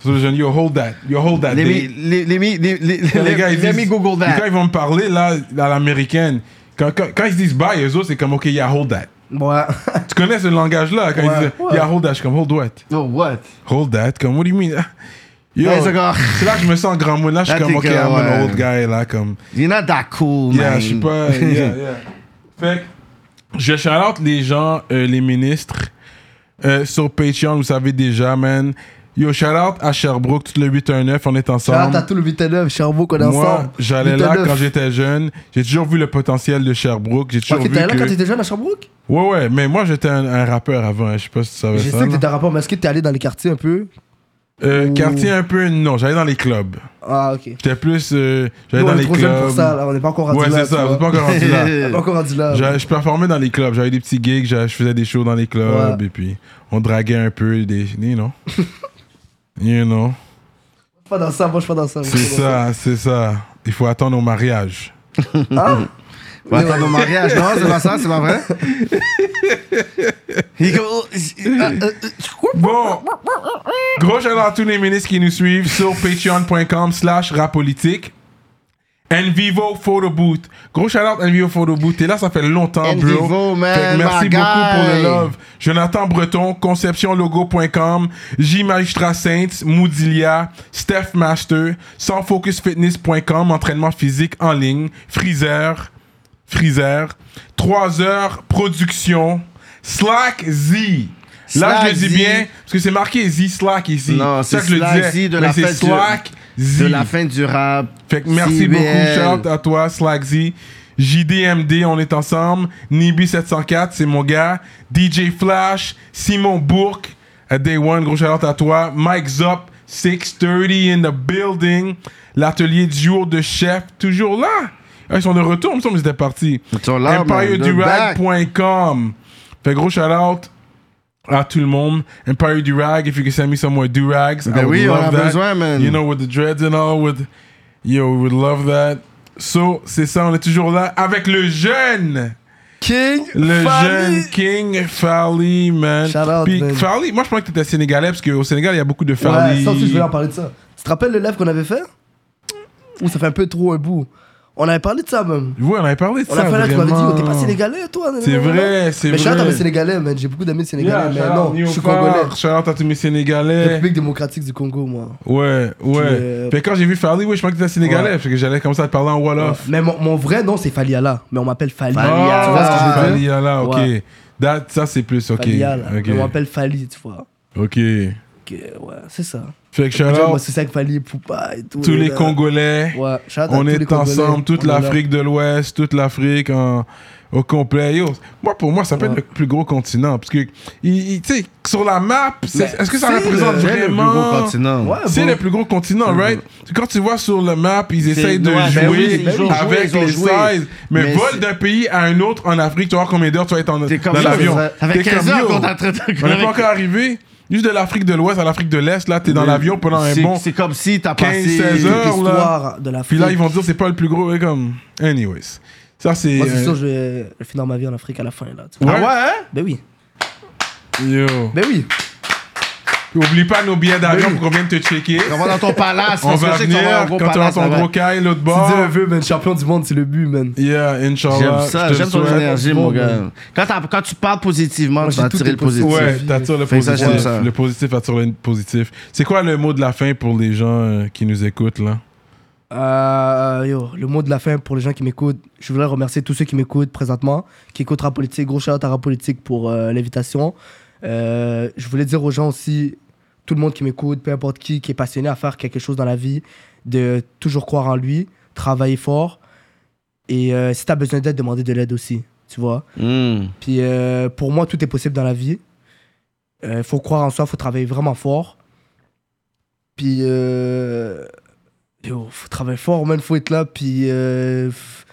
Sur le jeune, yo, hold that. Yo, hold that.
Les
They-
mi- les- les mi- les- les-
quand les gars,
les-
ils
les
disent-
mi Google
Quand
that.
ils vont me parler, là, à l'américaine, quand, quand, quand ils se disent bye, eux autres, c'est comme, OK, yeah, hold that.
Ouais.
Tu connais ce langage-là, quand
Ouais.
ils disent, yeah, hold that. Je suis comme, hold what?
Oh, what?
Hold that. Comme, what do you mean? Yo,
Là, ils sont comme,
c'est là que je me sens grand monde. Là, je suis
Là,
comme,
t'es
ok,
comme,
I'm an
ouais.
old guy, là, comme.
You're not that cool, man.
Yeah, je suis pas. Yeah, yeah. Fait que je shout out les gens, euh, les ministres euh, sur Patreon, vous savez déjà, man. Yo, shout out à Sherbrooke, tout le 819, on est
Shout-out à
ensemble.
tout le 8-9, Charbo qu'on est ensemble.
Moi, j'allais là
8-9.
quand j'étais jeune. J'ai toujours vu le potentiel de Sherbrooke. J'ai
Ah,
toujours vu.
T'étais là
que-
quand t'étais jeune à Sherbrooke
Ouais, ouais, mais moi j'étais un, un rappeur avant. hein, Je sais pas si tu savais
Je
ça.
sais que
là.
t'étais un rapport, mais est-ce que t'es allé dans les quartiers un peu
Euh,
Ouh.
quartier un peu, non. J'allais dans les clubs.
Ah, ok.
J'étais plus. euh, j'allais
Nous, on
dans
est
les
trop
clubs.
jeunes pour ça, là, on n'est pas encore rendu
ouais,
là.
c'est
tu
ça. Vous
vois.
êtes pas encore rendu là.
On n'est pas encore rendu là.
J'a- Je performais dans les clubs. J'avais des petits gigs, j'a- je faisais des shows dans les clubs
Ouais.
et puis on draguait un peu des. You know. you know.
Pas dans ça, moi je suis pas dans ça.
C'est ça, c'est ça. Il faut attendre au mariage.
Ah,
On va attendre au mariage. Non, c'est pas ça, c'est pas vrai. Il est comme, oh, ah, euh,
Bon. Gros shout à tous les ministres qui nous suivent sur patreon.com slash rapolitique. Envivo Photo Boot. Gros shout out Envivo Photo Boot. T'es là, ça fait longtemps, bro.
Envivo, man,
Fait que merci
my
beaucoup pour le
guy.
love. Jonathan Breton, conceptionlogo.com, J Magistrat Saints, Moodilia, Steph Master, sansfocusfitness.com, entraînement physique en ligne, Freezer, Freezer, 3 heures production, Slack Z. Là, je
Slack
le dis
Z.
bien, parce que c'est marqué Z Slack ici.
Non,
ça
c'est
que je le
Slack
disais,
Z de
mais
la
c'est
fête du-
Slack Z.
de la fin du rap.
Fait que merci
CBL.
beaucoup, shout à toi, Slack Z. JDMD, on est ensemble. Nibi704, c'est mon gars. DJ Flash, Simon Bourque, à Day One, gros shout à toi. Mike Zop, 630 in the building. L'atelier du jour de chef, toujours là. Ah, Ils sont de retour, il me semble qu'ils étaient partis.
Ils sont là, man. They're back.
EmpireDurag.com. Fait gros shout out à tout le monde. Empire Durag, if you can send me some more Durags, I
Ben
would
oui, on
love
a
that.
besoin, man.
You know, with the dreads and all, with... Yo, we would love that. So, c'est ça, on est toujours là avec le jeune.
King,
Le
Fally.
jeune King Fally, man.
Shout out,
Puis
man.
Fally, moi je pensais que t'étais sénégalais parce qu'au Sénégal, il y a beaucoup de
Ouais,
Fally.
ça aussi, je voulais en parler de ça. Tu te rappelles le live qu'on avait fait Ou ça fait un peu trop un bout On avait parlé de ça même.
Ouais, on avait parlé de
On
ça.
a fait là, tu m'avais dit,
vraiment.
oh, t'es pas sénégalais, toi
C'est vrai, c'est
Mais je suis
vrai.
un sénégalais, man. J'ai beaucoup d'amis
Yeah,
sénégalais,
shout
mais non,
out
je suis
Néophore,
congolais.
Shout out à tous mes sénégalais.
République démocratique du Congo, moi.
Ouais, ouais.
euh,
Fait quand j'ai vu Fally, oui, je pensais que t'étais sénégalais, parce que j'allais comme ça te parler en Wolof.
Mais mon, mon vrai nom, c'est Faliala. Mais on m'appelle Fali.
Fali,
Ah,
tu vois ce que je veux dire
Fally, là, ok.
Ouais.
That- ça, c'est plus, ok.
Faliala.
Ok.
Mais on m'appelle Fali, tu vois.
Ok.
Que, ouais, c'est ça.
Fait que shout
Je
out
me ça avec Fali, Poupa et tout.
tous les
là.
Congolais.
euh, Ouais, shout out à
On
tous les
est
Congolais.
ensemble, toute
On est là.
l'Afrique de l'Ouest, toute l'Afrique en- au complet. Yo, moi, pour moi, ça peut être
Ouais.
le plus gros continent. Parce que, il- il- tu sais, sur la map, c'est-
Mais
est-ce que ça
c'est
représente
le-
C'est le plus
vraiment.
gros continent.
Ouais,
Ah, C'est
bon.
le plus gros continent, right? Quand tu vois sur la map, ils
C'est-
essayent de
ouais, ben
jouer
oui, ils ont joué,
avec
ils ont
les
joué.
sizes. Mais,
Mais
vol
c'est-
d'un pays à un autre en Afrique, tu vas voir combien d'heures tu vas être en,
T'es comme
dans
ça,
l'avion.
c'est vrai. Ça fait
T'es
15
comme,
heures
yo,
qu'on est en train de-
On n'est pas encore arrivé. Juste de l'Afrique de l'Ouest à l'Afrique de l'Est, là, t'es dans l'avion pendant un
C'est-
bon.
C'est comme si t'as
15,
passé.
16 heures.
Toute
là.
l'histoire de
Puis
l'Afrique.
là, ils vont dire c'est pas le plus gros. et comme, anyways, ça c'est.
Moi, c'est sûr,
euh,
je vais je vais finir ma vie en Afrique à la fin, là. tu vois.
Ah ouais, hein?
Ben oui.
Yo.
Ben oui.
Puis Oublie pas nos billets d'avion pour qu'on vienne te checker.
Ben On va dans ton palace.
On
parce que
va
je sais que tu vas
venir
avoir un gros
quand tu vas
palace
ton
là-bas.
gros caille l'autre
Tu dis
bord.
un vœu, man. Champion du monde, c'est le but, man.
Yeah, inshallah.
J'aime ça,
je te
j'aime ton
souhaite.
énergie, mon
Bon,
gars. Quand, t'as- quand tu parles positivement,
Moi,
tu
j'ai
vas
tout
tirer
est
le positif.
positif.
Ouais, t'attires le
Fait que ça, j'aime
positif.
ça.
Le positif attire le positif. C'est quoi le mot de la fin pour les gens euh, qui nous écoutent là
Euh, yo, le mot de la fin pour les gens qui m'écoutent. Je voudrais remercier tous ceux qui m'écoutent présentement, qui écoutent Rap Politique. Gros shout out à Rap Politique pour euh, l'invitation. Euh, je voulais dire aux gens aussi, tout le monde qui m'écoute, peu importe qui, qui est passionné à faire quelque chose dans la vie, de toujours croire en lui, travailler fort. Et euh, si t'as besoin d'aide, demander de l'aide aussi, tu vois.
Hmm.
Puis euh, pour moi, tout est possible dans la vie. Il faut croire en soi, faut travailler vraiment fort. Puis euh, yo, faut travailler fort, man, faut être là. Puis euh, f-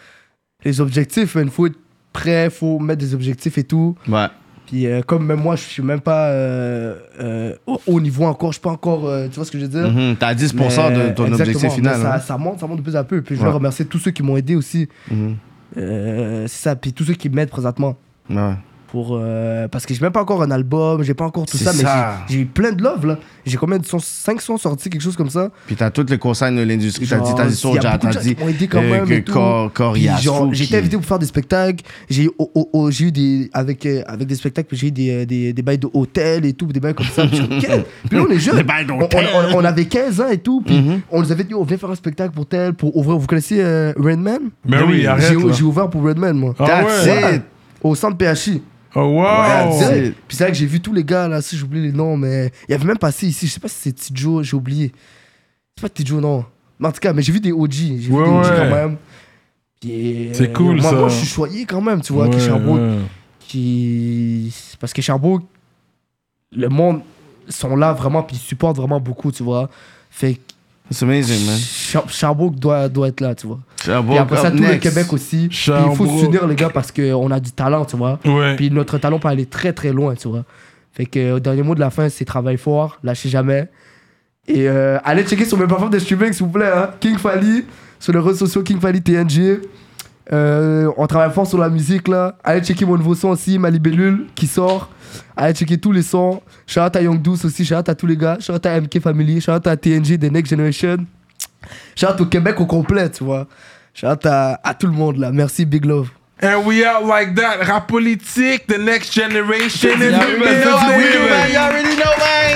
les objectifs, man, faut être prêt, faut mettre des objectifs et tout.
Ouais.
Puis euh, comme même moi, je suis même pas euh, euh, au haut niveau encore, je suis pas encore, euh, tu vois ce que je veux dire
Mhm. T'as 10
Mais-
de ton objectif
exactement,
final.
mais Ça,
hein.
ça monte, ça monte de plus en plus. Puis je veux
Ouais.
remercier tous ceux qui m'ont aidé aussi.
Mhm.
Euh, c'est ça, puis tous ceux qui m'aident présentement
Ouais.
pour pour euh, parce que j'ai même pas encore un album, j'ai pas encore tout
C'est
ça,
ça.
mais j'ai j'ai eu plein de love là. J'ai combien de sons 5 sons sortis, quelque chose comme ça.
Puis t'as toutes les consignes de l'industrie. T'as
Genre,
dit, t'as dit
il y a
Soulja,
beaucoup de gens
t'as
qui
dit euh,
m'ont aidé quand même et
que
tout.
Cor-
Puis
Corias.
genre, j'ai été
Fouki.
invité pour faire des spectacles. J'ai eu, oh, oh, oh, j'ai eu des. Avec, euh, avec des spectacles, puis j'ai eu des, euh, des, des bails d'hôtel et tout, des bails comme ça. Puis je suis comme, Quel Puis là, on est jeunes.
Des bails
on,
d'hôtel. Mm-hmm.
on- on- on avait 15 ans et tout. Puis on nous avait dit, on venait faire un spectacle pour tel, pour ouvrir. Vous connaissez euh, Redman
Ben oui, arrête,
J'ai
là.
j'ai ouvert pour Redman, moi.
Ah
That's
ouais.
it.
Au centre PHI.
Oh, wow.
That's
Ouais,
it.
Puis c'est vrai que j'ai vu tous les gars là, si j'oublie les noms, mais il y avait même passé ici, je sais pas si c'est Tidjo, j'ai oublié. C'est pas Tidjo, non. Mais en tout cas, mais j'ai vu des OG, j'ai vu
Ouais,
des OG
ouais.
quand même. Puis, euh,
C'est cool,
moi,
ça.
Moi, je suis choyé quand même, tu vois, que
Ouais,
Sherbrooke,
ouais.
qui. Parce que Sherbrooke, le monde sont là vraiment, puis ils supportent vraiment beaucoup, tu vois. Fait que
It's amazing, man.
Sher- Sherbrooke doit, doit être là, tu vois.
Sherbrooke,
Puis après ça,
up
tout le
next.
Québec aussi. Puis il faut
Sherbrooke.
s'unir, les gars, parce qu'on a du talent, tu vois.
Ouais.
Puis notre talent peut aller très très loin, tu vois. Fait que euh, dernier mot de la fin, c'est travail fort, lâchez jamais. Et euh, allez checker sur mes plateformes de streaming, s'il vous plaît. hein. King Fally, sur les réseaux sociaux King Fally TNG. Euh, on travaille fort sur la musique là. Allez checker mon nouveau son aussi, Ma Libellule, qui sort. Allez checker tous les sons. Shout out à Young Douce aussi, shout out à tous les gars. Shout out à MK Family, shout out à TNG, The Next Generation. Shout out au Québec au complet, tu vois. Shout out à, à tout le monde là. Merci, big love.
And we out like that. Rap politique, the next generation. in the
You already know,
building.
man. You already know, man.